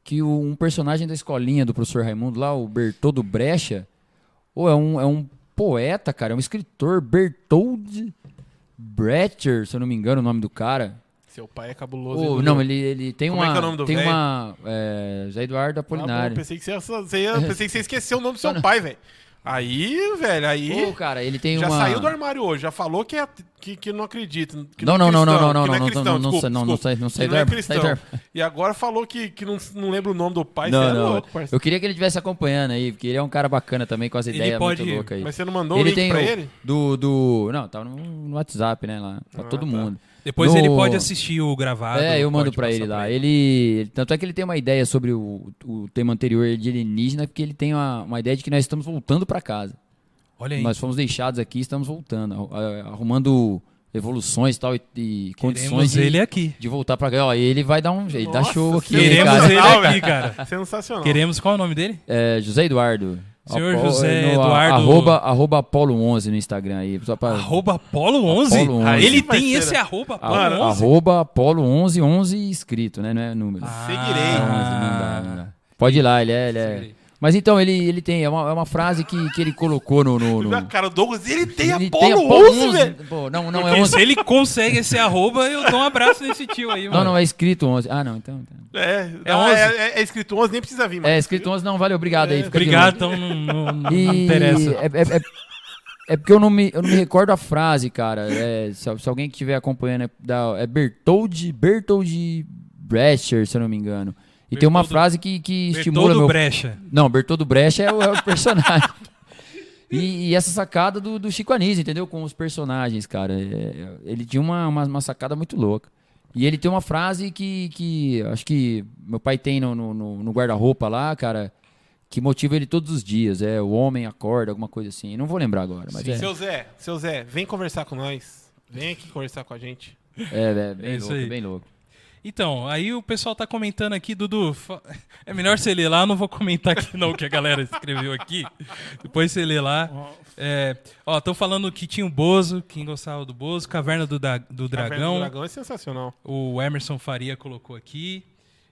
que o- um personagem da escolinha do professor Raimundo lá, o Bertoldo Brecha, ou é um, é um poeta, cara, é um escritor, Bertold Brecher, se eu não me engano o nome do cara.
Seu pai é cabuloso.
Ou,
hein,
não,
Dudu?
ele, ele tem
Como é
uma.
que é o nome do
tem
velho?
uma. é, Zé Eduardo
Ah, bom,
Apolinário.
pensei, que você, ia- você ia- pensei que você esqueceu o nome do seu pai, velho. Aí, velho, aí.
Ô, cara, ele tem
já
uma.
saiu do armário hoje, já falou que, é, que, que não acredita. Que
Não,
é
não, não, não,
cristão,
não,
que
não, não,
cristão,
não, não,
desculpa,
não, não
desculpa,
sai- não sai
que
do
é
armário, sai do
cristão.
armário.
E agora falou que, que não, não lembra o nome do pai,
Não,
você é
não.
louco, parceiro.
eu queria que ele estivesse acompanhando aí, porque ele é um cara bacana também, com as
Ele
ideias
pode-
muito loucas aí.
Mas você não mandou o
ele
link
tem
pra
o-
ele? Ah,
Do, do. Não, tava no, no WhatsApp, né? Lá, pra todo
tá.
mundo.
Depois
No-
ele pode assistir o gravado.
É, eu mando
pode
pra
passar
ele lá. Ele... Tanto é que ele tem uma ideia sobre o, o tema anterior de alienígena, porque ele tem uma, uma ideia de que nós estamos voltando pra casa.
Olha aí.
Nós fomos deixados aqui e estamos voltando, arru- a- arrumando evoluções e tal, e, e condições
Queremos
de,
ele aqui.
de voltar pra cá. Ó, ele vai dar um jeito, dá
Nossa
show aqui,
Senhora.
hein,
Queremos ele
cara.
Sensacional,
aqui,
velho.
cara.
Sensacional.
Queremos, qual é o nome dele?
É, José Eduardo.
Senhor
Apo-
José
no- a-
Eduardo-
Arroba, arroba Apolo 11 no Instagram aí. Só pra,
Arroba Apolo 11?
Ah. Apolo 11.
Ah, Ele
Vai
tem
ser,
esse
né?
arroba
a-
Apolo 11?
Arroba Apolo 11, 11 escrito, né? Não é número.
Ah. Seguirei.
É 11, não
Ah.
dá, não dá. Pode ir lá, ele é. ele é- Mas então, ele, ele tem. É uma, é uma frase que, que ele colocou no. no,
Você
no...
viu a cara, o Douglas, ele tem
Ele
Apolo 11, velho.
Pô, não, não é
Porque
11.
se ele consegue esse arroba, eu dou um abraço nesse tio aí, mano.
Não, não, é escrito 11. Ah, não, então. então.
É,
É
não,
11.
é, é- é escrito 11, nem precisa vir, mano.
É, escrito 11, não, vale, obrigado aí. fica de
Obrigado, então não, não- não
E
interessa.
É, é- é- é porque eu não, me, eu não me recordo a frase, cara. É, se, se alguém que estiver acompanhando, é, da, é Bertold, Bertold Brecher, se eu não me engano. E tem uma
Bertoldo-
frase que, que estimula
Bertoldo
meu...
Brecha.
Não, Bertoldo Brecht é o, é o personagem. E, e essa sacada do, do Chico Anísio, entendeu? Com os personagens, cara. É, ele tinha uma, uma, uma sacada muito louca. E ele tem uma frase que, que acho que meu pai tem no, no, no- no guarda-roupa lá, cara, que motiva ele todos os dias. É o homem acorda, alguma coisa assim. Não vou lembrar agora, mas é,
Seu Zé, seu Zé, vem conversar com nós. Vem aqui conversar com a gente.
é, é bem
É isso
louco,
aí.
bem louco.
Então, aí o pessoal tá comentando aqui, Dudu, fa- é melhor você ler lá, eu não vou comentar aqui não o que a galera escreveu aqui. Depois você lê lá. É, ó, estão falando que tinha o Bozo, quem gostava do Bozo, Caverna do, Da- do
Caverna do
Dragão,
Dragão é sensacional.
o Emerson Faria colocou aqui.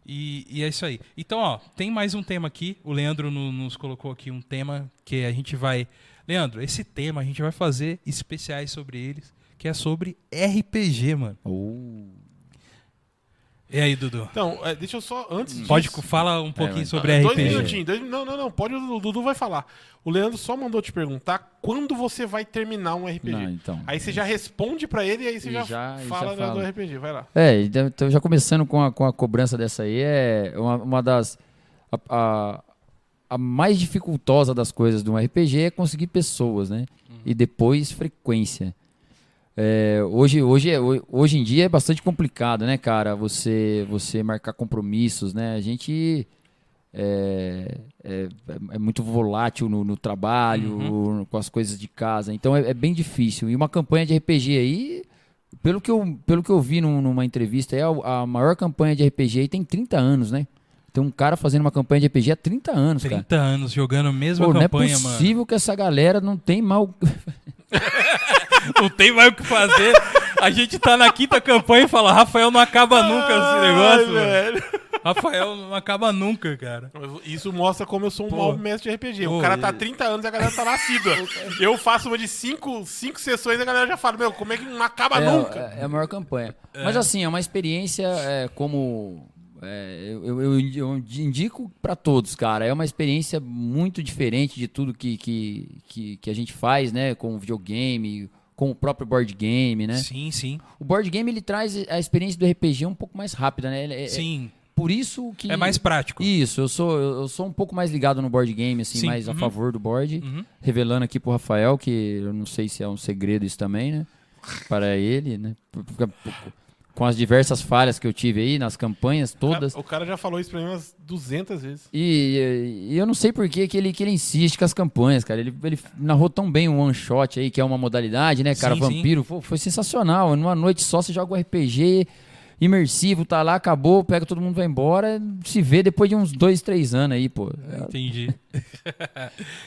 E, e é isso aí. Então, ó, tem mais um tema aqui. O Leandro no- nos colocou aqui um tema que a gente vai. Leandro, esse tema a gente vai fazer especiais sobre eles, que é sobre RPG, mano.
Oh.
E aí, Dudu?
Então, é, deixa eu só, antes
Uhum.
disso... Ah,
Pode falar um pouquinho
mas-
sobre
É, Dois
RPG.
minutinhos, dois, não, não, não, pode, o Dudu vai falar. O Leandro só mandou te perguntar quando você vai terminar um RPG.
Não, então.
Aí você já responde pra ele e aí você
E
já,
já- e
fala
já
do-
fala.
do RPG, vai lá.
É, então já começando com a, com a cobrança dessa aí, é uma, uma das. A, a- a mais dificultosa das coisas de um RPG é conseguir pessoas, né? E depois frequência. É, hoje, hoje, é- ho- hoje em dia é bastante complicado, né, cara? Você, você marcar compromissos, né? A gente é, é- é muito volátil no, no trabalho,
Uhum.
com as coisas de casa. Então é, é bem difícil. E uma campanha de RPG aí, pelo que eu, pelo que eu vi num- numa entrevista, é a, a maior campanha de RPG aí tem 30 anos, né? Tem um cara fazendo uma campanha de RPG há 30 anos, cara.
30 anos jogando a mesma
Pô, não é
campanha, mano.
possível que essa galera não tem mal.
Não tem mais o que fazer. A gente tá na quinta campanha e fala, Rafael não acaba nunca esse negócio, mano.
velho.
Rafael não acaba nunca, cara.
Isso mostra como eu sou um
Pô.
mau mestre de RPG.
Pô,
o cara tá há
e-
30 anos e a galera tá nascida. eu faço uma de 5 cinco sessões e a galera já fala, meu, como é que não
Ah,
acaba
É,
nunca?
É, é a maior campanha. Mas assim, é uma experiência é, como. é, eu, eu- eu indico pra todos, cara. É uma experiência muito diferente de tudo que, que, que, que a gente faz, né? Com o videogame, com o próprio board game, né?
Sim, sim.
O board game ele traz a experiência do RPG um pouco mais rápida, né? Ele é- é-
Sim.
por isso que.
É mais prático.
Isso, eu sou, eu eu sou um pouco mais ligado no board game, assim,
Sim,
mais a
uhum.
favor do board.
Uhum.
Revelando aqui pro Rafael, que eu não sei se é um segredo isso também, né? Para ele, né? Por- por- por- Com as diversas falhas que eu tive aí nas campanhas todas.
O cara já falou isso pra mim umas 200 vezes.
E, e eu não sei por que que ele, que ele insiste com as campanhas, cara. Ele, ele narrou tão bem o one shot aí, que é uma modalidade, né, cara?
Sim, sim.
Vampiro. Pô, foi sensacional. Numa noite só você joga o RPG imersivo, tá lá, acabou, pega todo mundo, vai embora. Se vê depois de uns dois, três anos aí, pô.
Entendi.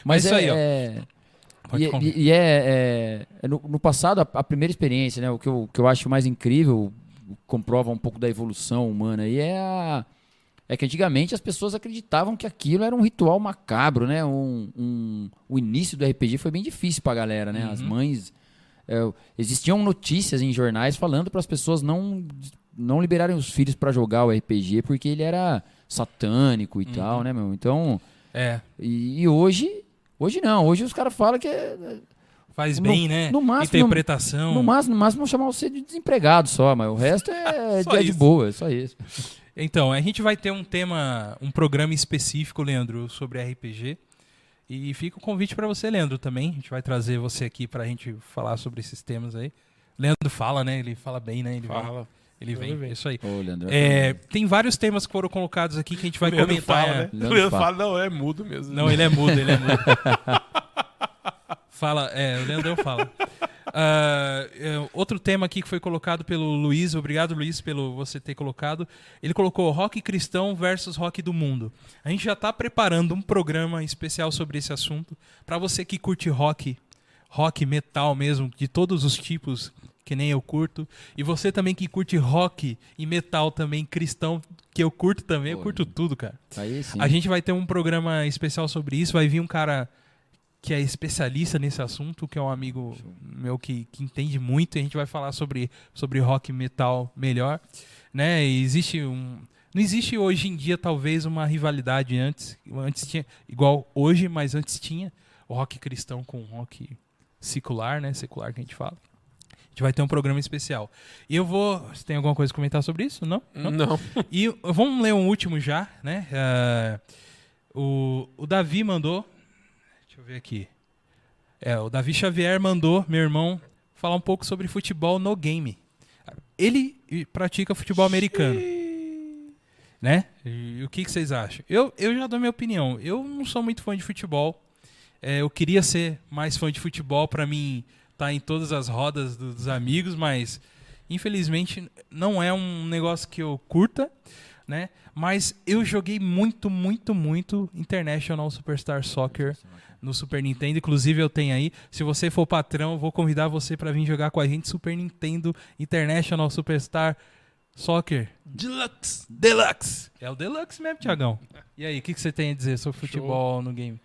Mas
isso
é,
aí, ó.
é-
Pode
E,
con-
e- e é, é- é no, no passado, a, a primeira experiência, né? O que eu, o que eu acho mais incrível comprova um pouco da evolução humana aí é a- é que antigamente as pessoas acreditavam que aquilo era um ritual macabro, né? Um, um- o início do RPG foi bem difícil pra galera, né?
Uhum.
As mães. é, existiam notícias em jornais falando para as pessoas não, não liberarem os filhos pra jogar o RPG porque ele era satânico e
Uhum.
tal, né, meu? Então.
É,
E, e hoje. Hoje não, hoje os caras falam que é,
faz
No-
bem, né?
no máximo-
Interpretação.
no máximo, no máximo vão chamar você de desempregado só, mas o resto é,
Só
é de
isso.
boa, é só isso.
Então, a gente vai ter um tema, um programa específico, Leandro, sobre RPG. E fica o convite para você, Leandro, também. A gente vai trazer você aqui para a gente falar sobre esses temas aí. Leandro fala, né? Ele fala bem, né? Ele vai-
Fala.
ele vem.
Leandro vem.
Isso aí.
Ô, Leandro.
É, tem vários temas que foram colocados aqui que a gente vai
Leandro
comentar. é.
fala, né?
Leandro
Leandro
fala.
fala, não, é mudo mesmo.
Não, ele é mudo, ele é mudo. fala, é, o Leandrão fala. Ah, é, outro tema aqui que foi colocado pelo Luiz, obrigado Luiz pelo você ter colocado. Ele colocou rock cristão versus rock do mundo. A gente já está preparando um programa especial sobre esse assunto para você que curte rock, rock metal mesmo, de todos os tipos, que nem eu curto, e você também que curte rock e metal também cristão, que eu curto também, eu
Pô,
curto tudo, cara.
Aí sim.
A gente vai ter um programa especial sobre isso. Vai vir um cara que é especialista nesse assunto, que é um amigo meu que, que entende muito. E a gente vai falar sobre, sobre rock e metal melhor. Né? E existe um. Não existe hoje em dia, talvez, uma rivalidade antes. Antes tinha. Igual hoje, mas antes tinha o rock cristão com o rock secular, né? Secular que a gente fala. A gente vai ter um programa especial. E eu vou. Você tem alguma coisa a comentar sobre isso? Não?
Não.
E vamos ler um último já, né? Ah, o, o Davi mandou. Deixa eu ver aqui. É, o Davi Xavier mandou, meu irmão, falar um pouco sobre futebol no game. Ele eh, pratica futebol americano. Né? E o que, que vocês acham? Eu, eu já dou minha opinião. Eu não sou muito fã de futebol. É, eu queria ser mais fã de futebol pra mim estar em todas as rodas do- dos amigos, mas infelizmente não é um negócio que eu curta, né? Mas eu joguei muito, muito, muito International Superstar Soccer no Super Nintendo. Inclusive eu tenho aí. Se você for patrão, eu vou convidar você pra vir jogar com a gente Super Nintendo International Superstar Soccer
Deluxe.
Deluxe. É o Deluxe mesmo, Tiagão. E aí, o que, que você tem a dizer sobre futebol no game?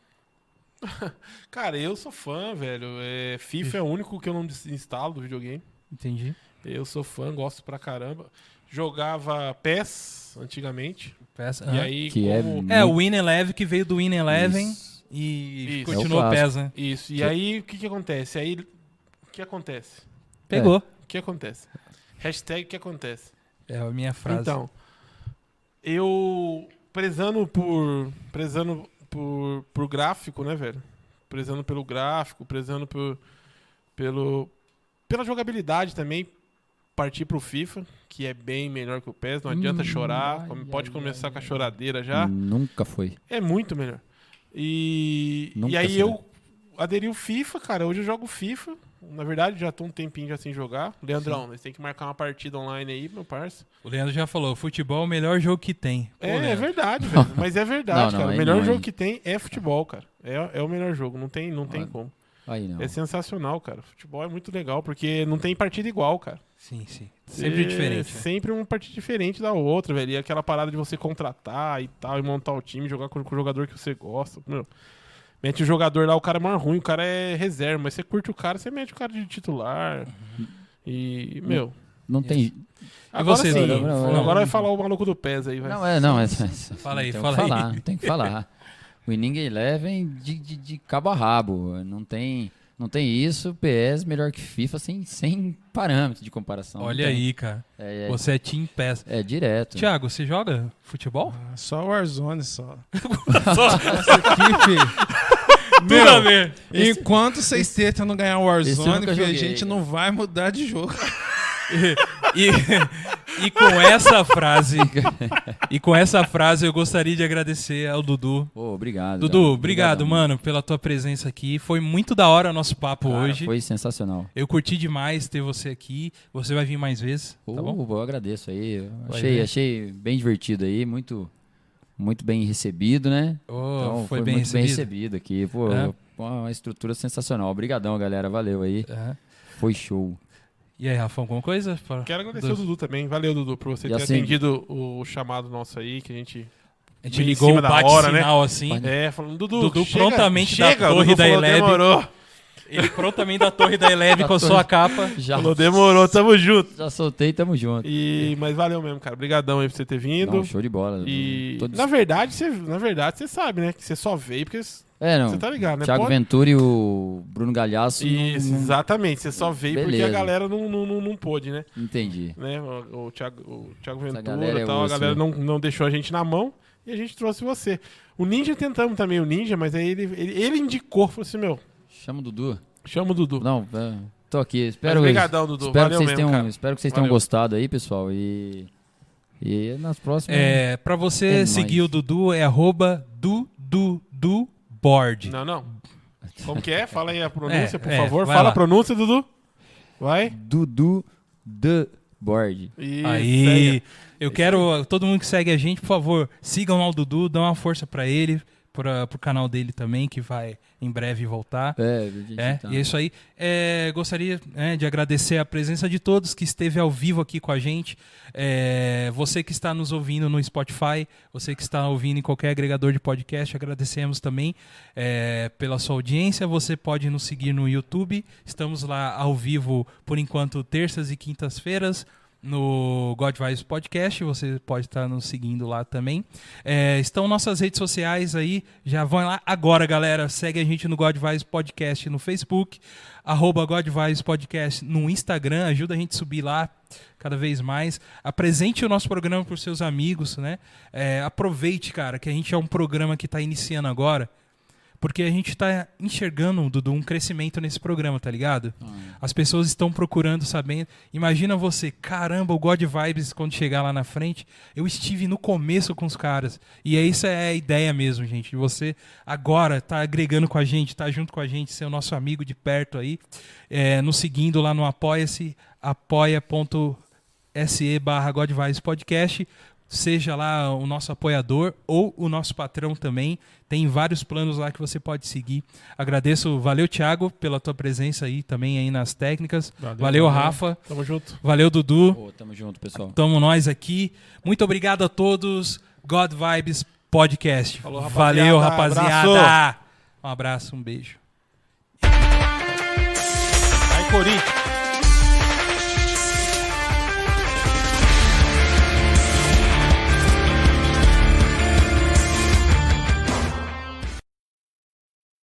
Cara, eu sou fã, velho. É, FIFA é o único que eu não instalo do videogame.
Entendi.
Eu sou fã, gosto pra caramba. Jogava PES antigamente.
Peça.
E
aham.
aí,
Que é
como.
É, o Win Eleven que veio do Win Eleven
Isso.
e
Isso.
continuou
É o clássico.
PES, né?
Isso. E
Que-
aí, o que que acontece? Aí, o que acontece?
Pegou.
O que acontece? Hashtag o que acontece?
É, a minha frase.
Então, eu prezando por prezando por, por gráfico, né, velho? Prezando pelo gráfico, prezando por, pelo pela jogabilidade também partir pro FIFA, que é bem melhor que o PES, não adianta
Hum,
chorar,
ai,
come- pode
ai,
começar
ai,
com a
ai.
choradeira já.
Hum. Nunca foi.
É muito melhor. E, e
Nunca
aí
será.
eu aderi o FIFA, cara. Hoje eu jogo FIFA. Na verdade, já tô um tempinho já sem jogar. Leandrão, nós tem que marcar uma partida online aí, meu parça.
O Leandro já falou, futebol é o melhor jogo que tem. Pô,
é, é
Leandro,
verdade, velho. Mas é verdade,
Não, não,
cara.
aí
o melhor
não,
jogo
aí.
que tem é futebol, cara. É, é o melhor jogo. Não tem, não tem
Olha,
como.
Aí não.
É sensacional, cara. Futebol é muito legal, porque não tem partida igual, cara.
Sim, sim. Sempre
É
diferente. né?
Sempre uma partida diferente da outra, velho. E aquela parada de você contratar e tal, e montar o time, jogar com, com o jogador que você gosta. Meu, mete o jogador lá, o cara é mais ruim, o cara é reserva, mas você curte o cara, você mete o cara de titular.
Uhum.
E, meu.
Não tem.
E
Agora
você,
sim.
Dudu?
Não,
agora vai
não.
falar o maluco do PES aí, vai.
Não, é, não. É,
Fala aí,
não tem o que
fala aí.
falar, Não tem o que falar. O Winning Eleven de, de, de cabo a rabo. Não tem, não tem isso. PS melhor que FIFA sem, sem parâmetro de comparação. Não
Olha
tem.
aí, cara.
É, é-
Você é Team PES.
é direto.
Tiago, você joga futebol?
Ah, Só Warzone, só.
Tudo a ver.
Enquanto vocês tentam não ganhar
esse eu
Warzone,
nunca
filho, a
joguei,
gente
cara.
não vai mudar de jogo.
E, e com essa frase, e com essa frase eu gostaria de agradecer ao Dudu.
Pô, obrigado.
Dudu,
cara.
obrigado, mano, pela tua presença aqui. Foi muito da hora o nosso papo
Cara,
hoje.
Foi sensacional.
Eu curti demais ter você aqui. Você vai vir mais vezes, tá bom?
Uh, eu agradeço aí. Eu
Vai
Achei,
ver.
achei bem divertido aí. Muito, muito bem recebido, né?
Oh,
Então,
foi
foi,
bem
muito bem
recebido.
recebido aqui. Pô,
É.
pô, uma estrutura sensacional. Obrigadão, galera. Valeu aí.
Aham.
Foi show.
E aí, Rafa, alguma coisa? pra-
Quero agradecer ao Dudu também. Valeu, Dudu, por você
E
ter
assim-
atendido o chamado nosso aí, que a gente.
A gente
Em
ligou
cima
o
da
bate-sinal assim.
É, falando, Dudu,
Dudu
chega,
prontamente da
chega. O
torre
Dudu
da
falou,
Eleb.
Demorou,
Ele prontamente da torre da Eleve
Da
com a
torre.
sua capa.
Já,
falou, demorou, tamo junto.
já soltei, tamo junto.
E, mas valeu mesmo, cara. Obrigadão aí por você ter vindo.
É. Não, show de bola. Dudu.
e
Tô dis-
na verdade, você, na verdade, você sabe, né? Que você só veio porque você
É, não.
tá ligado, né?
Thiago
Pode-
Ventura e o Bruno Galhaço.
Isso,
não-
exatamente. Você só veio porque a
Beleza.
galera não, não, não, não pôde, né?
não- Entendi.
né? O, o, Thiago, o Thiago
Essa
Ventura
galera é
e tal, a
osso,
galera
né?
não, não deixou a gente na mão e a gente trouxe você. O Ninja tentamos também, o Ninja, mas aí ele, ele, ele indicou, falou assim, meu,
Chama o Dudu.
chama o Dudu.
Não, é, tô aqui. Espero,
Mas brigadão, Dudu.
espero
Valeu
que vocês
mesmo,
tenham,
cara.
Espero que vocês
Valeu.
tenham gostado aí, pessoal. E, e nas próximas.
É, pra você
É nóis.
seguir o Dudu, é arroba dududuboard.
Não, não. Como que é? Fala aí a pronúncia,
É,
por
é,
favor.
vai
Fala
lá.
a pronúncia, Dudu. Vai.
Dudu The Board.
Isso,
Aí,
segue.
eu quero, todo mundo que segue a gente, por favor, sigam lá o Dudu, dão uma força pra ele, pra, pro canal dele também, que vai em breve voltar.
É, a gente
É,
tá-
e é isso aí. É, gostaria né, de agradecer a presença de todos que esteve ao vivo aqui com a gente. É, você que está nos ouvindo no Spotify, você que está ouvindo em qualquer agregador de podcast, agradecemos também é, pela sua audiência. Você pode nos seguir no YouTube. Estamos lá ao vivo, por enquanto, terças e quintas-feiras. No God Vibes Podcast, você pode estar nos seguindo lá também. É, estão nossas redes sociais aí. Já vão lá agora, galera. Segue a gente no God Vibes Podcast no Facebook, arroba God Vibes Podcast no Instagram. Ajuda a gente a subir lá cada vez mais. Apresente o nosso programa para os seus amigos, né? É, aproveite, cara, que a gente é um programa que está iniciando agora. Porque a gente está enxergando, Dudu, um crescimento nesse programa, tá ligado? As pessoas estão procurando, sabendo. Imagina você, caramba, o God Vibes, quando chegar lá na frente, eu estive no começo com os caras. E é isso é a ideia mesmo, gente. de Você agora tá agregando com a gente, tá junto com a gente, ser o nosso amigo de perto aí. É, nos seguindo lá no apoia-se, apoia.se barra God Vibes Podcast seja lá o nosso apoiador ou o nosso patrão também. Tem vários planos lá que você pode seguir. Agradeço, valeu Thiago pela tua presença aí também aí nas técnicas. Valeu, Rafa,
Tamo junto.
valeu Dudu.
Pô, tamo junto, pessoal.
Tamo nós aqui. Muito obrigado a todos. God Vibes Podcast.
Falou, rapaziada.
valeu, rapaziada.
Abraço.
Um abraço, um beijo.
Vai, Corinthians.